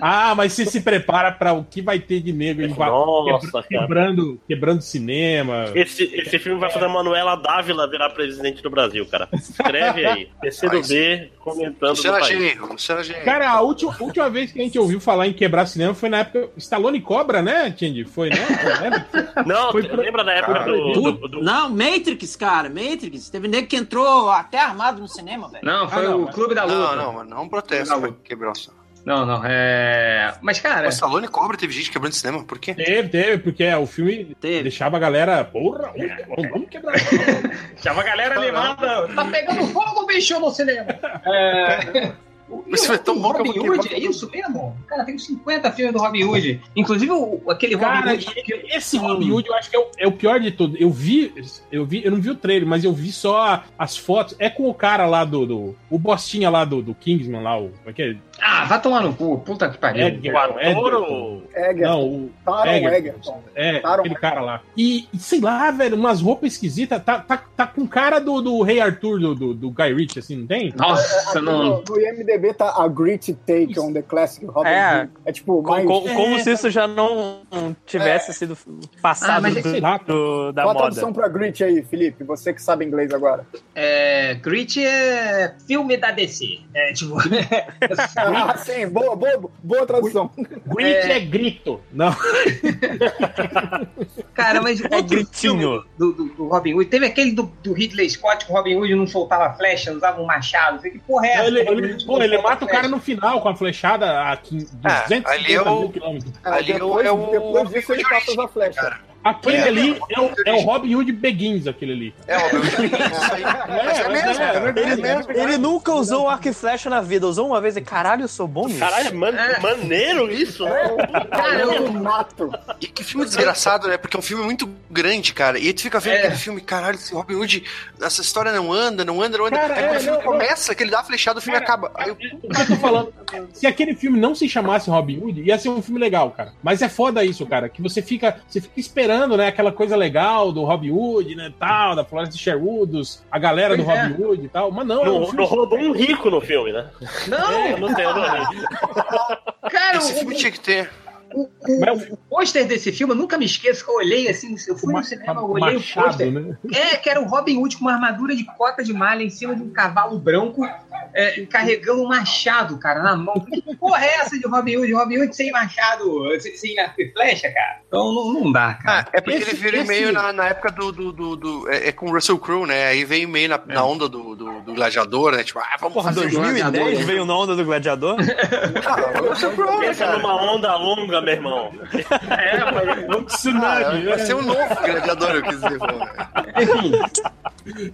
S7: Ah, mas você se prepara pra o que vai ter de negro em va-
S4: Nossa,
S7: quebra-
S4: cara.
S7: quebrando, quebrando cinema.
S4: Esse, esse filme vai fazer a Manuela Dávila virar presidente do Brasil, cara. Escreve aí. PCdoB comentando no
S2: Luciana
S4: país.
S2: Genro, Luciana Genro.
S7: Cara, a última, a última vez que a gente ouviu falar em quebrar cinema foi na época. Stallone Cobra, né, Tindy? Foi, né? Lembra?
S4: Não,
S7: Foi pro-
S4: lembra da época
S2: Cara,
S4: do, do,
S18: Puta-
S4: do-
S18: Não, Matrix, cara, Matrix. Teve nego que entrou até armado no cinema, velho.
S5: Não, foi
S7: Ah, não,
S5: o
S7: mas-
S5: Clube da Luta.
S2: Não, não, mano, não protesta pra quebrar o cinema.
S5: Não, não. É. Mas, cara.
S2: O Stallone cobra, teve gente quebrando cinema, por quê?
S7: Teve, teve, porque é, o filme
S18: Teve.
S7: deixava a galera. Porra, olha, vamos- vamos quebrar cinema.
S5: Chama a galera animada. Tá pegando fogo, bicho, no cinema. É.
S2: Isso foi tão bom que eu
S5: Robin
S2: vou
S5: Hood, é isso mesmo? Cara, tem uns 50 filmes do Robin Hood. Inclusive o, aquele
S7: Cara,
S5: Robin Hood.
S7: e- esse Robin Hood eu acho que é o, é o pior de tudo. Eu vi, eu vi, eu não vi o trailer, mas eu vi só a- as fotos. É com o cara lá do. do- o bostinha lá do, do Kingsman lá, o. Como é que é?
S5: Ah, vai tomar no cu, puta que pariu.
S4: do ator.
S3: Egger.
S7: Não, o.
S3: Taron
S7: Egerton.
S3: Egerton.
S7: É,
S3: Taron
S7: aquele cara lá. E, e sei lá, velho, umas roupas esquisitas. Tá, tá, tá com cara do, do Rei Arthur do, do, do Guy Ritchie, assim, não tem?
S5: Nossa,
S3: Aqui
S5: não.
S3: No, no IMDB tá Agree to Take on the Classic Robin
S13: É.
S3: Hood. É tipo,
S13: Co-
S3: mais...
S13: co- como se isso já não tivesse sido passado
S3: Ah, mas é que-
S13: do, do- da
S3: Qual a
S13: moda.
S3: tradução pra Grit aí, Felipe? Você que sabe inglês agora.
S5: É, Grit é filme da DC. É, tipo.
S3: ah, sim, boa, boa, boa tradução.
S7: Grit é grito. Não.
S5: Cara, mas
S16: É
S7: É
S5: outro gritinho. Do, do- do Robin Hood. Teve aquele do, do Ridley Scott que o Robin Hood não soltava flecha, usava um machado. Falei, Que porra é essa?
S7: Ele,
S5: Robin
S7: ele-
S5: Hood
S7: pô, ele
S5: soltava
S7: mata o
S5: flecha.
S7: cara no final com a flechada a 250
S2: ali é o-
S7: mil quilômetros.
S2: ali é o- é o-
S3: Depois disso ele passa a flecha.
S7: Aquele ali é o, é o Robin Hood Begins, aquele ali.
S2: É, Robin Hood
S7: Begins. É, mas é, é verdade,
S16: Ele,
S7: é
S16: ele
S7: verdade.
S16: nunca usou arco e flecha na vida, usou uma vez e caralho, eu sou bom nisso.
S4: Caralho, é man- maneiro isso, né?
S3: Caralho, mato.
S2: E que filme desgraçado, né? Porque é um filme muito grande, cara. E aí tu fica vendo aquele filme, caralho, esse Robin Hood, essa história não anda, não anda, não anda.
S7: Cara,
S2: aí quando
S7: é,
S2: o filme
S7: não, é,
S2: começa, que ele dá a flechada, o filme acaba. Aí Ah, eu-
S7: Se aquele filme não se chamasse Robin Hood, ia ser um filme legal, cara. Mas é foda isso, cara, que você fica, você fica esperando, né, aquela coisa legal do Robin Hood, né, tal, da Floresta de Sherwood, dos- a galera do
S4: Pois é.
S7: Robin Hood e tal. Mas não,
S4: Não,
S7: filme-
S4: não roubou um rico no filme, né?
S5: Não!
S4: É, não tem, não tem.
S7: É.
S5: Cara,
S2: Esse
S5: o-
S2: filme tinha que ter.
S7: um
S5: O, o, o pôster desse filme, eu nunca me esqueço que eu olhei assim, eu fui no cinema, eu olhei o
S7: machado,
S5: pôster.
S7: né?
S5: É, que era o Robin Hood com uma armadura de cota de malha em cima de um cavalo branco, é, carregando um machado, cara, na mão. Que porra é essa de Robin Hood? Robin Hood sem machado, sem, sem arco e flecha, cara? Então não, não dá, cara.
S2: É porque
S5: Esse-
S2: ele veio
S5: esse-
S2: meio na, na época do. do, do, do- é, é com o Russell Crowe, né? Aí veio meio na,
S4: É.
S2: na onda do, do, do gladiador, né? Tipo, ah, vamos
S13: Porra,
S2: fazer um
S13: 2010
S2: gladiador.
S13: veio na onda do gladiador?
S4: Pensa numa onda longa, meu irmão.
S7: É um tsunami.
S2: Vai ser um novo gladiador, eu quis dizer. pô.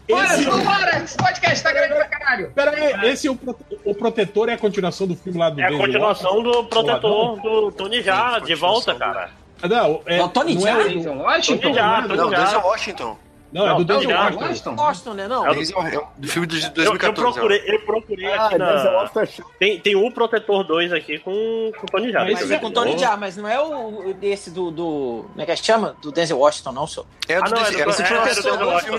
S5: Bora, vambora! Esse podcast tá grande pra caralho!
S7: Pera aí, esse é o, prote- o Protetor é a continuação do filme lá do
S4: É a
S7: David
S4: continuação
S7: Washington?
S4: do protetor do Tony Já, de volta, cara.
S7: Ah, Não, é, não é o-
S5: então,
S4: Tony Já, Tony
S2: Não,
S4: Já.
S2: Denzel Washington.
S7: Não, é do
S4: Não,
S7: Denzel
S4: não,
S7: Washington.
S18: Washington, né? Não.
S4: É o-
S2: Denzel- é o- Do filme de
S4: Eu, eu
S2: 2014.
S4: procurei, eu procurei
S3: Ah,
S4: aqui
S3: Denzel
S4: na...
S3: Washington é chato.
S4: Tem, tem o Protetor 2 aqui com com o Tony Já.
S18: Mas é com o Tony Jaa, mas não é o, o desse do, do. Como é que chama? Do Denzel Washington, não, senhor.
S2: É
S4: Ah,
S2: do
S4: não,
S2: Denzel-
S4: é do-
S2: é a
S4: é, é do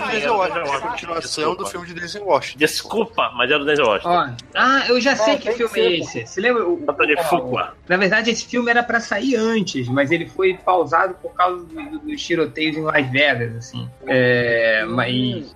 S2: continuação
S4: Denzel
S2: do filme de Denzel
S4: Washington, é do Denzel
S2: Washington.
S4: Washington.
S2: A continuação do filme de Denzel Washington.
S4: Desculpa, mas era o Denzel Washington.
S5: Ó, ah, eu já sei que
S3: tem que
S5: filme
S3: ser,
S5: é esse. Você lembra? O,
S4: Antônio
S5: o-
S4: Fuqua.
S5: Na verdade, esse filme era pra sair antes, mas ele foi pausado por causa do- do- dos tiroteios em Las Vegas, assim. É, mas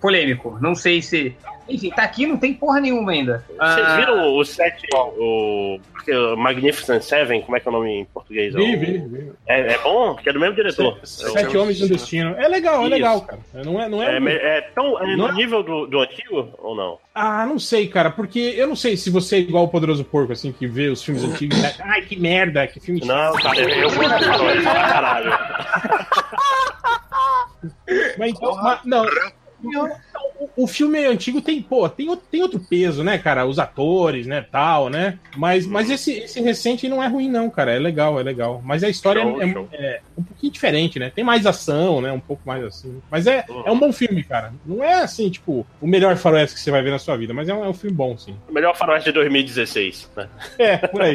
S5: polêmico. Não sei se. Enfim, tá aqui, não tem porra nenhuma ainda.
S4: Vocês
S5: Ah,
S4: viram o set, o, o Magnificent Seven, como é que é o nome em português?
S7: Vi,
S4: O-
S7: vi, vi.
S4: É, é bom? Que é do mesmo diretor.
S7: Sete Homens no Destino. É legal, é
S4: Então, Isso.
S7: legal, cara. Não é, não é,
S4: É, me- é tão é
S7: Não
S4: no
S7: é-
S4: nível do, do antigo ou não?
S7: Ah, não sei, cara, porque eu não sei se você é igual o Poderoso Porco, assim, que vê os filmes antigos e acha, ai, que merda, que filme
S4: Não, cara, eu, eu gosto de dois, pra caralho.
S7: Mas então, mas- não. O, o filme antigo tem, pô, tem, o- tem outro peso, né, cara? Os atores, né, tal, né? Mas, mas esse, esse recente não é ruim, não, cara. É legal, é legal. Mas a história é-
S4: Show,
S7: é,
S4: show.
S7: é um pouquinho diferente, né? Tem mais ação, né? Um pouco mais assim. Mas é, é um bom filme, cara. Não é assim, tipo, o melhor faroeste que você vai ver na sua vida, mas é um, é um filme bom, sim.
S4: O melhor faroeste de 2016, né?
S7: É, por aí.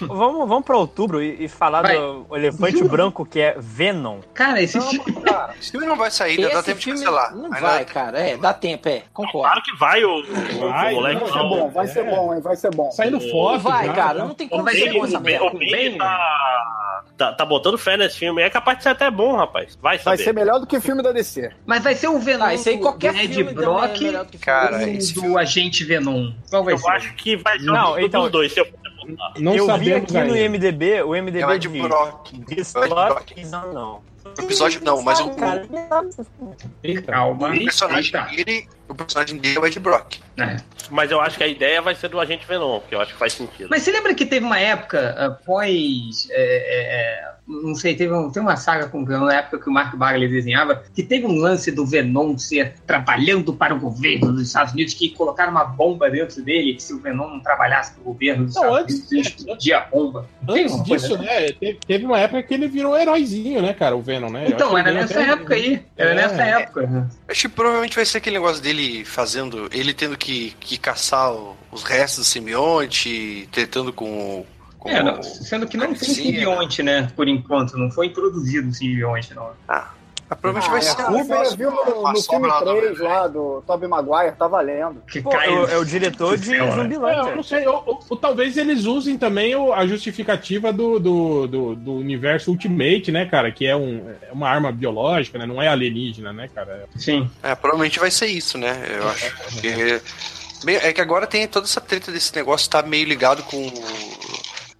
S16: Vamos, vamos pra outubro e, e falar
S5: Vai.
S16: do elefante branco que é Venom.
S5: cara, esse filme.
S2: Esse filme não vai sair, ainda dá
S18: Esse
S2: tempo de
S18: filme
S2: cancelar.
S18: não
S2: Aí
S18: vai, cara. É, dá tempo, é. Concordo.
S4: Claro que vai, o, o,
S7: Vai,
S4: o moleque. tá
S7: não,
S3: Vai ser É bom, vai ser bom, hein? Vai ser bom.
S7: Saindo foto.
S18: Não vai,
S7: já, né?
S18: cara.
S7: já.
S18: Não tem
S4: O
S18: como ser
S4: Bang,
S18: bom
S4: o
S18: essa
S4: Bang,
S18: merda.
S4: é o Bang tá, tá, tá botando fé nesse filme. É capaz de ser até bom, rapaz. Vai
S3: Vai
S4: saber.
S3: ser melhor do que o filme da DC.
S5: Mas vai ser o Venom.
S18: Ah, isso aí qualquer
S5: do Ed
S18: filme também
S5: Brock
S18: é melhor do que
S2: Cara,
S5: ou
S2: esse
S5: do
S2: filme-
S5: Agente Venom. Qual vai
S4: Eu
S5: ser?
S4: acho que vai ser
S16: Não,
S4: um
S16: então-
S4: dos dois. Se eu fosse apontar.
S7: Não
S16: eu vi
S7: sabemos
S16: aqui no
S7: ainda.
S16: IMDB, o
S2: É o
S16: IMDB
S2: Ed
S16: diz,
S2: Brock.
S16: This
S2: Ed
S16: Lot
S2: Brock.
S16: is unknown.
S2: O episódio não, mas o, o
S7: Eita.
S5: Calma.
S2: personagem
S5: Eita.
S2: dele. O personagem dele é o Ed Brock.
S4: Mas eu acho que a ideia vai ser do Agente Venom, que eu acho que faz sentido.
S5: Mas você lembra que teve uma época após. é, não sei, teve, um- teve uma saga com o Venom na época que o Mark Bagley desenhava, que teve um lance do Venom ser trabalhando para o governo dos Estados Unidos, que colocaram uma bomba dentro dele, que se o Venom não trabalhasse para o governo dos
S7: Não,
S5: Estados
S7: antes
S5: Unidos, ele
S7: disso-
S5: explodia a bomba. Não tem
S7: Antes
S5: uma coisa
S7: disso, né? Teve, teve uma época que ele virou um heróizinho, né, cara? O Venom, né? Eu acho
S5: Então,
S7: que
S5: era
S7: ele
S5: nessa
S7: até-
S5: época aí. Era
S7: É.
S5: nessa época. né?
S2: Acho que provavelmente vai ser aquele negócio dele fazendo. Ele tendo que, que caçar o- os restos do simbionte, tretando com. o- com
S5: É, não,
S2: o-
S5: sendo que não tem
S2: Carnificina.
S5: simbionte, né? Por enquanto, não foi introduzido simbionte, não.
S2: Ah, Provavelmente vai ser.
S3: Ah, é a culpa eu vi no, no filme né? 3 lá do Tobey Maguire, tá valendo.
S7: Que
S16: é
S13: é
S3: Pô, eu- eu-
S16: diretor
S3: de Zumbilândia.
S7: É, eu não sei, ou, ou- ou talvez eles usem também o- a justificativa do, do, do, do universo Ultimate, né, cara? Que é, um, é uma arma biológica, né? Não é alienígena, né, cara?
S5: Sim.
S2: É, provavelmente vai ser isso, né? Eu acho. Porque- Bem, é que agora tem toda essa treta desse negócio tá meio ligado com.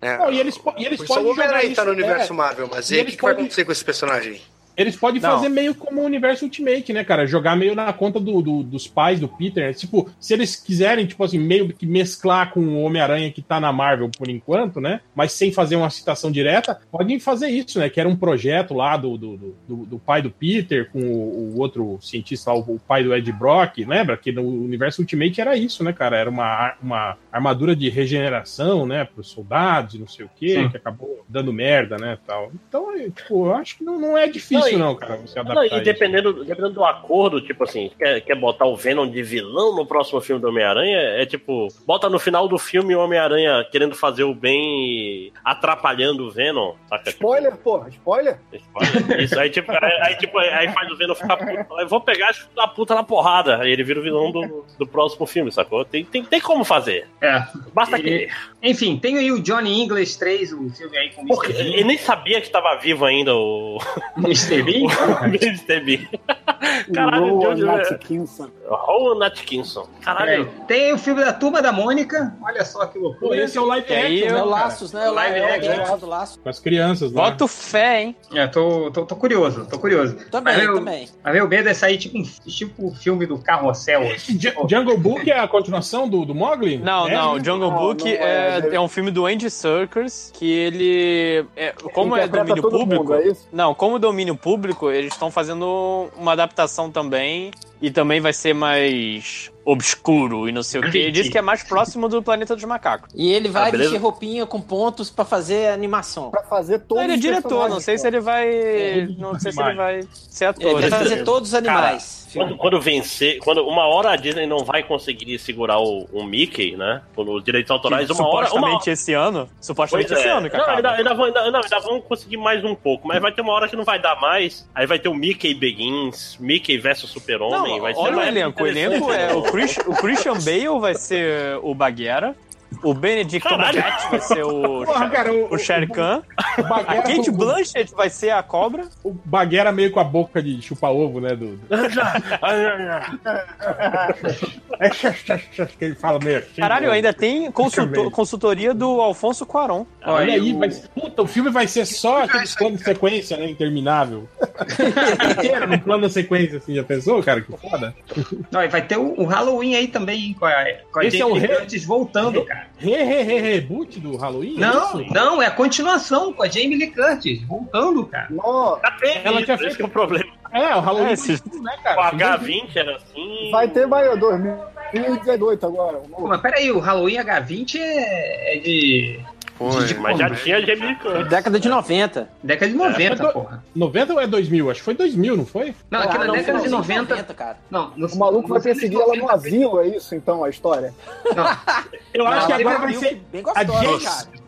S2: Né?
S7: Não, e eles, po- e eles
S2: Pois
S7: podem
S2: o Homem-Aranha
S7: jogar
S2: tá no
S7: isso-
S2: universo
S7: é.
S2: Marvel, mas
S7: E
S2: e aí o
S7: eles
S2: que, que vai
S7: podem-
S2: acontecer com esse personagem?
S7: Eles podem
S2: Não.
S7: fazer meio como o universo Ultimate, né, cara? Jogar meio na conta do, do- dos pais do Peter. né? Tipo, se eles quiserem, tipo assim, meio que mesclar com o Homem-Aranha que tá na Marvel por enquanto, né? Mas sem fazer uma citação direta, podem fazer isso, né? Que era um projeto lá do, do, do- do, do pai do Peter com o, o outro cientista lá, o, o pai do Ed Brock. Lembra que no universo Ultimate era isso, né, cara? Era uma, ar- uma armadura de regeneração, né? Pros soldados, e não sei o quê,
S5: Sim.
S7: que acabou dando merda, né? Tal. Então, é, tipo, eu acho que não, não é
S4: Não,
S7: difícil,
S4: e-
S7: não, cara, você adaptar.
S4: Não, e
S7: isso.
S4: dependendo, dependendo do acordo, tipo assim, quer, quer botar o Venom de vilão no próximo filme do Homem-Aranha? É tipo, bota no final do filme o Homem-Aranha querendo fazer o bem e atrapalhando o Venom,
S3: É
S4: saca?
S3: Spoiler, porra, spoiler?
S4: Isso, aí tipo, aí, aí, tipo, aí- aí faz o Venom ficar puto. fala, Eu vou pegar esse filho da puta na porrada. Aí ele vira o vilão do, do próximo filme, sacou? Tem, tem, tem como fazer.
S5: É.
S4: Basta
S5: E-
S4: querer.
S5: Enfim, tem aí o Johnny English 3, o filme aí com o
S4: Porque
S5: Mr. Bean.
S4: eu nem sabia que estava vivo ainda o.
S5: Mr. Bean?
S4: o Mr. Bean. Caralho,
S5: Rowan
S4: de
S13: é-
S4: onde-
S3: Atkinson.
S4: Rowan Atkinson. Caralho.
S5: É, Tem o filme da Turma da Mônica. Olha só que
S7: Pô,
S5: loucura.
S7: esse é o live action, né,
S18: É o
S7: cara?
S18: Laços, né? O live action do Laços.
S7: Com as crianças né? lá.
S5: Bota
S13: fé, hein?
S5: É, tô, tô, tô curioso, tô curioso.
S18: Também,
S5: Mas meu-
S18: também.
S5: Mas meu medo é sair tipo um tipo o filme do Carrossel.
S7: Ju- Jungle Book é a continuação do, do Mogli? É?
S13: Não, não. Jungle Book é, é, um filme do Andy Serkis que ele. é- como é
S3: Interpreta
S13: domínio
S3: todo
S13: público.
S3: mundo, é isso?
S13: Não, como domínio público, eles estão fazendo uma adaptação também. E também vai ser mais obscuro e não sei o quê. Ele disse que é mais próximo do Planeta dos Macacos.
S18: E ele vai
S13: Ah, beleza.
S18: vestir roupinha com pontos pra fazer animação. Pra
S3: fazer
S13: Não, ele é diretor, não sei se ele vai. Não sei se ele vai ser ator.
S18: é Ele vai fazer todos os animais.
S4: Cara, quando, quando vencer, quando uma hora a Disney não vai conseguir segurar o, o Mickey, né? Quando os direitos autorais, uma hora. Uma
S13: supostamente esse ano. Supostamente
S4: Pois
S13: esse
S4: é.
S13: ano,
S4: Não,
S13: cara.
S4: ainda, ainda vão, ainda, ainda- ainda vão conseguir mais um pouco, mas vai ter uma hora que não vai dar mais. Aí vai ter o Mickey Begins, Mickey versus Super-Homem. vai ser
S13: Olha o
S4: uma época
S13: elenco. O elenco
S4: interessante,
S13: é.
S4: né?
S13: O, Chris- o Christian Bale vai ser o Baguera. O Benedict Cumberbatch vai ser o,
S7: Porra, cara, o-
S13: o Shere Khan.
S7: Baguera
S13: a Kate
S7: com-
S13: Blanchett vai ser a cobra.
S7: O Baguera é meio com a boca de chupar ovo, né, do... do-
S4: Ah,
S7: É, que ele fala meio assim,
S13: Caralho,
S7: né?
S13: ainda tem consultor- consultoria do Alfonso Cuaron.
S7: Olha aí, vai ser- puta, o filme vai ser só aqueles planos de sequência, né? Interminável. Inteiro, no plano de sequência, assim, já pensou, cara? Que foda.
S5: Não, e vai ter o, o Halloween aí também, hein, com a, com a
S7: Esse é o re-
S5: Curtis voltando, cara.
S7: Re, re, re, reboot do Halloween?
S5: Não,
S7: É isso?
S5: não, é a continuação com a Jamie Lee Curtis voltando, cara.
S7: Ela tinha
S4: Esse
S7: feito.
S4: que é o problema.
S7: É, o Halloween
S13: É,
S7: foi
S13: esse-
S7: tudo, né,
S4: O
S7: cara?
S4: H20 era assim.
S3: Vai ter, vai, 2018 agora.
S5: Pô, mas peraí, o Halloween H20 é, é de.
S2: Foi,
S5: de- de-
S4: Mas já tinha Jamie Lee Curtis.
S18: Década de 90.
S5: Década de 90,
S7: do-
S5: porra.
S7: 90 ou é 2000? Acho que foi 2000, não foi?
S5: Não, aqui na
S18: Ah, não,
S5: década de
S18: finalzinho
S5: 90.
S18: cara.
S5: Não, no,
S3: Ah, O maluco vai perseguir ela no asilo, é isso então a história?
S7: Eu acho que
S18: Ela
S7: agora vai
S18: abriu
S7: ser,
S18: Bem gostosa,
S7: Jane-
S18: hein, cara.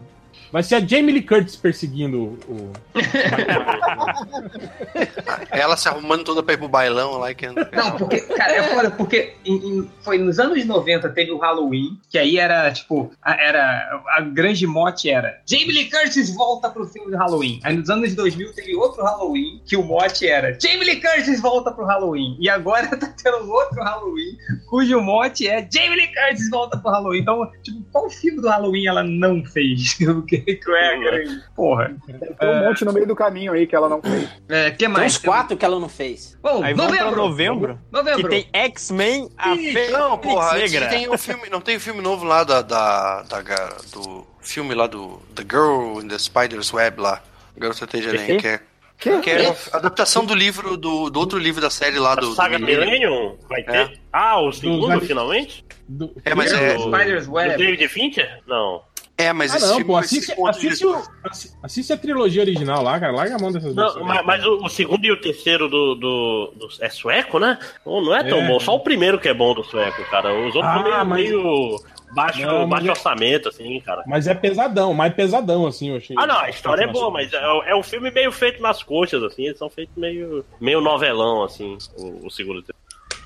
S7: vai ser a Jamie Lee Curtis perseguindo o.
S2: Ela se arrumando toda pra ir pro bailão lá que
S5: Não, porque, cara, é foda, porque em- em- foi nos anos 90 teve o Halloween, que aí era, tipo, a, era, a grande mote era Jamie Lee Curtis volta pro filme do Halloween. Aí nos anos 2000 teve outro Halloween, que o mote era Jamie Lee Curtis volta pro Halloween. E agora tá tendo um outro Halloween, cujo mote é Jamie Lee Curtis volta pro Halloween. Então, tipo, qual filme do Halloween ela não fez? O que que é a grande- Porra.
S3: Tem
S13: É.
S3: um monte no meio do caminho aí que ela não fez.
S5: É, que
S18: Tem
S5: mais?
S18: uns quatro que ela não fez.
S5: Bom,
S13: Aí vamos pra
S5: novembro.
S13: novembro. Que
S5: Novembro.
S13: tem X-Men, a Fênix
S2: Não, porra, antes
S13: Negra.
S2: tem um filme, não tem o filme novo lá da, da, da ga- do filme lá do The Girl in the Spider's Web lá. Garota Tejarenha, que é,
S3: Que?
S2: que é a adaptação do livro, do, do outro livro da série lá
S4: A
S2: do.
S4: saga
S2: do
S4: Millennium vai ter?
S2: É.
S4: Ah, o segundo
S7: Dos-
S4: finalmente?
S7: do-
S2: É, mas é,
S4: Do-
S5: Spider's
S4: Do
S5: Web.
S4: David Fincher? Não.
S2: é, mas
S7: Ah,
S2: esse
S7: não,
S2: filme
S7: pô,
S2: vai ser
S7: assiste,
S2: com outro
S7: assiste,
S2: diretor.
S7: o- assi- assiste a trilogia original lá, cara. Larga a mão dessas
S4: Não,
S7: versões.
S4: ma- mas, o, o segundo e o terceiro do, do, do- É sueco, né? Não não é tão
S7: É.
S4: bom. Só o primeiro que é bom do sueco, cara. Os outros
S7: Ah,
S4: são meio,
S7: mas-
S4: meio Baixo,
S7: Não, mas
S4: baixo
S7: é-
S4: orçamento, assim, cara.
S7: Mas é pesadão, mais pesadão, assim, eu achei.
S4: Ah, não, a história é boa, mas é, é um filme meio feito nas coxas, assim. Eles são feitos meio, meio novelão, assim, o, o segundo tempo.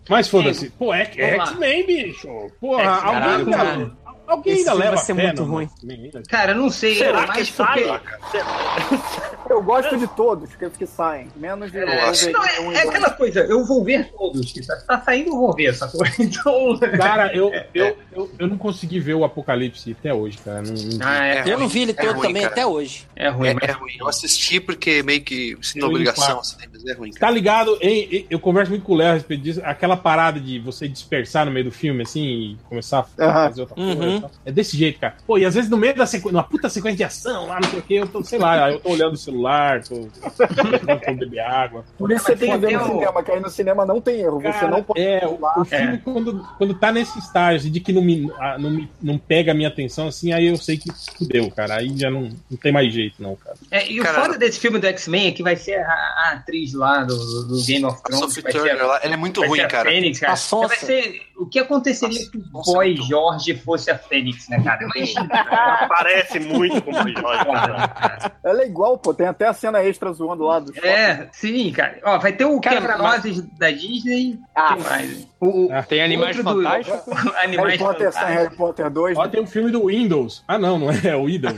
S7: Mas foda-se. Pô, é, é
S4: Vamos lá.
S7: X-Men, bicho. Porra,
S4: É,
S7: alguém,
S4: caralho,
S7: ainda-
S4: caralho.
S7: alguém
S4: Esse
S7: ainda
S4: filme
S7: leva
S4: vai ser
S7: a fé
S4: muito
S7: no- né?
S4: ruim.
S5: Cara, não sei,
S4: Será
S5: mas porque-
S4: que sai, cara?
S3: Eu gosto de todos que, que saem, menos de.
S5: É, não, é- é
S3: Então,
S5: aquela coisa, eu vou ver todos. Se tá saindo, eu vou ver essa coisa. Então.
S7: Cara, eu,
S2: É,
S7: eu, eu, eu não consegui ver o Apocalipse até hoje, cara. Não, não-
S5: é
S2: ruim, é ruim, cara.
S5: É ruim,
S2: é, é ruim. Eu assisti porque meio que sem
S7: Eu
S2: obrigação,
S7: limpar.
S2: assim, mas é ruim.
S7: Tá ligado? Ei, ei, eu converso muito com o Léo a respeito disso. Aquela parada de você dispersar no meio do filme, assim, e começar a fazer outra coisa.
S17: Uhum.
S7: e tal. É desse jeito, cara. Pô, e às vezes no meio da sequência, numa puta sequência de ação, lá, não sei o quê, eu tô, sei lá, aí eu tô olhando o celular, tô, tô beber água.
S3: Por isso você tem que ver no cinema, que aí no cinema não tem erro. você
S7: Cara,
S3: não pode.
S7: é,
S3: pular.
S7: O filme, quando, quando tá nesse estágio assim, de que não, me, ah, não, me- não pega a minha atenção, assim, aí eu sei que fudeu, cara. Aí já não, não tem mais jeito, não, cara.
S5: É, e o foda desse filme do X-Men é que vai ser a, a atriz lá do, do Game of Thrones.
S2: Sophie
S5: vai ser
S2: Turner, ela- ela é muito
S5: vai
S2: ruim,
S5: ser a
S2: cara.
S5: Fênix, cara.
S2: A sonsa.
S5: Vai ser- o que aconteceria se o boy Jorge fosse a Fênix, né, cara? Imagina.
S4: Parece muito com o Boy Jorge, cara.
S3: Ela é igual, pô. Tem até a cena extra zoando lá do
S5: É, sim, cara. Ó, vai ter o
S3: Cara,
S5: quebra-nozes da Disney.
S3: Ah,
S5: que mais?
S13: Ah, Tem animais
S5: outro do-
S13: fantásticos.
S5: Animais
S3: Harry Potter,
S5: fantásticos.
S3: Harry Potter 2.
S7: Ó, tem um filme do Windows. Ah, não, não é, é o Windows.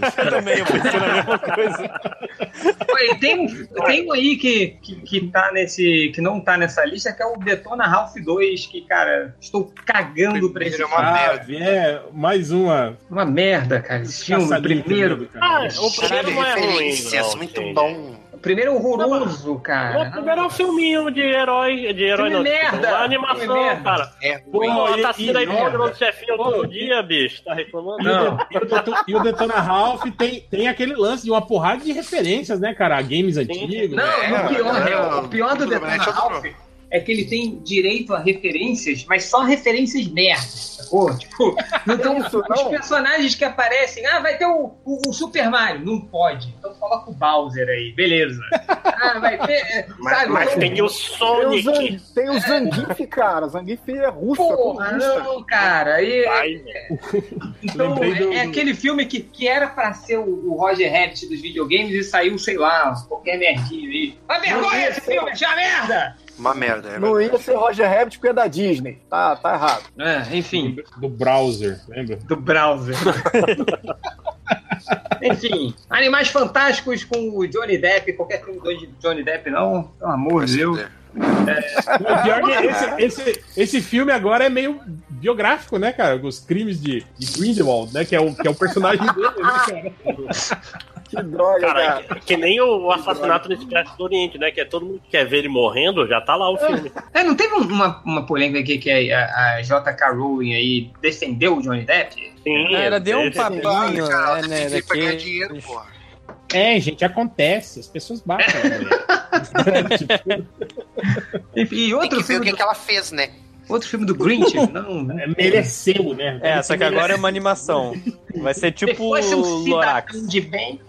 S5: Olha, tem, um- tem um aí que, que, que tá nesse. que não tá nessa lista, que é o Detona Ralph 2, que, cara, estou cagando pra esse filme.
S7: Ah, é, mais uma.
S5: Uma merda, cara. Esse filme,
S7: Caçadinho
S5: primeiro.
S7: de medo, cara.
S4: Ah, o primeiro não é ruim,
S2: Referências,
S4: não,
S2: muito
S4: gente.
S2: bom.
S5: O primeiro é horroroso, cara.
S4: O primeiro é um filminho de herói, de herói
S5: Filme
S4: não,
S5: merda!
S4: tipo, uma animação,
S5: Filme merda!
S4: cara.
S2: É
S4: Pô,
S2: ruim.
S7: Pô, e-
S4: tá
S7: e
S4: sendo aí
S7: merda.
S4: contra o chefinho
S7: Pô.
S4: todo dia, bicho. Tá reclamando?
S7: E o Det- E o, Detona, e o Detona Ralph tem, tem aquele lance de uma porrada de referências, né, cara? A games antigos.
S5: Não,
S7: né?
S5: o pior,
S2: é,
S5: é, o pior do
S2: tudo bem,
S5: Detona
S2: deixa eu-
S5: Ralph é que ele tem direito a referências, mas só referências merdas, sacou? Tipo, não tem
S3: Isso,
S5: os
S3: não.
S5: personagens que aparecem. Ah, vai ter o, o- o Super Mario. Não pode. Então coloca o Bowser aí, beleza. Ah, vai ter. é,
S4: Mas,
S5: sabe,
S4: mas
S5: então-
S4: tem o
S3: Tem o, Zan...
S4: Sonic.
S3: tem o Zangief, cara. Zangief é russo. é
S5: Porra,
S3: comunista.
S5: não, cara. Aí,
S4: Ai, velho.
S5: então,
S7: lembrei do-
S5: é, é aquele filme que, que era pra ser o, o Roger Rabbit dos videogames e saiu, sei lá, qualquer merdinha aí. Mas vergonha esse filme, já merda!
S2: Uma merda, é
S3: Não ia ser Roger Rabbit porque é da Disney. Tá, tá errado.
S5: É, enfim,
S7: Do browser, lembra?
S5: do browser. enfim, Animais Fantásticos com o Johnny Depp, qualquer filme do Johnny Depp, não, pelo amor de Deus.
S2: é.
S7: O pior que esse, esse, esse filme agora é meio biográfico, né, cara? Os crimes de, de Grindelwald, né? Que é, o, que é o personagem dele, né,
S3: Que droga,
S4: Cara, é
S3: cara.
S4: que, que nem o assassinato no Expresso do Oriente, né? Que é todo mundo que quer ver ele morrendo, já tá lá o filme.
S5: É, não teve um- uma, uma polêmica aqui que a, a J.K. Rowling aí defendeu o Johnny Depp?
S4: Sim,
S13: Cara, deu um
S4: ele-
S13: papinho,
S2: é Cara, tipo é
S13: né,
S2: tem
S13: né?
S2: que pra ganhar
S13: Daqui...
S2: dinheiro, porra.
S7: cara? É, gente, acontece. As pessoas batem. né? Tipo,
S5: E, e
S2: Tem
S5: outro,
S2: que ver o
S5: filme
S2: que,
S5: do,
S2: que ela fez, né?
S5: outro filme do Grinch? Não, né?
S7: é, mereceu, né?
S13: É, só que agora é uma animação. Vai ser tipo
S5: Depois de um
S13: Lorax.
S5: cidadão de bem.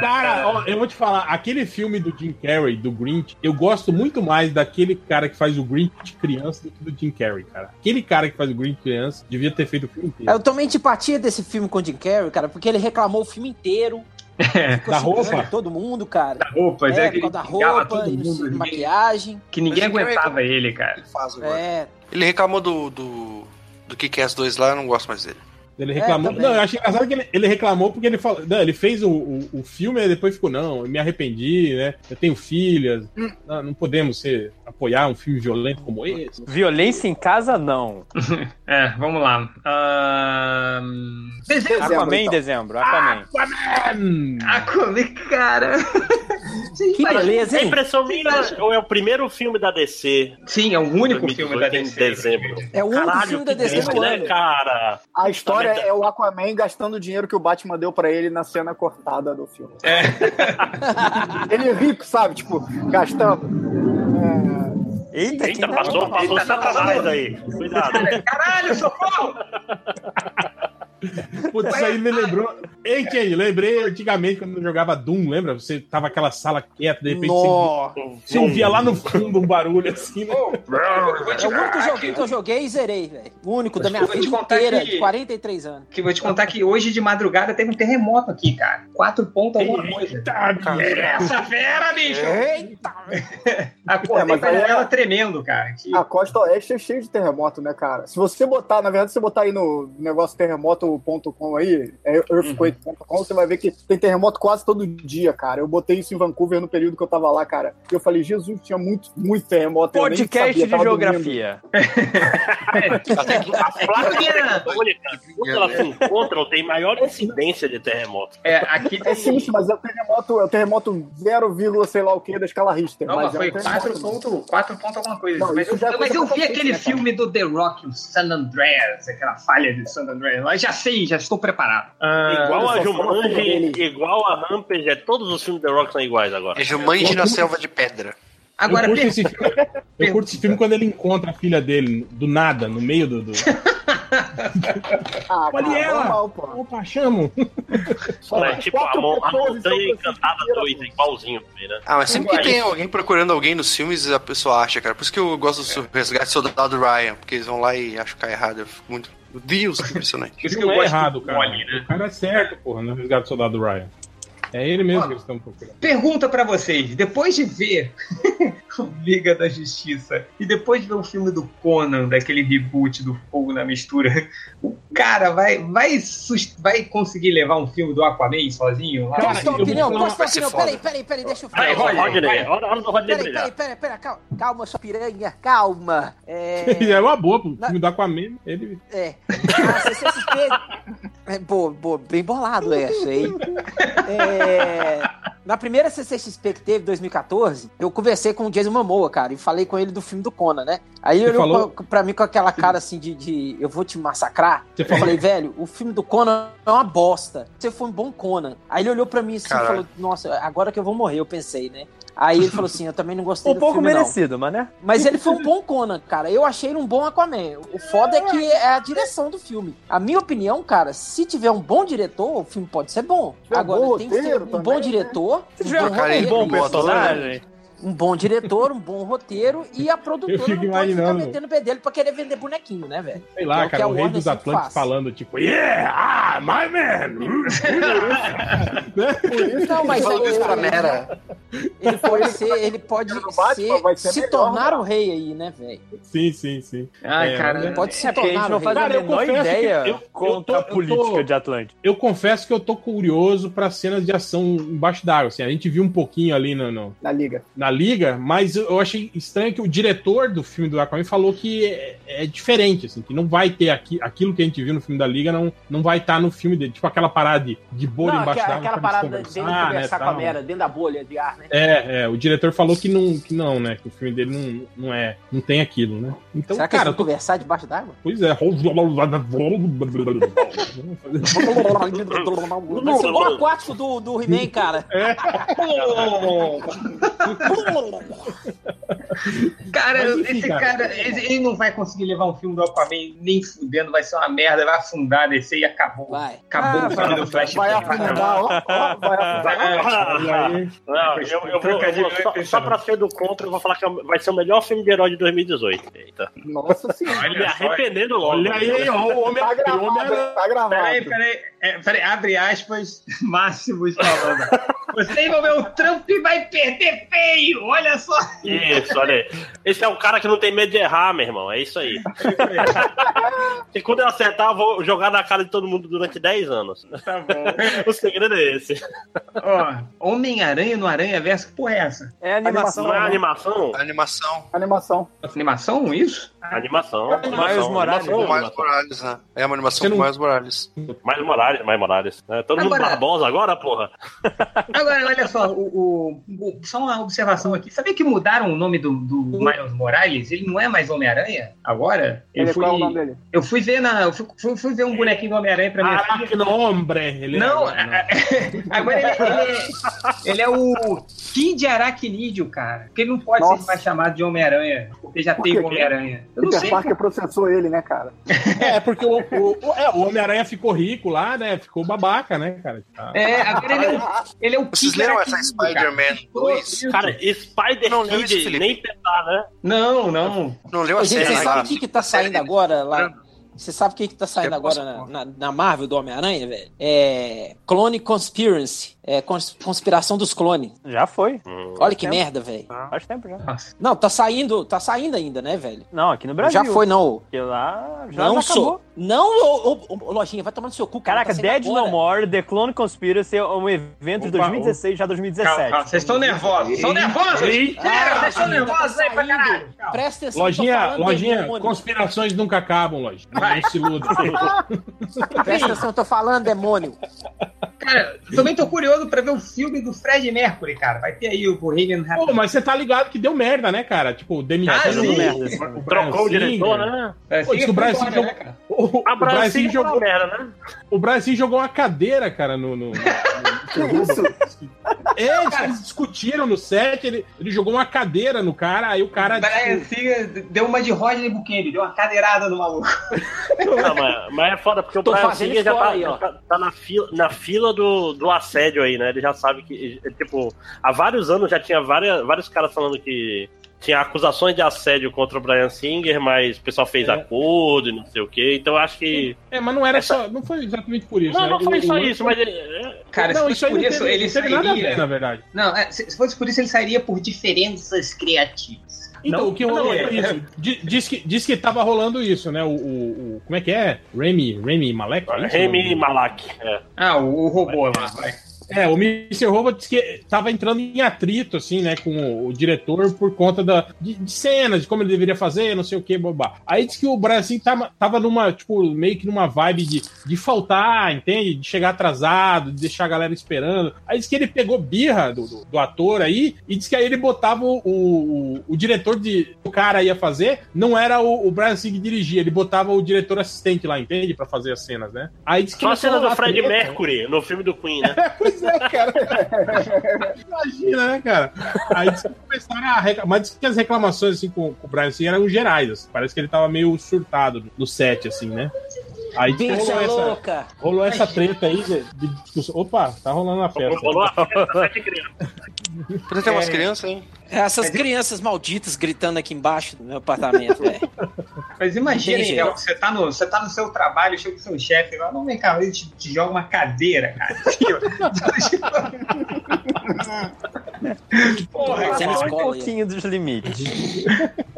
S7: Cara, ó, eu vou te falar, aquele filme do Jim Carrey, do Grinch, eu gosto muito mais daquele cara que faz o Grinch criança do que do Jim Carrey, cara. Aquele cara que faz o Grinch criança devia ter feito o filme inteiro.
S18: Eu tomei antipatia desse filme com o Jim Carrey, cara, porque ele reclamou o filme inteiro. Ficou
S7: Da
S18: xingando
S7: roupa?
S18: Todo mundo, cara. Da
S5: Roupas, é,
S18: por
S5: que ele
S18: causa da
S5: xingava
S18: roupa,
S5: todo
S18: e não sei,
S5: mundo, ninguém-
S18: maquiagem.
S5: que ninguém
S2: Mas ele
S5: aguentava ele, cara.
S2: Ele faz agora.
S18: É,
S2: Ele reclamou do, do, do que que é as dois lá, eu não gosto mais dele.
S7: Ele reclamou.
S18: É, também.
S7: não, eu achei engraçado que ele, ele reclamou porque ele falou. Não, ele fez o, o, o filme e depois ficou, não, eu me arrependi, né? Eu tenho filhas, não, não podemos ser, apoiar um filme violento como esse.
S13: Violência em casa, não.
S5: É, vamos lá. Ah, Ahn, Desenho.
S3: Dezembro,
S13: Aquaman em
S3: então.
S13: dezembro, Aquaman.
S7: Hum,
S5: Ah, como é que, cara.
S18: que beleza,
S4: A
S18: hein?
S4: impressão minha ou é o primeiro filme da DC.
S5: Sim, é o único
S4: 2018,
S5: filme da
S4: em
S5: DC.
S4: dezembro.
S18: É o único
S4: Caralho,
S18: filme
S4: que
S18: da DC
S4: triste,
S18: do
S4: né,
S18: ano.
S4: cara?
S3: A história
S4: Também tá-
S3: é o Aquaman gastando o dinheiro que o Batman deu pra ele na cena cortada do filme.
S5: É.
S3: Ele é rico, sabe? Tipo, gastando.
S13: Eita,
S4: Eita,
S13: que
S4: passou, passou
S5: Eita,
S4: satanás
S5: passou.
S4: aí. Cuidado.
S5: Caralho, socorro!
S7: Putz, isso aí me lembrou. Ei, Kenny, lembrei antigamente quando eu jogava Doom, lembra? Você tava aquela sala quieta, de repente
S8: Nó.
S7: você, via- você ouvia lá no fundo um barulho assim, né?
S8: É o único joguinho que eu joguei e zerei, velho. O único da minha
S5: Eu vou te
S8: vida
S5: contar
S8: inteira,
S5: que-
S8: de 43 anos.
S5: Que vou te contar que hoje de madrugada teve um terremoto aqui, cara. Quatro pontos alguma coisa. Essa fera, bicho!
S3: Eita! É,
S5: Acordei
S3: mas
S5: com
S3: aí é-
S5: ela tremendo, cara.
S3: A costa oeste é cheia de terremoto, né, cara? Se você botar, na verdade, se você botar aí no negócio terremoto.com aí, é earthquake.com, você vai ver que tem terremoto quase todo dia, cara. Eu botei isso em Vancouver no período que eu tava lá, cara. E eu falei, Jesus, tinha muito, muito terremoto. eu nem
S13: Podcast
S3: sabia,
S13: de
S3: tava
S13: geografia.
S4: A placa tectônica, quando ela se encontra, tem maior incidência de terremoto.
S5: É, aqui
S3: É simples, mas é o terremoto, é o terremoto 0, sei lá o que da escala Richter.
S5: Não,
S3: mas
S5: mas foi
S3: é um
S5: 4
S3: terremoto.
S5: pontos, 4 pontos alguma coisa.
S3: Não,
S5: mas,
S3: isso já é
S5: mas
S3: coisa
S5: eu vi
S3: consciente,
S5: aquele
S3: né, cara?
S5: filme do The Rock, o San Andreas, aquela falha de San Andreas. Mas já sei, já estou preparado.
S4: igual a
S5: olha só, fala
S4: Jumanji,
S5: dele.
S4: igual a Rampage, é, todos os filmes do The Rock são iguais agora.
S2: É Jumanji na selva de pedra.
S5: Agora,
S7: eu curto, esse filme, eu curto esse filme quando ele encontra a filha dele, do nada, no meio do. do...
S5: um-
S3: Ah,
S7: Olha
S3: cara,
S7: ela!
S3: normal, pô.
S7: Opa, um chamo!
S4: é tipo a, mon- a Montanha Encantada 2, é igualzinho também, né?
S2: Ah, mas sempre que tem alguém procurando alguém nos filmes, a pessoa acha, cara. Por isso que eu gosto do Resgate Soldado Ryan, porque eles vão lá e acham que é errado. Eu fico muito. Meu Deus, que impressionante.
S5: Isso
S7: Não é errado, cara.
S5: né?
S7: O cara é certo, porra, no resgate do soldado Ryan. É ele mesmo que eles estão procurando.
S5: Pergunta pra vocês, depois de ver o Liga da Justiça e depois de ver o filme do Conan, daquele reboot do Fogo na Mistura, o cara vai vai sus- vai conseguir levar um filme do Aquaman sozinho? Lá?
S8: Posso dar
S5: Eu vou
S8: opinião?
S5: falar-
S8: Posso dar opinião? Peraí, peraí, peraí, deixa eu falar.
S5: é Vai, Rodney,
S4: É, Rodney,
S5: vai.
S4: hora, hora do Rodney
S8: Peraí,
S4: brilhar.
S8: peraí, peraí, peraí, calma, calma, sua piranha, calma. É,
S7: E é uma boa, pô. O filme do Aquaman, ele.
S8: é. A CCXP. É, boa, boa, bem bolado essa, hein? É, na primeira CCXP que teve, 2014, eu conversei com o Jason Momoa, cara, e falei com ele do filme do Conan, né? Aí
S7: Você
S8: ele
S7: falou?
S8: olhou pra- pra mim com aquela cara assim de, de eu vou te massacrar.
S7: Você
S8: eu
S7: falou?
S8: falei, velho, o filme do Conan é uma bosta. Você foi um bom Conan. Aí ele olhou pra mim assim e
S2: Caralho.
S8: falou, nossa, agora que eu vou morrer, eu pensei, né? Aí ele falou assim, eu também não gostei
S13: Um
S8: do
S13: pouco
S8: filme, não.
S13: merecido, mas né?
S8: Mas ele foi um bom Conan, cara. Eu achei ele um bom Aquaman. O foda é que é a direção do filme. A minha opinião, cara, se tiver um bom diretor, o filme pode ser bom.
S3: É
S8: Agora,
S3: bom
S8: tem que ter
S3: roteiro
S8: um
S3: também,
S8: bom
S3: né?
S8: diretor,
S13: Se
S8: um
S13: tiver
S8: bom
S13: um
S2: cara, ele
S8: roteiro,
S13: bom
S2: bom ator,
S13: personagem.
S8: um bom diretor, um bom roteiro e a
S7: Eu
S8: produtora
S7: fico
S8: não pode ficar
S7: imaginando.
S8: metendo o pé dele pra querer vender bonequinho, né, velho?
S7: Sei
S8: É
S7: lá,
S8: o que
S7: cara,
S8: a
S7: o rei
S8: Warner
S7: dos
S8: sempre
S7: Atlantes
S8: faz.
S7: falando, tipo, yeah, ah, my man!
S8: Não, mas
S2: Falando
S8: aí-
S2: isso pra Mera.
S8: ele pode ser, ele pode
S3: No Batman
S8: ser-
S3: vai ser
S8: se
S3: melhor,
S8: tornar
S3: cara.
S8: o rei aí, né, velho?
S7: Sim, sim, sim.
S5: Ai,
S7: É,
S5: cara,
S7: mas é-
S8: Pode se
S13: É porque a
S8: tornar
S13: gente
S8: o
S13: não
S8: rei.
S13: faz a
S7: Cara, eu
S13: menor
S7: confesso que eu- eu
S13: ideia
S7: tô-
S13: contra a
S7: eu tô-
S13: política de Atlântico.
S7: Eu confesso que eu tô curioso pra cenas de ação embaixo d'água. Assim, a gente viu um pouquinho ali no, no-
S3: Na liga.
S7: na liga, mas eu achei estranho que o diretor do filme do Aquaman falou que é, é diferente, assim, que não vai ter aqui, aquilo que a gente viu no filme da liga, não, não vai estar no filme dele. Tipo aquela parada de, de bolha
S18: Não,
S7: embaixo
S18: aquela,
S7: d'água.
S18: aquela
S7: pra eles
S18: parada dele
S16: Ah,
S7: né,
S18: conversar com a
S7: tal.
S18: Mera, dentro da bolha de ar, né?
S7: É, é, o diretor falou que não, que não, né? Que o filme dele não, não é, não tem aquilo, né? Então,
S8: Será que
S7: cara,
S8: eles
S7: eu
S8: vão
S7: tô-
S8: conversar debaixo d'água?
S7: pois é.
S18: Mas o bom aquático do, do He-Man, cara.
S5: Cara,
S7: Mas enfim,
S5: esse
S7: cara.
S5: cara, esse- ele não vai conseguir levar um filme do Aquaman nem fudendo, vai ser uma merda, vai afundar, descer e acabou.
S8: Vai.
S5: Acabou
S3: Ah,
S5: o filme do Flash. É.
S3: Vai afundar, ó, ó, vai afundar.
S4: Ah, Não, eu, eu vou, eu vou- só, só pra ser do contra, eu vou falar que vai ser o melhor filme de herói de 2018. Eita.
S3: Nossa senhora.
S4: Me arrependendo logo.
S7: Olha aí, ó, o homem
S3: Tá
S7: o Homem-Aranha.
S3: gravado, tá
S5: Peraí,
S3: gravado.
S5: peraí, é, peraí, abre aspas, máximos falando. Você envolveu o Trump e vai perder feio, olha só.
S4: Isso, olha aí. Esse é o cara que não tem medo de errar, meu irmão. É isso aí. E quando eu acertar, eu vou jogar na cara de todo mundo durante 10 anos.
S5: Tá bom.
S4: O segredo é esse.
S5: Ó, Homem-Aranha no Aranha Verso, que porra é essa?
S13: É animação.
S3: Tá
S4: Não é animação?
S2: A animação.
S3: Animação.
S5: Animação, isso?
S4: Animação.
S13: Miles Morales.
S2: do Miles
S4: Animação.
S2: Morales, né? É uma
S7: Você
S2: animação
S7: não-
S2: do Miles Morales.
S4: Mais Morales, mais Morales. É, todo mundo
S5: Agora-
S4: Barbosa agora, porra.
S5: Agora, olha só, o, o- o- só uma observação aqui. Sabia que mudaram o nome do, do Miles Morales? Ele não é mais Homem-Aranha agora?
S3: Ele,
S5: Eu fui,
S3: qual é o nome dele?
S5: eu fui ver na. Eu fui, fui- fui ver um bonequinho do Homem-Aranha pra
S3: Ah,
S5: minha filha.
S7: Aracno Hombre. Ele
S5: Não,
S7: é,
S5: é- Agora ele, ele é, ele é o Kid Aracnídeo, cara. Porque ele não pode
S3: Nossa.
S5: ser mais chamado de Homem-Aranha, porque já
S3: Por
S5: tem
S3: quê? é
S5: o Homem-Aranha. Eu não
S3: Peter
S5: sei.
S3: Parker processou ele, né, cara?
S7: É, porque o, o- o- é, o Homem-Aranha ficou rico lá, né? Ficou babaca, né, cara? Tá.
S5: É, agora ele é o, ele é o
S2: Vocês
S5: Peter
S2: leram
S5: aqui,
S2: essa
S5: cara.
S2: Spider-Man 2?
S4: Cara, Spider-Kid, nem pensar, né?
S5: Não, não.
S2: Não leu
S8: Ô,
S2: a
S8: gente,
S2: série,
S8: você sabe
S2: cara.
S8: o que, que tá saindo agora lá?
S16: É.
S8: Você sabe o que, que tá saindo
S2: Eu posso
S8: agora na, na- na Marvel do Homem-Aranha, velho? É. Clone Conspiracy. É cons- conspiração dos clones.
S16: Já foi.
S8: Olha que
S7: É.
S16: Faz tempo.
S8: merda, velho.
S16: Faz tempo já.
S8: Não, tá saindo, tá saindo ainda, né, velho?
S16: Não, aqui no Brasil.
S8: Já foi, não.
S16: Porque lá já
S8: não
S16: acabou.
S8: sou. Não, ô, ô, ô, Lojinha, vai tomar no seu cu, cara.
S16: Caraca,
S8: tá saindo
S16: Dead No
S8: agora.
S16: More, The Clone Conspiracy é um evento de
S8: Opa,
S16: 2016 já 2017.
S5: Calma, calma, vocês estão nervosos, são nervosos!
S8: Ah,
S5: Cara, vocês estão nervosos aí pra caralho!
S8: Presta atenção. tô
S7: Lojinha,
S8: falando,
S7: lojinha,
S8: demônio.
S7: conspirações nunca acabam, lojinha. Não se iluda.
S8: Presta atenção, eu tô falando, demônio.
S5: Cara, eu também tô curioso pra ver o filme do Fred Mercury, cara. Vai ter aí o Bohemian
S7: Pô, mas você tá ligado que deu merda, né, cara? Tipo,
S4: Tá
S7: demitiu.
S5: Ah, sim.
S7: o
S4: Trocou o diretor, né?
S5: É,
S7: né? Pô, diz que o Brian Singer jogou- o-
S5: Ah,
S7: o
S4: Abraço
S7: Brian Singer
S4: jogou
S7: jogou-
S4: merda, né?
S7: O Brasil jogou uma cadeira, cara, no. no, no- no- É, eles- eles discutiram no set, ele, ele jogou uma cadeira no cara, aí o cara.
S5: Brian
S7: tipo,
S5: Singer deu uma de Rodney Bukemi, deu uma cadeirada no maluco.
S4: Não, mas, mas é foda, porque o
S5: Tô
S4: Brian
S5: fazendo
S4: Singer já tá,
S5: escola aí, ó.
S4: tá- tá na fila, na fila do, do assédio aí, né? Ele já sabe que, eh, tipo, há vários anos já tinha várias, vários caras falando que tinha acusações de assédio contra o Brian Singer, mas o pessoal fez acordo e não sei o quê. Então eu acho que.
S7: É, mas não era só. Não foi exatamente por isso.
S4: Não,
S7: né?
S4: não foi
S7: O-
S4: só
S7: o-
S4: isso, mas. eh,
S5: Cara,
S7: não,
S5: se
S7: isso aí
S5: por
S7: não
S5: isso
S7: teve,
S5: ele
S7: não teve nada a ver,
S5: sairia.
S7: na verdade.
S5: Não, é, se se fosse por isso, ele sairia por diferenças criativas.
S7: Então,
S5: Não-
S7: o que
S5: não,
S7: rolou
S5: é.
S7: foi isso. Di- Diz que, diz que tava rolando isso, né? O, o- o- como é que é? Remy, Remy Malek? é isso?
S4: Remy Malak. É.
S5: Ah, o, o robô lá, vai.
S7: É, o Mr. Robot disse que tava entrando em atrito, assim, né, com o, o diretor por conta da, de, de cenas, de como ele deveria fazer, não sei o que, babá. Aí disse que o Brasil tava, tava numa, tipo, meio que numa vibe de, de faltar, entende? De chegar atrasado, de deixar a galera esperando. Aí disse que ele pegou birra do, do, do ator aí e disse que aí ele botava o, o, o diretor de o cara ia fazer, não era o, o Brian Singer que dirigia, ele botava o diretor assistente lá, entende? Pra fazer as cenas, né? Aí disse que
S4: Só a
S7: começou
S4: cena do
S7: rolar
S4: Fred
S7: treta.
S4: Mercury no filme do Queen, né?
S7: Pois é, cara. Imagina, né, cara? Aí disse que começaram a reclamar. Mas disse que as reclamações assim, com, com o Brian assim, eram gerais. assim. Parece que ele tava meio surtado no set, assim, né? Aí disse que
S8: Bicha
S7: rolou essa,
S8: louca.
S7: rolou essa treta aí de, de discussão. Opa, tá rolando a festa.
S4: Rolou a
S2: Podia ter
S7: É.
S2: umas crianças, hein?
S8: Essas crianças malditas gritando aqui embaixo do meu apartamento, velho.
S5: Mas imagina,
S8: Não tem
S5: hein,
S8: jeito.
S5: Léo, você tá, no, você tá no seu trabalho, chega o seu chefe lá, não vem cá, ele te, te joga uma cadeira, cara. Porra,
S16: Só
S5: cara.
S16: um pouquinho dos limites.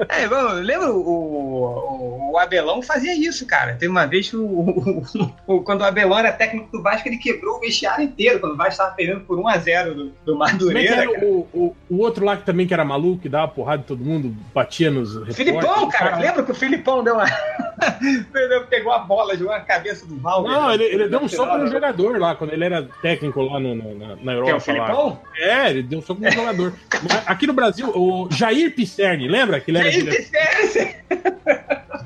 S5: É, bom, lembra o, o, o Abelão fazia isso, cara. Teve uma vez que o, o- o- quando o Abelão era técnico do Vasco, ele quebrou o vestiário inteiro, quando o Vasco tava perdendo por 1x0 do, do
S7: Como é que
S5: Madureira.
S7: era
S5: cara.
S7: o, o, o outro lá que também que era maluco, que dava porrada em todo mundo, batia nos. um
S5: Filipão,
S7: repórteres,
S5: cara, lembra que o Filipão deu uma. pegou a bola, jogou na cabeça do Valber.
S7: Não, ele, ele deu um soco
S5: Final,
S7: no
S5: né?
S7: jogador lá, quando ele era técnico lá no- no- na, na Europa.
S5: Quem, é o Filipão?
S7: lá. É, ele deu um soco no jogador. Mas Aqui no Brasil, o Jair Pisserni, lembra que ele era
S5: Jair
S7: diretor?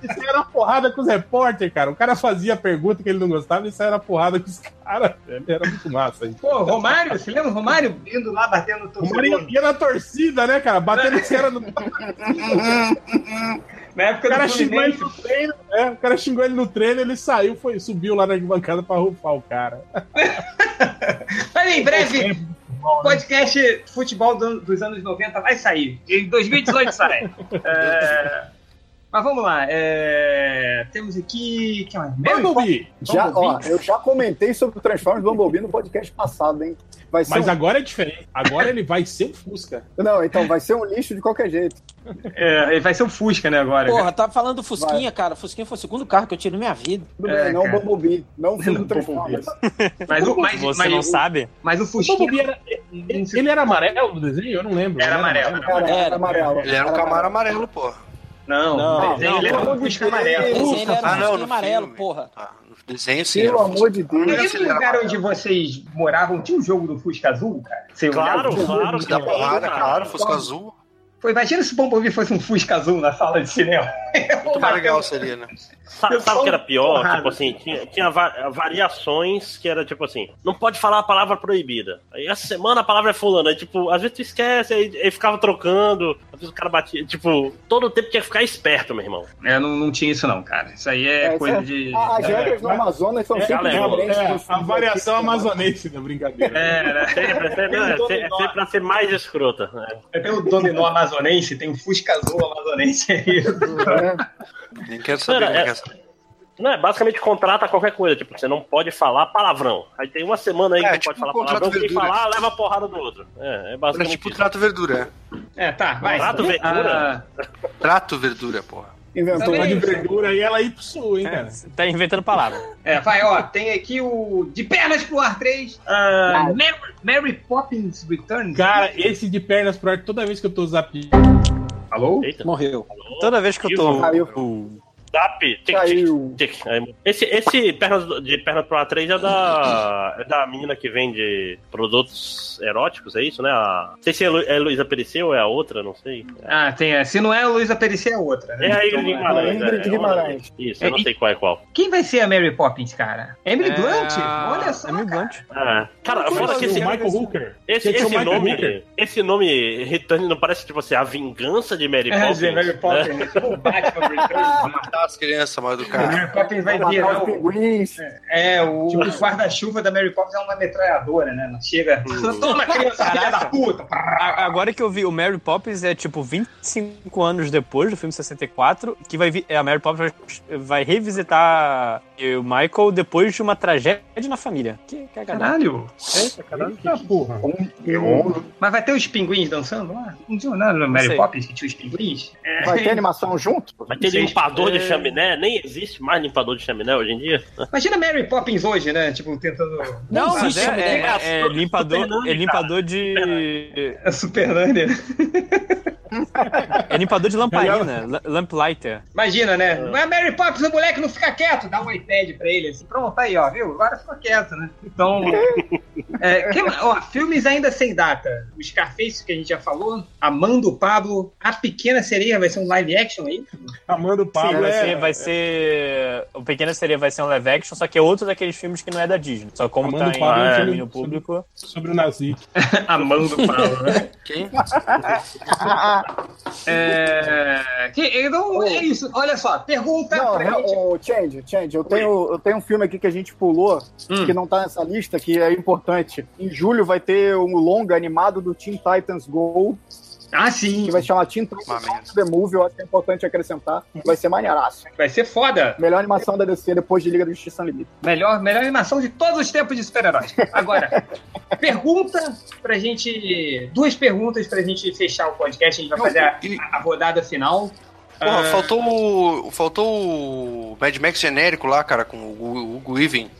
S7: Ele saiu na porrada com os repórteres, cara. O cara fazia pergunta que ele não gostava e saiu na porrada com os caras. velho. Era muito massa. Isso.
S5: Pô, Romário, você lembra o Romário indo lá batendo
S7: O Maria
S5: torcedor?
S7: ia na torcida, né, cara? Batendo os caras no.
S5: Na época
S7: O cara
S5: do
S7: xingou ele
S5: Fluminense.
S7: no treino, né? O cara xingou ele no treino, ele saiu, foi, subiu lá na arquibancada pra rufar o cara.
S5: Olha, em breve, podcast futebol do- dos anos 90 vai sair. Em 2018 sai. É, Mas vamos lá. é, Temos aqui. Que mais?
S7: Bumblebee!
S3: Já, ó,
S5: Bumblebee?
S3: eu já comentei sobre o Transformers Bumblebee no podcast passado, hein? Vai ser
S7: Mas
S3: um-
S7: agora é diferente. Agora ele vai ser o Fusca.
S3: Não, então vai ser um lixo de qualquer jeito.
S5: É, ele vai ser o Fusca, né, agora.
S8: Porra, tava falando do Fusquinha, cara. O Fusquinha foi o segundo carro que eu tive na minha vida.
S3: Tudo
S5: É,
S3: bem, não o Bumblebee, não o filme do Transformers.
S5: Mas, o- mas,
S13: Você
S5: mas
S13: não
S5: o-
S13: sabe?
S5: Mas o
S7: O Bumblebee
S5: Fusquinha.
S7: era, ele, ele era amarelo no desenho? Eu não lembro.
S5: Era
S7: Não
S5: amarelo, era amarelo.
S3: Era amarelo.
S2: Ele era um camaro amarelo, pô.
S5: Não,
S7: Não,
S5: ele- ele era um Fusca amarelo.
S8: Esse aí ele
S7: tá
S8: era
S2: Ah,
S8: um
S2: não,
S8: Fusquinha
S2: no
S8: amarelo, porra.
S2: No desenho, Tá, sim.
S3: Pelo
S2: era um
S3: amor de Deus.
S5: No
S2: Ele era
S5: lugar onde vocês moravam, tinha um jogo do Fusca Azul, cara? Você olhava o
S4: Claro,
S5: jogo?
S4: claro.
S2: Fusca da porrada,
S4: cara.
S2: claro, Fusca azul.
S5: Pô, imagina se o Bumblebee fosse um Fusca Azul na sala de cinema.
S2: Muito mais legal seria, né?
S4: Sabe, sabe o que era pior?
S2: Porrada.
S4: Tipo assim, tinha, tinha va- variações que era tipo assim, não pode falar a palavra proibida. Aí essa semana a palavra é fulano. Aí, tipo, às vezes tu esquece, aí, aí ficava trocando, às vezes o cara batia. Tipo, todo tempo tinha que ficar esperto, meu irmão.
S5: É, não, não tinha isso não, cara. Isso aí é,
S4: isso
S5: coisa
S4: é-
S5: de.
S4: a- as
S5: é.
S4: regras
S7: no Amazonas são sempre diferentes
S5: é,
S7: do- do- do- amazonense da brincadeira.
S5: É, né?
S4: Sempre, sempre,
S5: Tem um
S4: é,
S5: dominó.
S4: sempre, é sempre pra ser mais escrota. né?
S5: Tem o É dominó amazonense, tem o Fusca Azul amazonense aí.
S2: Nem quero
S4: saber,
S2: nem
S4: é,
S2: quero
S4: Não, é basicamente contrata qualquer coisa, tipo, você não pode falar palavrão. Aí tem uma semana aí que não pode falar palavrão, quem falar leva a porrada do outro. É, é basicamente.
S2: tipo trato verdura.
S5: É, tá,
S4: vai. Trato
S5: Ah,
S4: verdura?
S2: Trato verdura, porra.
S7: Inventou uma de
S5: Também-
S7: verdura aí, ela aí sua, hein, cara?
S13: Tá inventando palavra.
S5: É, vai, ó, tem aqui o De Pernas pro Ar 3, ah, Mary, Mary Poppins Returns.
S7: Cara, esse de pernas pro ar, toda vez que eu tô zapiando.
S5: Alô?
S8: Morreu.
S13: Toda vez que eu tô.
S4: Zap, tic, tic, tic. Aí, Esse, esse pernas do- de perna pro A3 é da, é da menina que vende produtos eróticos, é isso, né? A, não sei se é, Lu, é Luísa Periceu ou é a outra, não sei.
S5: Ah, tem. é, Se não é a Luísa Perecer, é outra.
S4: É a Ingrid Guimarães.
S5: Ingrid
S4: é, é uma
S5: Guimarães.
S4: delas. isso, eu não sei qual é qual.
S5: Quem vai ser a Mary Poppins, cara? Emily
S4: É
S5: Blunt?
S4: a-
S5: Olha só. Emily
S13: Blunt.
S4: Ah,
S7: Tá,
S4: cara,
S5: Não,
S4: fora
S7: assim,
S5: não,
S4: que
S5: não,
S4: esse
S5: o Michael
S7: Hooker.
S4: Esse,
S5: Tinha que ser é o
S4: esse
S5: Michael
S4: nome,
S5: Hooker.
S4: esse nome irritante não parece tipo assim, a vingança de Mary
S5: É,
S4: Poppins.
S5: de Mary Poppins, Tipo
S4: né?
S2: Matar Tá, as crianças, mal do
S5: A
S2: cara.
S5: Mary Poppins vai
S2: Matar
S5: virar
S2: os
S5: o- É, é, o, o guarda-chuva da Mary Poppins é uma metralhadora, né? Ela chega.
S13: Hum.
S5: Toma, criança, filha da puta!
S13: A- Agora que eu vi o Mary Poppins é tipo 25 anos depois do filme 64, que vai vi- é, a Mary Poppins vai, vai revisitar o Michael depois de uma tragédia na família. Que é cagada.
S5: Caralho.
S13: Eita, caralho.
S7: porra.
S5: Mas vai ter os pinguins dançando lá? Não tinha nada no
S13: Não
S5: Mary
S13: sei.
S5: Poppins que tinha os pinguins? É.
S3: Vai ter animação junto?
S4: Vai ter
S5: Sim.
S4: limpador
S5: É.
S4: de chaminé? Nem existe mais limpador de chaminé hoje em dia.
S5: Imagina Mary Poppins hoje, né? Tipo, tentando.
S13: Não,
S5: Não,
S13: mas
S5: existe,
S13: é, é-
S5: né?
S13: é limpador, é limpador de.
S5: É Superlândia.
S13: É limpador de lamparina, la- lamplighter.
S5: Imagina, né? Mas a Mary Poppins, o moleque não fica quieto, dá um iPad pra ele, assim, pronto, aí, ó, viu? Agora ficou quieto, né? Então. é, que ma- ó, filmes ainda sem data. O Scarface, que a gente já falou, Amando Pablo, A Pequena Sereia vai ser um live action aí?
S7: Amando
S13: Sim, vai,
S7: é
S13: ser, vai ser. O Pequena Sereia vai ser um live action, só que é outro daqueles filmes que não é da Disney. Só como
S7: Amando
S13: tá em
S7: Pablo é um
S13: ah,
S7: filme
S13: domínio público.
S7: Sobre o nazismo.
S5: Amando Pablo, né?
S2: Quem?
S5: É. Que, não, é isso, olha só, pergunta
S3: Não,
S5: pra gente.
S3: o Change, Change, eu tenho, eu tenho um filme aqui que a gente pulou,
S5: Hum.
S3: que não tá nessa lista, que é importante. Em julho vai ter um longa animado do Teen Titans Go.
S5: Ah, sim.
S3: Que vai chamar Teen Titans Go to The Movie, eu acho que é importante acrescentar. Vai ser maneiraço.
S5: Vai ser foda.
S3: Melhor animação da DC depois de Liga da Justiça Sem Limite.
S5: Melhor, melhor animação de todos os tempos de super-heróis. Agora, pergunta pra gente. Duas perguntas pra gente fechar o podcast. A gente vai fazer
S7: é.
S5: a, a rodada final.
S2: Porra,
S5: Ah,
S2: faltou o. Faltou o Mad Max genérico lá, cara, com o Hugo- Hugo Even.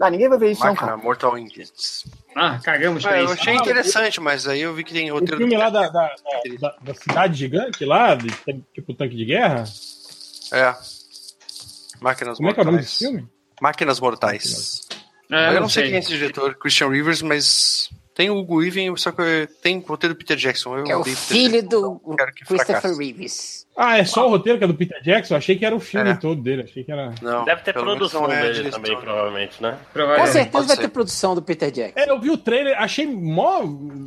S3: Ah, ninguém vai ver
S7: é um
S3: isso, não,
S2: Máquina
S3: cara.
S2: Mortal Engines.
S5: Ah, cagamos
S2: eu achei interessante, mas aí eu vi que tem
S7: O
S2: outro.
S7: filme lá da, da, da- da- da cidade gigante lá, de, tipo tanque de guerra.
S2: É. Máquinas
S7: Como é que é o nome
S2: Mortais.
S7: desse filme?
S2: Máquinas Mortais.
S5: É,
S2: eu
S5: não
S2: não sei
S5: sei.
S2: quem é esse diretor, Christian Rivers, mas tem o Hugo Even, só que tem o roteiro do Peter Jackson. Eu
S8: É o
S2: odeio Peter
S8: filho
S2: Jackson,
S8: do
S2: então quero que
S8: Christopher
S2: fracasse.
S8: Reeves.
S7: Ah, é só o roteiro que é do Peter Jackson? Eu achei que era o filme todo dele, achei que era.
S2: Não,
S4: Deve ter
S7: pelo menos
S4: produção
S7: não é
S4: dele
S7: diretor.
S4: também, provavelmente, né?
S8: Com certeza
S7: pode
S8: vai
S7: ser.
S8: ter produção do Peter Jackson.
S7: É, eu vi o trailer, achei mó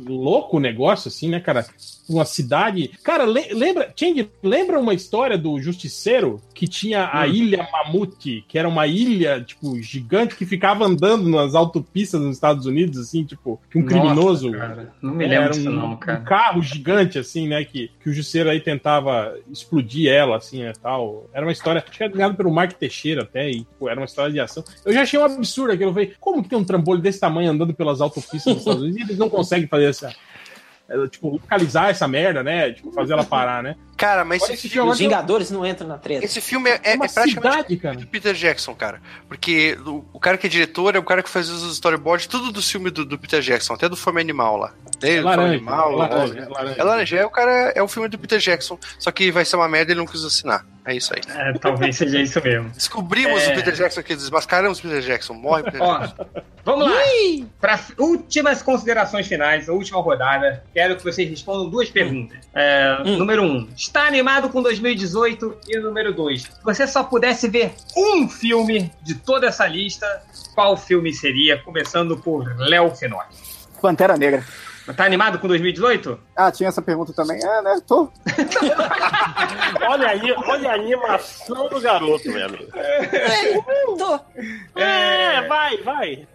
S7: louco o negócio, assim, né, cara? Uma cidade. Cara, le- lembra, Chang, lembra uma história do Justiceiro que tinha
S5: Hum.
S7: a Ilha Mamute, que era uma ilha, tipo, gigante que ficava andando nas autopistas nos Estados Unidos, assim, tipo, que um
S5: Nossa,
S7: criminoso.
S5: cara, não me lembro
S7: era
S5: disso
S7: um,
S5: não, cara.
S7: um carro gigante, assim, né, que, que o Justiceiro aí tentava explodir ela, assim, né, tal. Era uma história. Acho que era ganhado pelo Mark Teixeira até, e pô, era uma história de ação. Eu já achei um absurdo aquilo. Eu falei, como que tem um trambolho desse tamanho andando pelas autopistas dos Estados Unidos e eles não conseguem fazer essa. é, Tipo, localizar essa merda, né? Tipo, fazer ela parar, né?
S2: Cara, mas
S7: Olha
S2: esse
S7: esse
S2: filme-
S7: filme.
S8: Os Vingadores não entram na treta.
S2: Esse filme é, é,
S7: uma
S2: é praticamente
S7: cidade, cara.
S2: do Peter Jackson, cara. Porque o, o cara que é diretor é o cara que faz os storyboards, tudo do filme do, do Peter Jackson, até do Fome Animal lá.
S7: É
S2: Tem o Fome
S7: laranja,
S2: um Animal,
S7: é
S2: o
S7: laranja,
S2: Robin.
S7: é laranja.
S2: É laranja, é o cara, é o filme do Peter Jackson, só que vai ser uma merda e ele não quis assinar. É isso aí.
S5: É, talvez seja isso mesmo.
S2: Descobrimos
S5: É.
S2: o Peter Jackson aqui, desmascaramos o Peter Jackson, morre o Peter
S5: Ó,
S2: Jackson.
S5: vamos lá. Para últimas
S2: Hum.
S5: considerações finais, a última rodada, quero que vocês respondam duas perguntas. É, Número um, Está animado com 2018 e o número 2. Se você só pudesse ver um filme de toda essa lista, qual filme seria? Começando por Léo Fenoc.
S3: Pantera Negra.
S5: Tá animado com 2018?
S3: Ah, tinha essa pergunta também. É, né? Tô.
S4: Olha aí, olha a animação do garoto, meu amigo. É, vai, vai.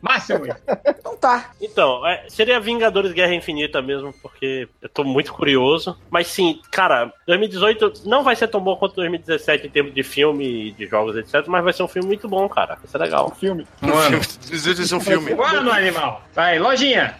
S5: Máximo.
S4: Então
S8: tá.
S4: Então, é, seria Vingadores Guerra Infinita mesmo, porque eu tô muito curioso. Mas sim, cara, 2018 não vai ser tão bom quanto 2017 em termos de filme, de jogos, etc. Mas vai ser um filme muito bom, cara. Vai ser
S5: Um
S4: legal.
S3: Filme.
S2: Um
S4: Mano.
S2: Existe um filme.
S5: Mano, animal. Vai, lojinha.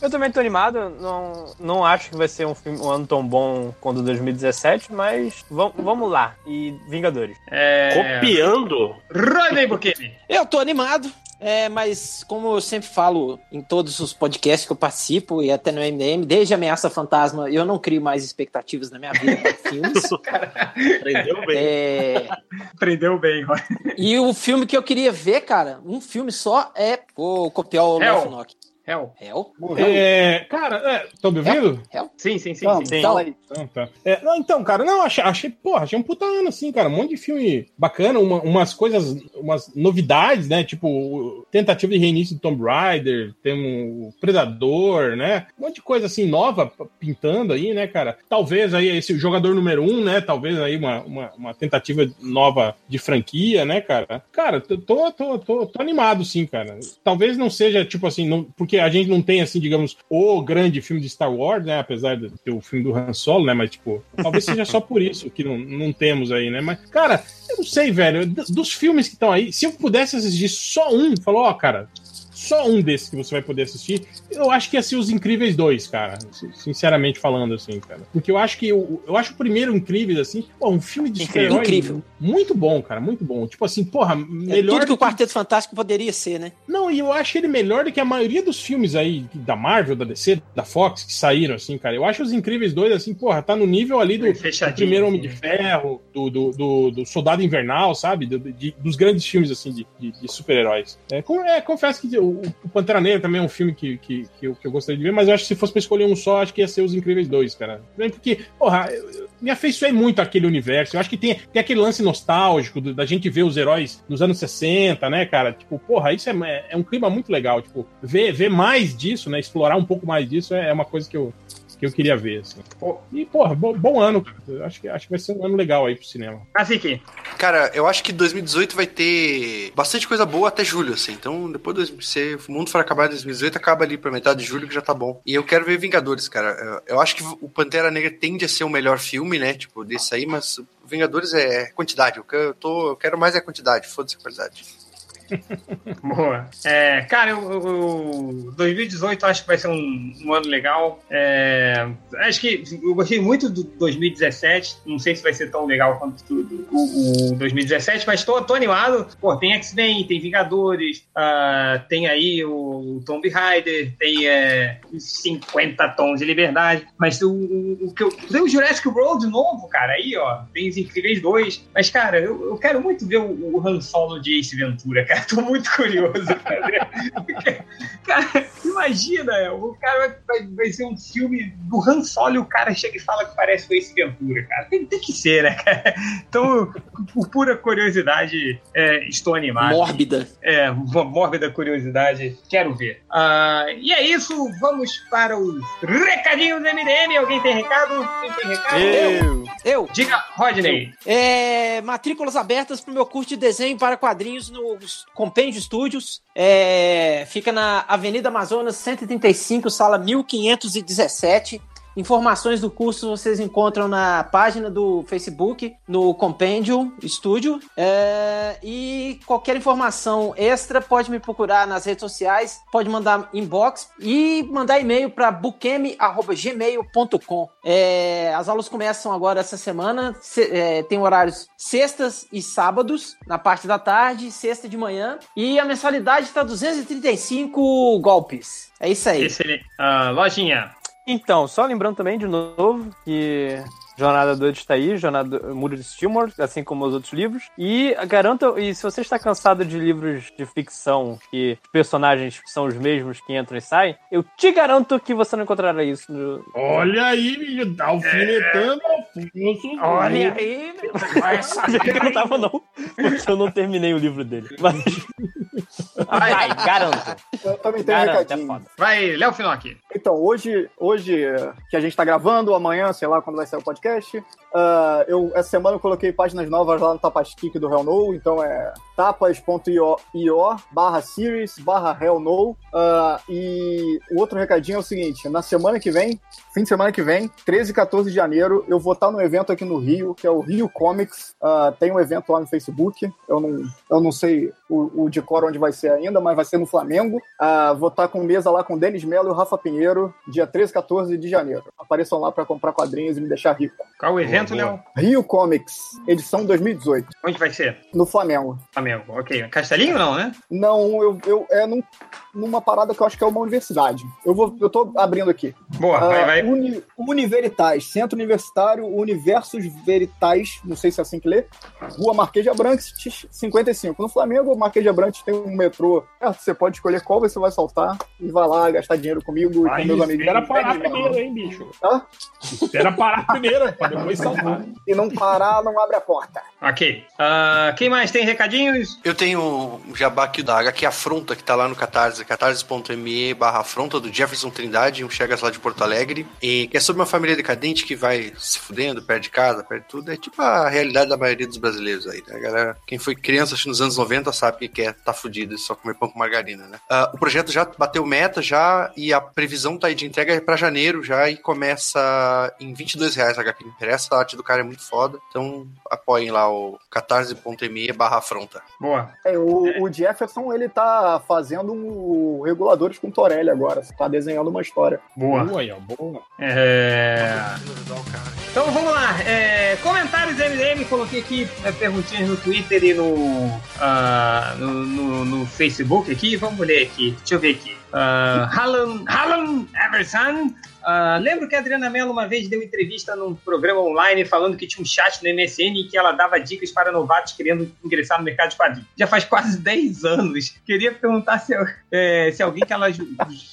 S13: Eu também tô animado, não, não acho que vai ser um, filme- um ano tão bom quanto 2017, mas vam- vamos lá. E Vingadores.
S5: É...
S4: Copiando?
S5: Rodney Bukemi.
S8: Eu tô animado. É, mas como eu sempre falo em todos os podcasts que eu participo e até no MDM, desde Ameaça Fantasma, eu não crio mais expectativas na minha vida para filmes.
S4: Aprendeu bem.
S8: É.
S5: Aprendeu bem, Rodney.
S8: E o filme que eu queria ver, cara, um filme só é. Vou copiar o
S5: Hell.
S8: Léo Nock.
S5: Hell.
S8: Hell.
S3: Então,
S7: É, cara, é, tô me ouvindo?
S5: Sim, sim, sim.
S7: Então,
S5: sim.
S7: então- então tá. É, não, então, cara, não, achei, achei, porra, achei um puta ano, assim, cara. Um monte de filme bacana, uma- umas coisas, umas novidades, né? Tipo, o- tentativa de reinício do Tomb Raider, tem um Predador, né? Um monte de coisa assim nova p- pintando aí, né, cara? Talvez aí esse jogador número um, né? Talvez aí uma, uma, uma tentativa nova de franquia, né, cara? Cara, tô, tô, tô, tô, tô animado, sim, cara. Talvez não seja, tipo assim, não- porque a gente não tem, assim, digamos, o grande filme de Star Wars, né? Apesar de ter o filme do Han Solo, né? Mas, tipo, talvez seja só por isso que não, não temos aí, né? Mas, cara, eu não sei, velho. D- Dos filmes que estão aí, se eu pudesse assistir só um, falou, ó, cara, só um desses que você vai poder assistir, eu acho que ia ser Os Incríveis 2, cara. Sin- Sinceramente falando, assim, cara. Porque eu acho que eu, eu acho o primeiro Incríveis, assim, pô, um filme de
S8: Incrível.
S7: super-herói
S8: Incrível. É
S7: Muito bom, cara, muito bom. Tipo assim, porra, melhor.
S8: tudo que
S7: do
S8: o Quarteto Fantástico poderia ser, né?
S7: Não, e eu acho ele melhor do que a maioria dos filmes aí da Marvel, da DC, da Fox que saíram, assim, cara. Eu acho os Incríveis dois, assim, porra, tá no nível ali do, do primeiro Homem de Ferro, do, do, do, do Soldado Invernal, sabe? Do- do- de- dos grandes filmes, assim, de, de- de super-heróis. É, com- é, confesso que o, o Pantera Negra também é um filme que, que, que, eu, que eu gostaria de ver, mas eu acho que se fosse pra escolher um só, acho que ia ser os Incríveis dois, cara. Bem, Porque, porra, eu- eu me afeiçoei muito àquele universo. Eu acho que tem, tem aquele lance nostálgico do- da gente ver os heróis nos anos 60, né, cara? Tipo, porra, isso é, é um clima muito legal. Tipo, ver, ver mais disso, né? Explorar um pouco mais disso é, é uma coisa que eu, que eu queria ver, assim. E, porra, bom, bom ano. cara. Eu Acho que, acho que vai ser um ano legal aí pro cinema.
S5: Cacique.
S2: Cara, eu acho que 2018 vai ter bastante coisa boa até julho, assim. Então, depois do se o mundo for acabar em 2018, acaba ali pra metade de julho, que já tá bom. E eu quero ver Vingadores, cara. Eu eu acho que o Pantera Negra tende a ser o melhor filme, né? Tipo, desse aí, mas Vingadores é quantidade. Eu que- Eu, tô, eu quero mais é quantidade, foda-se a qualidade.
S5: Boa. É, cara, eu, eu- 2018 acho que vai ser um, um ano legal. É, acho que eu gostei muito do 2017. Não sei se vai ser tão legal quanto tudo, o, o 2017, mas tô, tô animado. Pô, tem X-Men, tem Vingadores, ah, tem aí o Tomb Raider, tem é, 50 Tons de Liberdade. Mas o, o, o que eu. Tem o Jurassic World novo, cara, aí, ó. Tem os Incríveis 2. Mas, cara, eu, eu quero muito ver o, o Han Solo de Ace Ventura, cara. Tô muito curioso, cara. Cara, imagina, o cara vai, vai, vai ser um filme do Han Solo e o cara chega e fala que parece o Ace Ventura, cara. Tem, tem que ser, né, cara? Então, por pura curiosidade, é, estou animado.
S8: Mórbida.
S5: É, uma mórbida curiosidade. Quero ver. Ah, e é isso, vamos para os recadinhos do MDM. Alguém tem recado? Quem tem recado?
S8: Eu. Eu.
S5: Diga, Rodney.
S8: É, matrículas abertas para o meu curso de desenho para quadrinhos no Compêndio Studios. É, fica na Avenida Amazonas 135, sala 1517. Informações do curso vocês encontram na página do Facebook, no Compendium Studio. É, e qualquer informação extra pode me procurar nas redes sociais, pode mandar inbox e mandar e-mail para buqueme.gmail.com. É, as aulas começam agora essa semana, se- é, tem horários sextas e sábados, na parte da tarde, sexta de manhã. E a mensalidade tá está 235 golpes. É isso aí.
S5: Excelente. Ah, lojinha.
S13: Então, só lembrando também de novo que Jornada do Edge está aí, Jornada do Muro de Stilmore, assim como os outros livros. E garanto, e se você está cansado de livros de ficção que os personagens são os mesmos que entram e saem, eu te garanto que você não encontrará isso no.
S7: Olha aí, alfinetando Afonso.
S13: Olha
S8: aí,
S13: Eu não tava, não, porque eu não terminei o livro dele. Mas. Vai, vai, garanto.
S3: Eu também tenho um
S13: Garanto, é
S3: recadinho.
S16: Vai, Léo Finocchi.
S3: Então, hoje, hoje eh, que a gente tá gravando, amanhã, sei lá, quando vai sair o podcast, ah, eu, essa semana eu coloquei páginas novas lá no Tapastic do Hell No, então é tapas.io barra series barra Hell No. Ah, e o outro recadinho é o seguinte, na semana que vem, fim de semana que vem, 13 e 14 de janeiro, eu vou estar num evento aqui no Rio, que é o Rio Comics, Ah, tem um evento lá no Facebook, eu não, eu não sei o, o de cor onde vai ser ainda, mas vai ser no Flamengo. Ah, vou estar com mesa lá com o Denis Melo e o Rafa Pinheiro, dia 13, 14 de janeiro. Apareçam lá para comprar quadrinhos e me deixar rico.
S16: Qual o evento,
S3: Boa, boa.
S16: Léo?
S3: Rio Comics, edição 2018,
S16: Onde vai ser?
S3: no Flamengo.
S16: Flamengo. Ok. Castelinho não, né?
S3: Não, eu, eu é num- numa parada que eu acho que é uma universidade. Eu vou, eu tô abrindo aqui.
S16: Boa,
S3: Ah,
S16: vai, vai.
S3: Uni, Universitais, Centro Universitário Universos Veritais, não sei se é assim que lê, Rua Marquês de Abrantes, 55. No Flamengo, Marquês de Abrantes tem um metrô perto, você pode escolher qual você vai saltar e vai lá gastar dinheiro comigo e
S7: Aí,
S3: com meus amigos.
S7: espera parar
S3: Pede,
S7: primeiro, hein, bicho?
S3: Hã?
S7: Espera parar primeiro, pra depois salvar.
S3: E não parar, não abre a porta.
S16: Ok. Ah, quem mais tem recadinhos?
S2: Eu tenho um jabá aqui da HQ Afronta, que tá lá no Catarse, catarse.me barra afronta, do Jefferson Trindade, um Chegas lá de Porto Alegre, e que é sobre uma família decadente que vai se fudendo, perde casa, perde tudo, é tipo a realidade da maioria dos brasileiros aí, né, galera? Quem foi criança acho que nos anos 90 sabe que é tá fudido e só comer pão com margarina, né? Ah, o projeto já bateu meta já, e a previsão tá aí de entrega é pra janeiro já, e começa em 22 reais a HQ impressa, a arte do cara é muito foda, então apoiem lá o catarse.me barra afronta.
S16: Boa.
S3: É, o, o Jefferson, ele tá fazendo um- reguladores com Torelli agora, tá desenhando uma história.
S16: Boa.
S7: Boa, aí, ó, boa.
S16: É...
S5: Então vamos lá, é, comentários do MDM, coloquei aqui é, perguntinhas no Twitter e no, ah, no, no- no Facebook aqui, vamos ler aqui, deixa eu ver aqui. Ah, Hallam, Hallam Everson, ah, lembro que a Adriana Mello uma vez deu entrevista num programa online falando que tinha um chat no MSN em que ela dava dicas para novatos querendo ingressar no mercado de quadrinhos. Já faz quase 10 anos. Queria perguntar se, é, se alguém que ela ju-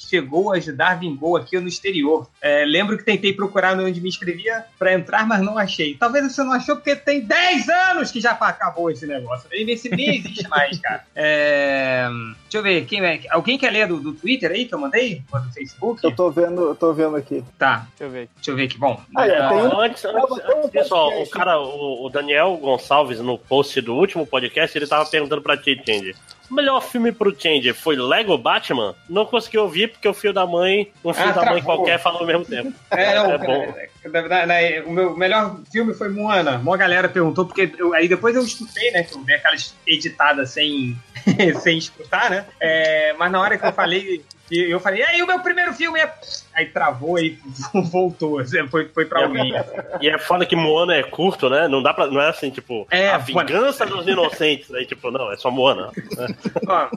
S5: chegou a ajudar vingou aqui no exterior. É, lembro que tentei procurar onde me inscrevia para entrar, mas não achei. Talvez você não achou porque tem 10 anos que já acabou esse negócio. Ele nem se- nem existe mais, cara. É, deixa eu ver, quem é? Alguém quer ler do, do Twitter aí que eu mandei? Ou do Facebook?
S3: Eu tô vendo, eu tô vendo aqui.
S5: Tá,
S13: Deixa eu ver.
S5: deixa eu ver aqui. Bom, então,
S3: Ah, é, tem um-
S4: Antes, antes, antes disso, ó, o cara, o, o Daniel Gonçalves, no post do último podcast, ele tava perguntando pra ti, Change. O melhor filme pro Change foi Lego Batman? Não consegui ouvir porque o filho da mãe, um filho
S5: Ah,
S4: da mãe
S5: travou.
S4: qualquer falou ao mesmo tempo.
S5: É, não,
S4: é
S5: cara,
S4: bom.
S5: na verdade, né, o meu melhor filme foi Moana. Uma galera perguntou, porque eu- aí depois eu escutei, né? Que eu dei aquelas editadas sem, sem escutar, né? É, mas na hora que eu falei, que eu falei, aí o meu primeiro filme é. Aí travou e voltou. assim, Foi, foi pra alguém.
S4: E é foda que Moana é curto, né? Não dá pra. Não é assim, tipo,
S5: É,
S4: a
S5: Moana.
S4: vingança dos inocentes. Aí, tipo, não, é só Moana. né?
S5: Ó,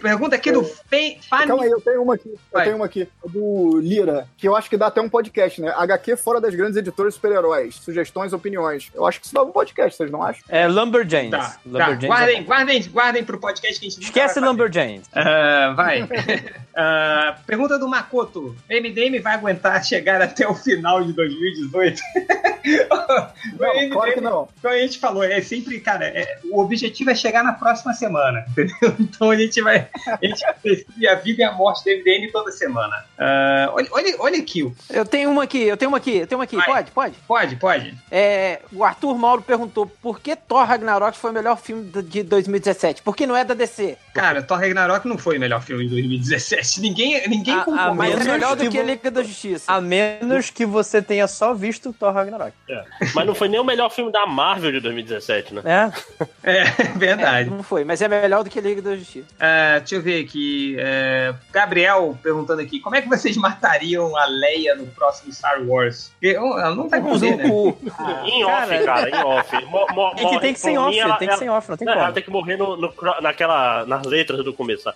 S5: pergunta aqui do Fe- Fanny.
S3: É. Calma aí, eu tenho uma aqui. Eu
S5: Ah, Vai.
S3: tenho uma aqui. Do Lira, que eu acho que dá até um podcast, né? HQ fora das grandes editoras de super-heróis. Sugestões, opiniões. Eu acho que isso dá um podcast, vocês não acham?
S13: É Lumberjanes.
S5: Tá, tá.
S13: Lumberjanes é
S5: Guardem,
S13: bom.
S5: guardem, guardem pro podcast que a gente nunca
S13: Esquece
S5: vai fazer.
S13: Lumberjanes.
S5: Ah, vai. Ah, pergunta do Makoto. MDM vai aguentar chegar até o final de 2018?
S3: Não, claro que não.
S5: Como a gente falou, é sempre, cara, é- o objetivo é chegar na próxima semana, entendeu? Então a gente vai. A gente decide a vida e a morte do MDM toda semana. Ah, olha, olha, olha aqui. o-
S8: Eu tenho uma aqui, eu tenho uma aqui, eu tenho uma aqui. Pode, pode?
S5: Pode, pode.
S8: É, o Arthur Mauro perguntou por que Thor Ragnarok foi o melhor filme do- de 2017? Porque não é da DC.
S5: Cara, Thor Ragnarok não foi o melhor filme de 2017. Ninguém, ninguém
S8: Ah,
S5: concorda.
S8: mas é melhor do
S13: que
S8: que Liga da Justiça.
S13: A menos que você tenha só visto Thor Ragnarok.
S4: É. Mas não foi nem o melhor filme da Marvel de 2017, né?
S13: É?
S5: É, verdade.
S8: Não foi, mas é melhor do que Liga da Justiça.
S5: Ah, deixa eu ver aqui. é, Gabriel perguntando aqui: como é que vocês matariam a Leia no próximo Star Wars? Porque, oh, ela não vai morrer, né?
S4: Em off,
S13: Ah, cara.
S4: cara, em off. Mo- mo-
S13: É que
S4: morre.
S13: tem que ser em
S4: Por
S13: off,
S4: mim, ela-
S13: tem que ser em off, não tem
S4: Não, ela
S13: como.
S4: tem que morrer no, no cro- naquela, nas letras do começo. tá?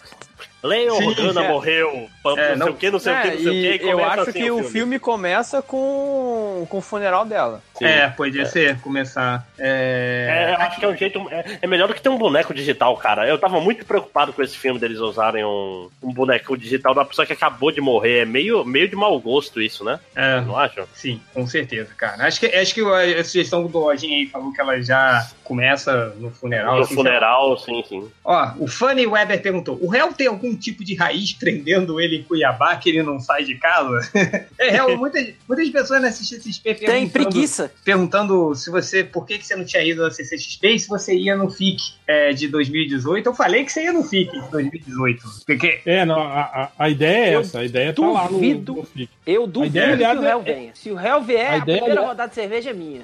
S4: Leia
S13: Sim,
S4: Organa
S13: é.
S4: morreu, pam,
S13: É,
S4: não, sei o que, não sei o que, não sei assim o
S13: É,
S4: que.
S13: e Eu acho que o filme, começa com, com o funeral dela.
S5: É, podia
S13: É.
S5: ser, começar.
S4: É, eu acho que é um jeito. É, é melhor do que ter um boneco digital, cara. Eu tava muito preocupado com esse filme deles usarem um, um boneco digital da pessoa que acabou de morrer. É meio, meio de mau gosto isso, né?
S5: É.
S4: Não acho?
S5: Sim, com certeza, cara. Acho que, acho que a, a sugestão do Lojinha aí falou que ela já começa no funeral.
S4: No
S5: assim,
S4: funeral, sim, sim.
S5: Ó, o Fanny Weber perguntou: o réu tem algum tipo de raiz prendendo ele em Cuiabá que ele não sai de casa? é, réu, muitas, muitas pessoas na CCXP
S8: Tem
S5: perguntando-
S8: preguiça.
S5: Perguntando se você. Por que, que você não tinha ido na CCXP e se você ia no FIC é, de 2018. Eu falei que você ia no FIC de 2018. Porque.
S7: É, não, a, a- a ideia é essa. A ideia tá lá no,
S8: duvido-
S7: no Flick.
S8: Eu
S7: A
S8: duvido
S7: ideia, aliás,
S8: que o réu
S7: é-
S8: venha. Se o réu vier,
S7: A
S8: a,
S7: ideia,
S8: primeira
S7: aliás-
S8: rodada de cerveja é minha.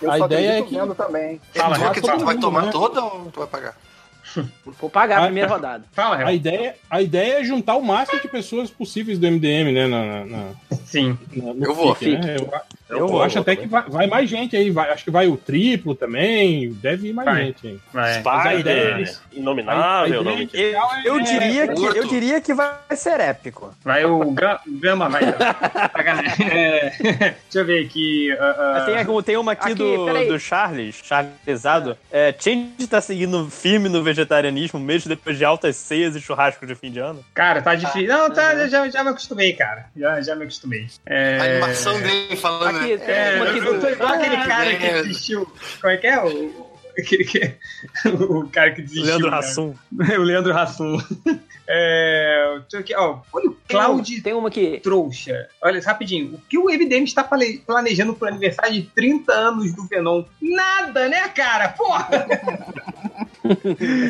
S3: Eu
S7: A
S3: só
S7: ideia é
S3: acredito
S7: que-
S3: vendo também.
S2: Fala,
S7: Fala,
S2: que
S7: todo
S2: tu vai
S7: mundo,
S2: tomar
S7: né?
S2: toda ou tu vai pagar?
S8: Vou pagar
S7: Ah,
S8: a primeira rodada.
S5: Fala,
S7: A ideia, a ideia é juntar o máximo de pessoas possíveis do MDM, né? Na,
S5: Sim.
S2: Eu vou.
S7: né? Eu,
S5: Eu
S7: eu
S5: vou,
S7: acho
S5: eu
S7: até
S5: também.
S7: que vai, vai mais gente aí. vai- acho que vai o triplo também. Deve ir mais
S5: Vai.
S7: gente aí.
S5: Vai.
S7: Mas a ideia é
S4: Spider,
S7: isso.
S4: Inominável,
S7: A- a
S4: nome.
S7: ideia inicial é-
S13: Eu diria,
S7: é-
S13: que, eu diria que vai ser épico.
S5: Vai o Ga- Gama, vai. É, deixa eu ver aqui. ah, ah.
S13: Tem, aqui- tem uma aqui,
S5: Aqui,
S13: do,
S5: peraí.
S13: do Charles, Charlesado. É, Change tá seguindo firme no vegetarianismo, mesmo depois de altas ceias e churrasco de fim de ano.
S5: Cara, tá difícil. Não, tá, já, já me acostumei, cara. Já, já me acostumei. É...
S2: A animação dele falando.
S8: Aqui,
S2: né?
S8: tem uma Ah, aqui
S5: eu tô
S8: do...
S5: igual aquele cara que
S2: É.
S5: desistiu. Como é que é? O, o- aquele que- o cara que desistiu. né?
S13: Leandro
S5: cara.
S13: Hassum.
S5: o Leandro Hassum. É, deixa eu aqui, ó, olha o Cláudio
S8: Tem uma que...
S5: Trouxa. Olha, rapidinho. O que o MDM está pale- planejando pro aniversário de 30 anos do Venom? Nada, né, cara? Porra!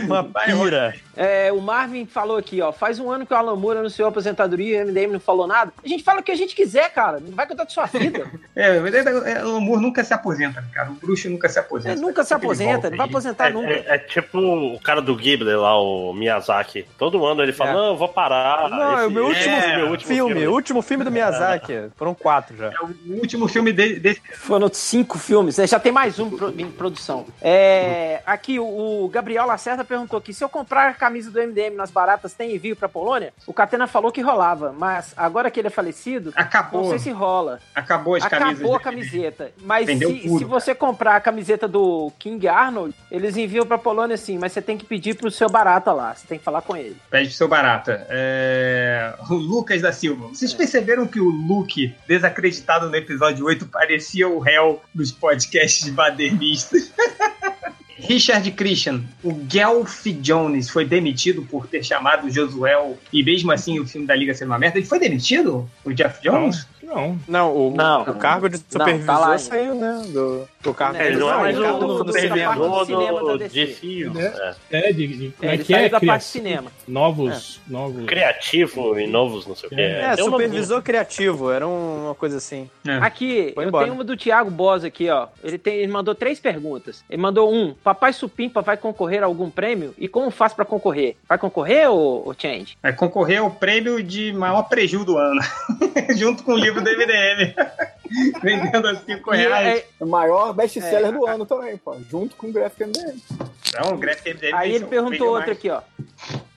S13: Uma pira.
S8: É, o Marvin falou aqui, ó. Faz um ano que o Alan Moore anunciou a aposentadoria e o MDM não falou nada. A gente fala o que a gente quiser, cara. Não vai contar de sua vida.
S5: É, mas é- é, o amor nunca se aposenta, cara. O bruxo nunca se aposenta.
S8: Ele É, nunca se
S5: Sempre
S8: aposenta,
S5: volta,
S8: não vai
S5: gente.
S13: tá
S8: aposentar nunca.
S4: É, é tipo o cara do Ghibli lá, o Miyazaki. Todo ano ele fala, não, eu vou parar.
S13: É. Não, é o meu último
S4: é, meu
S13: filme, o último filme do Miyazaki. Foram quatro já.
S5: É o último filme dele. desse-
S8: Foram cinco filmes, né? Já tem mais um pro- em produção.
S5: Uhum.
S8: É, aqui, o o Gabriel Lacerda perguntou aqui: se eu comprar a camisa do MDM nas baratas, tem envio pra Polônia? O Catena falou que rolava, mas agora que ele é falecido,
S5: Acabou.
S8: não sei se rola.
S5: Acabou as camisas.
S8: Acabou a
S5: dele.
S8: camiseta. Mas
S5: Vendeu
S8: se,
S5: tudo,
S8: se você comprar a camiseta do King Arnold, eles enviam pra Polônia sim, mas você tem que pedir pro seu barata lá. Você tem que falar com ele.
S5: Pede pro seu barata. É, O Lucas da Silva. Vocês perceberam que o Luke, desacreditado no episódio 8, parecia o réu dos podcasts badernistas? Richard Christian, o Gelf Jones foi demitido por ter chamado o Josuel e mesmo assim o filme da Liga ser uma merda. Ele foi demitido? O Jeff Jones?
S7: Não.
S13: Não, o,
S8: Não.
S13: o cargo de
S8: tá
S13: supervisor
S8: lá ainda.
S13: saiu, né? Do, do cargo
S4: Ele não é mais
S13: Não,
S4: o
S13: do- do cinema.
S4: supervisor
S8: cinema da
S4: do
S8: DC.
S4: de filme. é.
S7: É, de, de- como é
S8: ele
S7: que é?
S8: saiu da parte de
S7: Criação-
S8: cinema.
S7: Novos. novos...
S4: Criativo e novos, não sei o que.
S13: É, supervisor criativo, era um- uma coisa assim.
S8: Aqui,
S13: Foi
S8: eu
S13: embora.
S8: tenho uma do Thiago Bosa aqui, ó. Ele, tem, ele mandou três perguntas. Ele mandou um: Papai Supimpa vai concorrer a algum prêmio? E como faz pra concorrer? Vai concorrer, ô, ô Change?
S5: Vai concorrer É, ao prêmio de maior prejuízo do ano, junto com o livro do MDM. Vendendo a 5
S8: E
S5: reais.
S8: aí-
S3: O maior best-seller do ano também, pô. Junto com o Graphic MDM.
S5: Então, o Graphic MDM
S8: aí
S5: tem
S8: ele
S5: um
S8: perguntou
S5: prêmio
S8: outro
S5: mais-
S8: aqui, ó.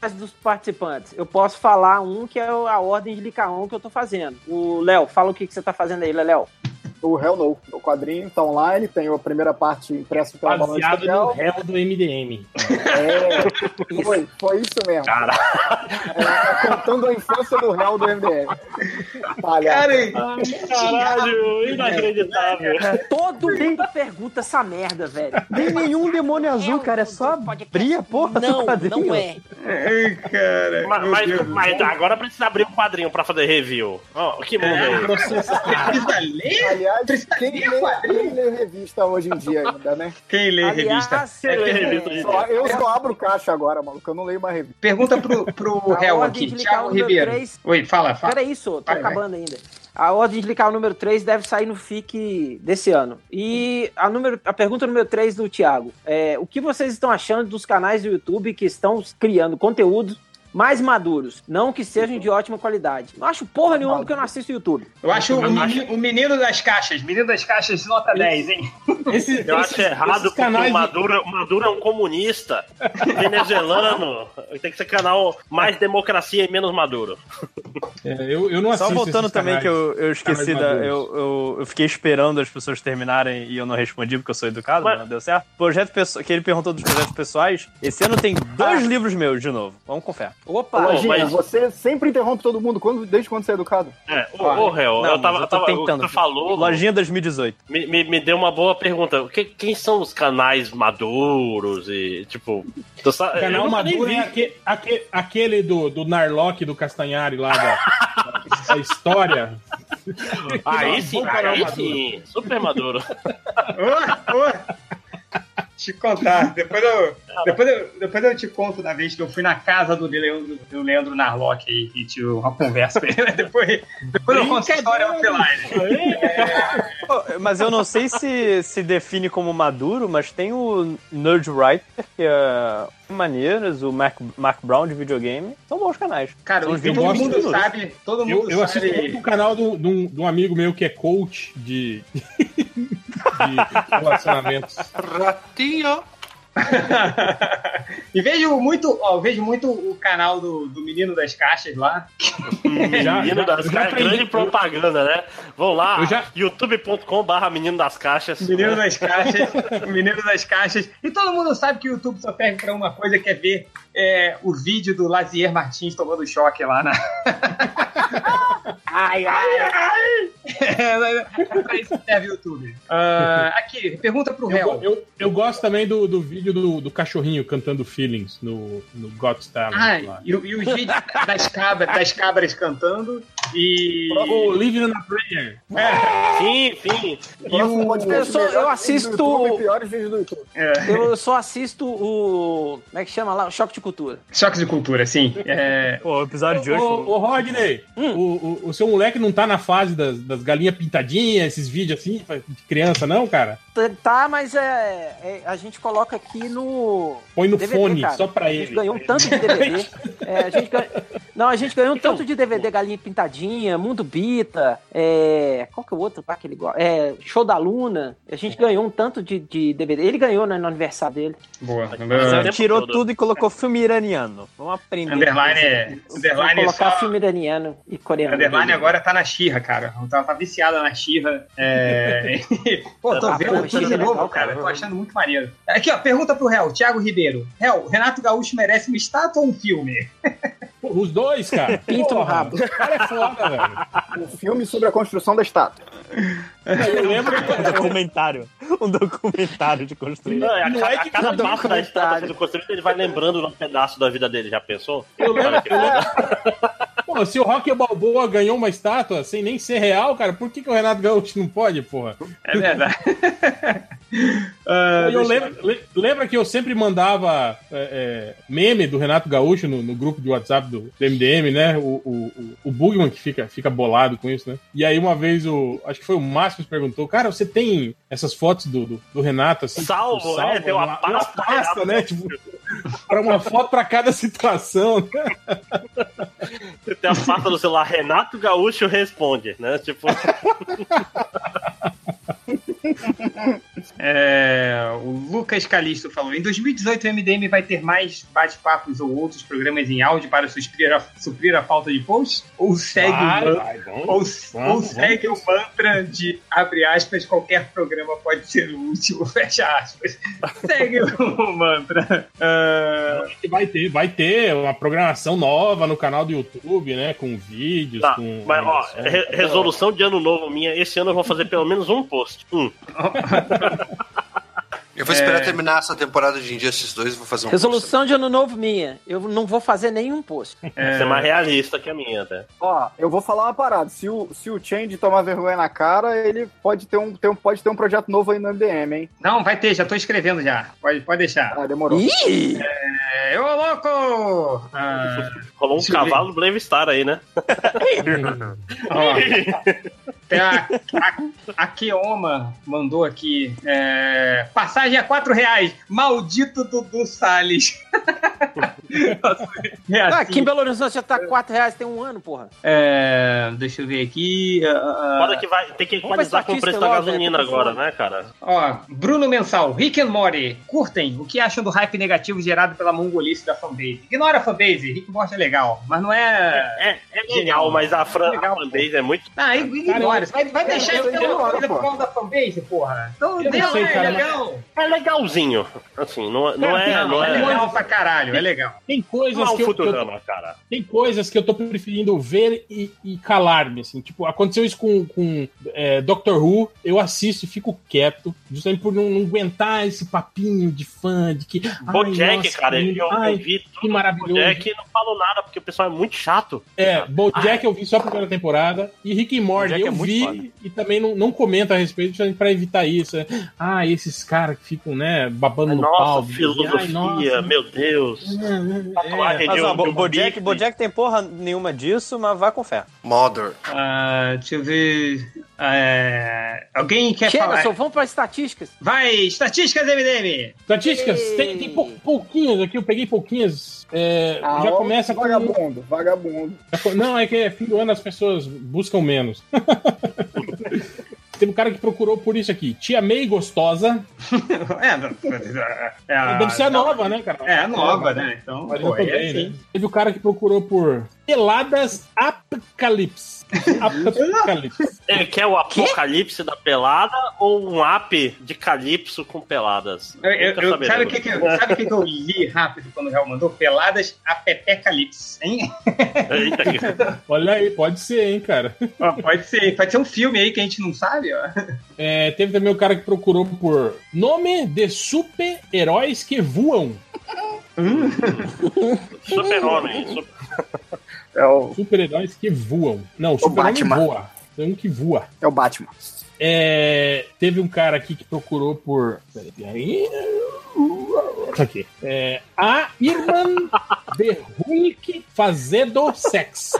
S8: Mas dos participantes, eu posso falar um que é a ordem de Licaon que eu tô fazendo. O Léo, fala o que, que você tá fazendo aí, Léo.
S3: O Hell No. O quadrinho tá online, tem a primeira parte impressa pela Balanço
S7: Baseado no
S3: Social.
S7: réu do MDM.
S3: É, foi, foi isso mesmo.
S4: Caralho.
S3: É, contando a infância do Hell do MDM.
S5: É,
S3: Palhaço.
S5: Cara,
S4: Caralho, inacreditável.
S8: Todo mundo pergunta essa merda, velho.
S13: Tem nenhum demônio azul,
S8: o
S13: cara. É só
S8: um do podcast.
S13: abrir a porra do
S8: Não,
S13: quadrinho.
S8: não é.
S5: Ai, cara.
S4: Mas,
S5: meu Deus.
S4: mas, mas agora precisa abrir um quadrinho pra fazer review. Ó, que mundo é esse?
S5: Precisa ler?
S3: Aliás,
S5: Precisa
S3: quem
S5: ler
S3: lê,
S5: quadrinho.
S3: quem lê revista hoje em dia ainda, né?
S5: Quem lê
S8: Aliás,
S5: revista?
S8: é,
S4: que revista de-
S3: Só- eu só abro caixa agora, maluco. Eu não leio mais revista.
S5: Pergunta pro, pro
S8: A
S5: réu
S8: ordem
S5: aqui,
S8: de clicar
S5: Thiago
S8: no número
S5: Ribeiro.
S8: três.
S5: Oi, fala, fala.
S8: Pera isso, tô
S5: Tá. Vai, vai.
S8: acabando ainda. A ordem de clicar o número 3 deve sair no FIC desse ano. E a, número, a pergunta número 3 do Thiago. É, o que vocês estão achando dos canais do YouTube que estão criando conteúdo mais maduros. Não que sejam de ótima qualidade. Não acho porra nenhuma porque eu não assisto YouTube.
S5: Eu acho o menino, o menino das caixas, menino das caixas nota 10, hein?
S4: eu acho errado porque o Maduro, o Maduro é um comunista venezuelano. Tem que ser canal mais democracia e menos Maduro.
S7: É, eu, eu não
S13: Só
S4: assim
S7: assisto
S13: voltando
S7: esses
S13: também
S7: canais.
S13: que
S4: Tá
S13: eu, eu esqueci
S7: Canais
S13: da.
S7: maduros.
S13: Eu, eu, eu fiquei esperando as pessoas terminarem e eu não respondi porque eu sou educado, mas não deu certo. Projeto pessoal, que ele perguntou dos projetos pessoais. Esse ano tem dois
S8: Ah.
S13: livros meus de novo. Vamos confiar.
S3: Ô,
S8: Opa!
S3: Lojinha,
S13: mas-
S3: você sempre interrompe todo mundo quando, desde quando você é educado.
S4: É, ô, ô, réu,
S13: Não,
S4: eu tava,
S13: mas
S4: eu tava o que tu falou.
S13: Lojinha 2018.
S4: Me, me, me deu uma boa pergunta. O que- quem são os canais maduros e, tipo... tu sa-
S7: O canal
S4: eu nunca nem
S7: Maduro
S4: vi.
S7: é aque- aque- aquele, do, do Narlock do Castanhari lá da, da história.
S4: Aí sim,
S7: Bom canal
S4: aí
S7: Maduro.
S4: sim. Super Maduro.
S5: Te contar, depois eu, depois, eu, depois eu te conto da vez que eu fui na casa do Leandro, do Leandro Narlock aí e tive uma conversa. com ele. depois, depois eu conto a história offline.
S13: Pô, Mas eu não sei se se define como maduro, mas tem o Nerd Writer, que é maneiras, o Mark, Mark Brown de videogame. São bons canais.
S5: Cara,
S13: São uns
S5: todo
S13: 20
S5: mundo
S13: minutos.
S5: sabe, todo mundo
S7: Eu, eu assisto
S5: sabe.
S7: muito o canal de do, do, um- de um amigo meu que é coach de, de relacionamentos.
S2: é, Ratinho.
S5: E vejo muito, ó, eu vejo muito o canal do, do Menino das Caixas lá.
S4: Menino das Caixas, grande propaganda, né? Vão lá, youtube.com.br Menino das Caixas.
S5: Menino das Caixas, o Menino das Caixas. E todo mundo sabe que o YouTube só serve pra uma coisa, que é ver é, o vídeo do Lazier Martins tomando choque lá na. ai, ai, ai! É, pra isso que serve o YouTube. Ah, aqui, pergunta pro réu.
S7: Eu, eu, eu gosto também do, do vídeo do, do cachorrinho cantando Feelings no, no Got Talent.
S5: Ah,
S7: lá.
S5: e, o- e os vídeos das cabras, das cabras cantando e.
S7: O Living on a Prayer.
S4: Sim, sim.
S5: E o-
S8: Eu, sou- eu assisto.
S3: Piores vídeos do YouTube.
S8: Eu só assisto o. Como é que chama lá? O Choque de Cultura.
S5: Choque de cultura, sim. É...
S13: Pô, o episódio de hoje.
S7: Ô, ô, Rodney, o, o, o seu moleque não tá na fase das, das galinhas pintadinhas, esses vídeos assim, de criança, não, cara?
S8: T- Tá, mas é, é- A gente coloca aqui no.
S7: Põe no fone, só pra
S8: A gente
S7: ele.
S8: ganhou um tanto de DVD. É, a gente ganha- Não, a gente ganhou um
S5: Então,
S8: tanto de DVD Galinha Pintadinha, Mundo Bita, é, qual que é o outro lá que ele gosta? É, Show da Luna. A
S5: É.
S8: gente ganhou um tanto de, de DVD. Ele ganhou né, no aniversário dele.
S5: Boa.
S13: Você tirou tudo e colocou filme iraniano. Vamos aprender.
S5: Underline é.
S8: Vou
S5: Underline é
S8: colocar
S5: só.
S8: filme iraniano e coreano.
S5: Underline agora tá na Xirra, cara. Tá, tá viciada na Xirra. É... Pô, tô
S8: Ah,
S5: vendo
S8: pô,
S5: tudo
S8: Xirra
S5: de
S8: é
S5: novo,
S8: legal,
S5: cara.
S8: cara.
S5: Tô achando muito maneiro. Aqui, ó, pergunta pro réu, Thiago Ribeiro. Réu, Renato Gaúcho merece uma estátua ou um filme?
S7: Pô, Os dois, cara.
S8: Pinta no
S7: Porra,
S8: rabo.
S7: O cara é foda, velho.
S3: Um filme sobre a construção da estátua.
S7: Eu lembro que
S13: Um documentário. Um documentário de construir.
S4: Não, a,
S7: Não
S4: ca-
S7: é
S4: a
S7: que
S4: cada
S7: cada
S4: passo da estátua sendo construída, é ele vai lembrando um pedaço da vida dele, já pensou?
S7: Eu lembro-
S4: Olha que louco.
S7: Pô, se o Rock Balboa ganhou uma estátua sem nem ser real, cara, por que, que o Renato Gaúcho não pode, porra? Ah,
S5: É verdade.
S7: Eu lembro- le- lembra que eu sempre mandava é, é, meme do Renato Gaúcho no, no grupo de WhatsApp do, do MDM, né? O, o, o- o Bugman que fica, fica bolado com isso, né? E aí uma vez o. Acho que foi o Márcio que perguntou, cara, você tem essas fotos do, do, do Renato assim?
S4: Salvo,
S7: tipo,
S4: é, tem uma pasta,
S7: pasta, né? Tipo, para uma foto pra cada situação, né?
S4: Você tem a pasta do celular, Renato Gaúcho responde, né? Tipo,
S5: É, o Lucas Calisto falou: em 2018 o MDM vai ter mais bate-papos ou outros programas em áudio para suprir a, suprir a falta de posts? Ou segue
S7: Vai,
S5: o man-
S7: vai, vamos,
S5: ou,
S7: vamos,
S5: ou
S7: vamos
S5: segue o mantra de abre aspas, qualquer programa pode ser o último, fecha aspas. Segue o mantra. Ah,
S7: Vai ter, vai ter uma programação nova no canal do YouTube, né? Com vídeos,
S4: tá.
S7: com.
S4: Mas, ó,
S7: animação.
S4: re- resolução de ano novo minha, esse ano eu vou fazer pelo menos um post. Um.
S2: Eu
S5: É.
S2: vou esperar terminar essa temporada de Injustice 2 e vou fazer um.
S8: Resolução de ano novo minha. Eu não vou fazer nenhum post.
S4: Essa é mais realista que a minha, né? até.
S3: Ó, eu vou falar uma parada. Se o, se o Change tomar vergonha na cara, ele pode ter um, ter um- pode ter um projeto novo aí no MDM, hein?
S5: não, vai ter, já tô escrevendo
S7: Tá.
S5: já. Pode, pode deixar.
S3: Ah, demorou.
S8: Ih!
S5: É, ô louco! Ah,
S4: Rolou um
S5: Sim.
S4: cavalo Brave Star aí, né?
S5: Tem É, a, a, a Keoma mandou aqui. é, passagem a 4 reais. Maldito Dudu Salles. É
S8: Ah,
S5: assim.
S8: aqui em Belo Horizonte já tá 4 reais tem um ano, porra.
S5: É, deixa eu ver aqui. ah,
S4: Bora que vai, tem que
S8: Vamos pra
S4: equalizar com o preço
S8: estatística
S4: da
S8: logo,
S4: gasolina
S8: é, tô com
S4: agora,
S8: fome.
S4: né, cara?
S5: Ó, Bruno Mensal, Rick and Morty, curtem. O que acham do hype negativo gerado pela mongolice da fanbase? Ignora a fanbase, Rick and Morty é legal, mas não é.
S4: É, é legal, mas a, Fran, a fanbase é muito.
S5: Ah, ig- ignora. Você vai, vai
S19: Cara,
S5: deixar
S19: eu-
S5: isso
S19: eu
S5: pela
S19: ignoro,
S5: coisa por
S19: pô.
S5: causa da fanbase, porra. Então,
S19: Eu não
S5: dela
S19: sei,
S5: é
S19: cara, mas-
S5: legal.
S4: É legalzinho. Assim, não, não
S7: Cara,
S4: é.
S7: não,
S4: Não
S7: é
S4: é,
S7: legal
S5: pra caralho, é legal.
S7: Tem coisas
S4: Não é um
S7: que eu-
S4: Futurama,
S7: que eu-
S4: cara.
S7: Tem coisas que eu tô preferindo ver e, e calar-me, assim. Tipo, aconteceu isso com, com é, Doctor Who, eu assisto e fico quieto, justamente por não, não aguentar esse papinho de fã, de que... ai,
S4: Bojack,
S7: nossa,
S4: cara, é um eu,
S7: lindo,
S4: eu
S7: ai,
S4: vi tudo
S7: que maravilhoso.
S4: Bojack e não falo nada, porque o pessoal é muito chato.
S7: É, Bojack eu vi só a primeira temporada, e Rick e Morty
S4: Bojack
S7: eu
S4: Ah. é muito
S7: vi
S4: foda.
S7: e também não, não comento a respeito justamente pra evitar isso. né? Ah, esses caras que ficam, né, babando no
S4: Nossa,
S7: pau.
S4: filosofia,
S7: ai, nossa, É.
S4: meu Deus. Tatuagem
S13: Mas,
S4: de
S13: ó,
S4: um- de
S13: Bo-
S4: um
S13: Bojack,
S4: bife.
S13: Bojack tem porra nenhuma disso, mas vá com fé.
S2: Mother.
S5: Ah, deixa eu ver. Ah, É, alguém quer
S8: Chega,
S5: falar?
S8: só vamos para estatísticas.
S5: Vai, estatísticas, MDM!
S7: Estatísticas, tem, tem pou- pouquinhas aqui, eu peguei pouquinhas. é, já começa com.
S3: Ah, Vagabundo, vagabundo.
S7: Já co- Não, é que é fim do ano as pessoas buscam menos. Teve um cara que procurou por isso aqui. Tia May gostosa.
S5: É,
S4: Ah,
S5: a-
S7: Deve ser a nova, né, cara?
S5: É, a nova, né? Então,
S7: Mas
S5: pô,
S7: eu tô
S5: é
S7: bem,
S5: assim.
S7: né? Teve o cara que procurou por Peladas Apocalipse. Apocalipse.
S4: Ele quer o apocalipse da pelada ou um app de calypso com peladas?
S5: Eu- eu-
S4: Nunca né?
S5: eu-
S4: saberemos.
S5: sabe o que, que, eu- sabe o que, que eu li rápido quando o réu mandou? Peladas a Pepecalipse, hein?
S4: Eita, que-
S7: Olha aí, pode ser, hein, cara.
S5: Ó, pode ser, pode ser um filme aí que a gente não sabe, ó.
S7: É, teve também o cara que procurou por nome de super-heróis que voam.
S4: Super-homem. super-
S3: É o,
S7: Super-heróis que voam. Não, super-homem
S3: Batman.
S7: voa. Tem um que voa.
S3: é o Batman.
S7: É, teve um cara aqui que procurou por. Peraí, peraí. Tá aqui. É, a irmã de Hulk fazendo sexo.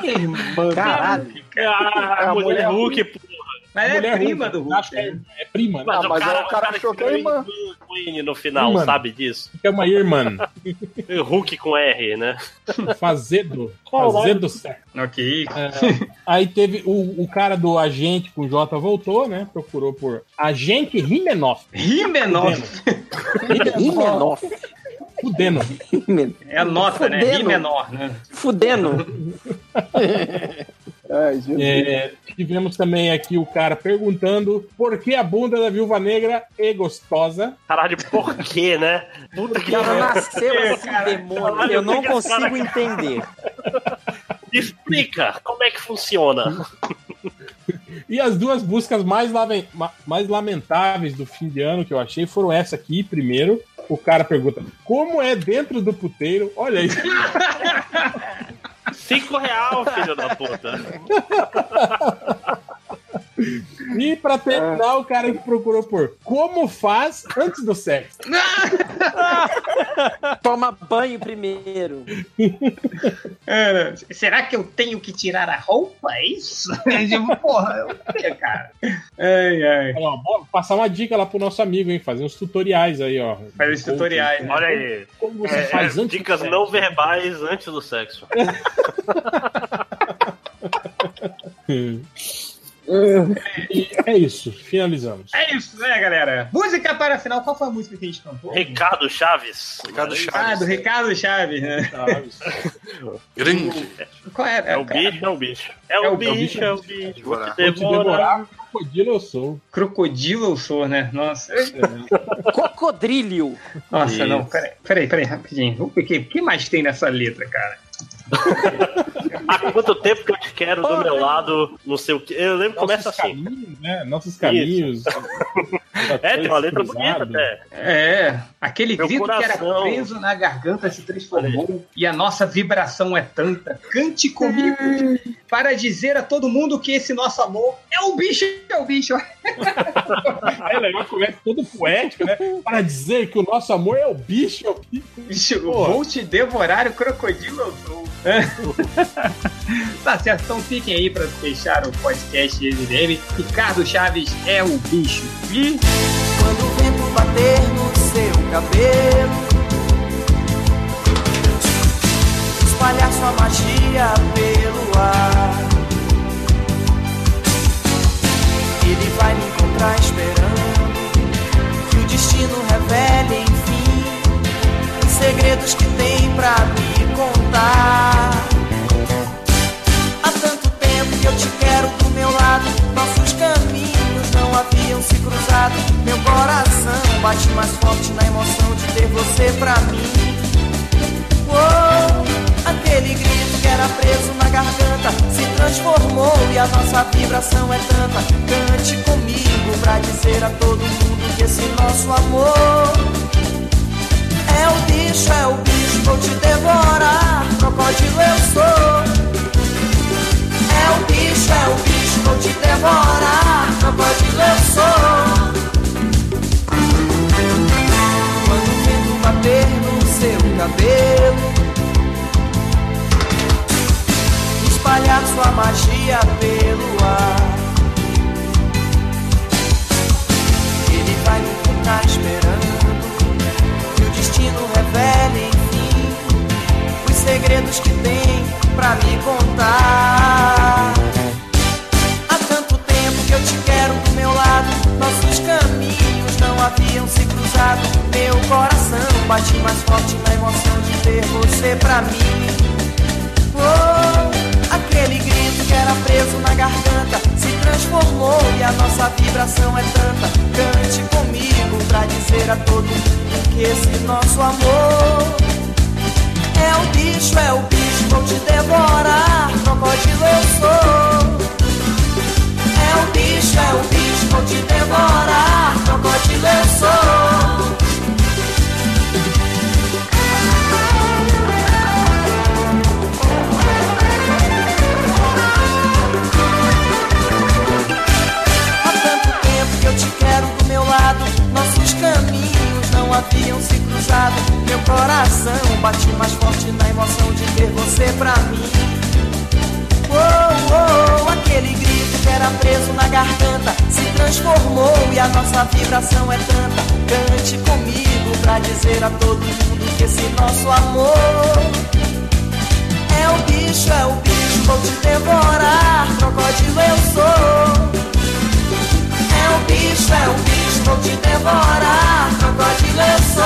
S5: Quem é irmã?
S3: Caralho.
S4: Ah, a mulher
S3: É mulher
S4: Hulk, porra.
S5: Mas é
S7: Mulher
S5: prima
S7: Hulk.
S5: do
S7: Acho
S5: Hulk.
S7: que é,
S5: né?
S7: é prima, né?
S4: Mas,
S3: Ah,
S4: o
S3: mas
S4: cara,
S3: é o cara achou que é irmã.
S4: Queen no final,
S7: Irmã.
S4: sabe disso?
S7: Que é uma irmã.
S4: Hulk com R, né?
S7: Fazendo. Fazendo sexo.
S5: Ok.
S7: É, aí teve o, o cara do agente com o J voltou, né? Procurou por agente Rimenoff.
S5: Rimenov.
S8: Rimenor.
S7: Fudendo.
S5: É a nota, né?
S8: Fudendo.
S5: Ri menor, né?
S8: Fudendo.
S3: Ai, Jesus.
S7: É, tivemos também aqui o cara perguntando por que a bunda da viúva negra é gostosa.
S4: Caralho, por quê, né? Puta que
S8: Ela
S4: pariu.
S8: nasceu assim, demônio.
S4: Caralho,
S13: Eu não
S4: que que esse cara-
S13: consigo entender.
S4: Me explica como é que funciona.
S7: E as duas buscas mais, laven- ma- mais lamentáveis do fim de ano que eu achei foram essa aqui, primeiro. O cara pergunta, como é dentro do puteiro? Olha aí.
S4: Cinco real, filho da puta.
S7: E pra terminar, o cara que procurou por como faz antes do sexo.
S8: Toma banho primeiro.
S5: É, será que eu tenho que tirar a roupa? É isso? Tipo, Porra, eu não sei, cara. Ai, ai.
S7: Olha, ó, bora passar uma dica lá pro nosso amigo, hein? Fazer uns tutoriais aí, ó.
S5: Fazer os tutoriais, né?
S4: Olha aí.
S7: Como você
S4: É,
S7: faz
S4: é,
S7: antes
S4: dicas
S7: do sexo.
S4: não verbais antes do sexo.
S7: E é isso, finalizamos.
S5: É isso, né, galera? Música para a final. Qual foi a música que a gente cantou?
S4: Ricardo Chaves.
S2: Ricardo
S5: Ah,
S2: Chaves.
S5: do Ricardo Chaves, né?
S7: tá?
S2: Grande.
S5: Qual era?
S4: É o
S5: cara?
S4: bicho, é o bicho. É
S5: É
S4: o
S5: o
S4: bicho,
S5: bicho.
S4: é o bicho. Vou te
S7: Vou te
S4: devorar.
S7: devorar, crocodilo eu sou.
S5: Crocodilo eu sou, né? Nossa.
S4: É.
S8: Cocodrilho.
S5: Nossa, não, peraí, peraí, peraí, rapidinho. O que, que mais tem nessa letra, cara?
S4: Há quanto tempo que eu te quero do meu lado, não sei o que. Eu lembro que começa assim.
S7: né? Nossos caminhos.
S4: É, tem uma letra bonita
S7: Cruzado.
S4: até.
S5: É, aquele
S4: Meu
S5: grito que era
S4: coração.
S5: preso na garganta se transformou e a nossa vibração é tanta. Cante comigo para dizer a todo mundo que esse nosso amor é o bicho, é o bicho.
S7: Aí legal começa todo poético, né? Para dizer que o nosso amor é o bicho, é o bicho.
S5: Bicho, vou te devorar, o crocodilo eu sou. tá certo, então fiquem aí para fechar o podcast MDM. Ricardo Chaves é o bicho. E...
S8: Quando o vento bater no seu cabelo, espalhar sua magia pelo ar. Ele vai me encontrar esperando que o destino revele, enfim, os segredos que tem pra me contar. Há tanto tempo que eu te quero do meu lado. Nossos caminhos não haviam se cruzado. Meu coração bate mais forte na emoção de ter você pra mim. Uou, aquele grito que era preso na garganta se transformou e a nossa vibração é tanta. Cante comigo pra dizer a todo mundo que esse nosso amor é o bicho, é o bicho, vou te devorar. Crocodilo eu sou. É o bicho, é o bicho, vou te devorar. Crocodilo eu sou. Quando o vento bater no seu cabelo, espalhar sua magia pelo ar. Ele vai me encontrar esperando que o destino revele, enfim, os segredos que tem pra me contar. Há tanto tempo que eu te quero do meu lado, nossos caminhos não haviam se cruzado. Meu coração bate mais forte na emoção de ter você pra mim. Oh, aquele grito que era preso na garganta se transformou e a nossa vibração é tanta. Cante comigo pra dizer a todo mundo que esse nosso amor é o bicho, é o bicho, vou te devorar. Crocodilo eu sou. É o bicho, é o bicho, vou te devorar. Crocodilo eu sou. Há tanto tempo que eu te quero do meu lado. Nossos caminhos não haviam se cruzado. Meu coração bate mais forte na emoção de ter você pra mim. Oh, oh, aquele grito que era preso na garganta se transformou e a nossa vibração é tanta. Cante comigo pra dizer a todo mundo que esse nosso amor é o bicho, é o bicho, vou te devorar. Crocodilo eu sou. É o bicho, é o bicho, vou te devorar. Crocodilo eu sou. É É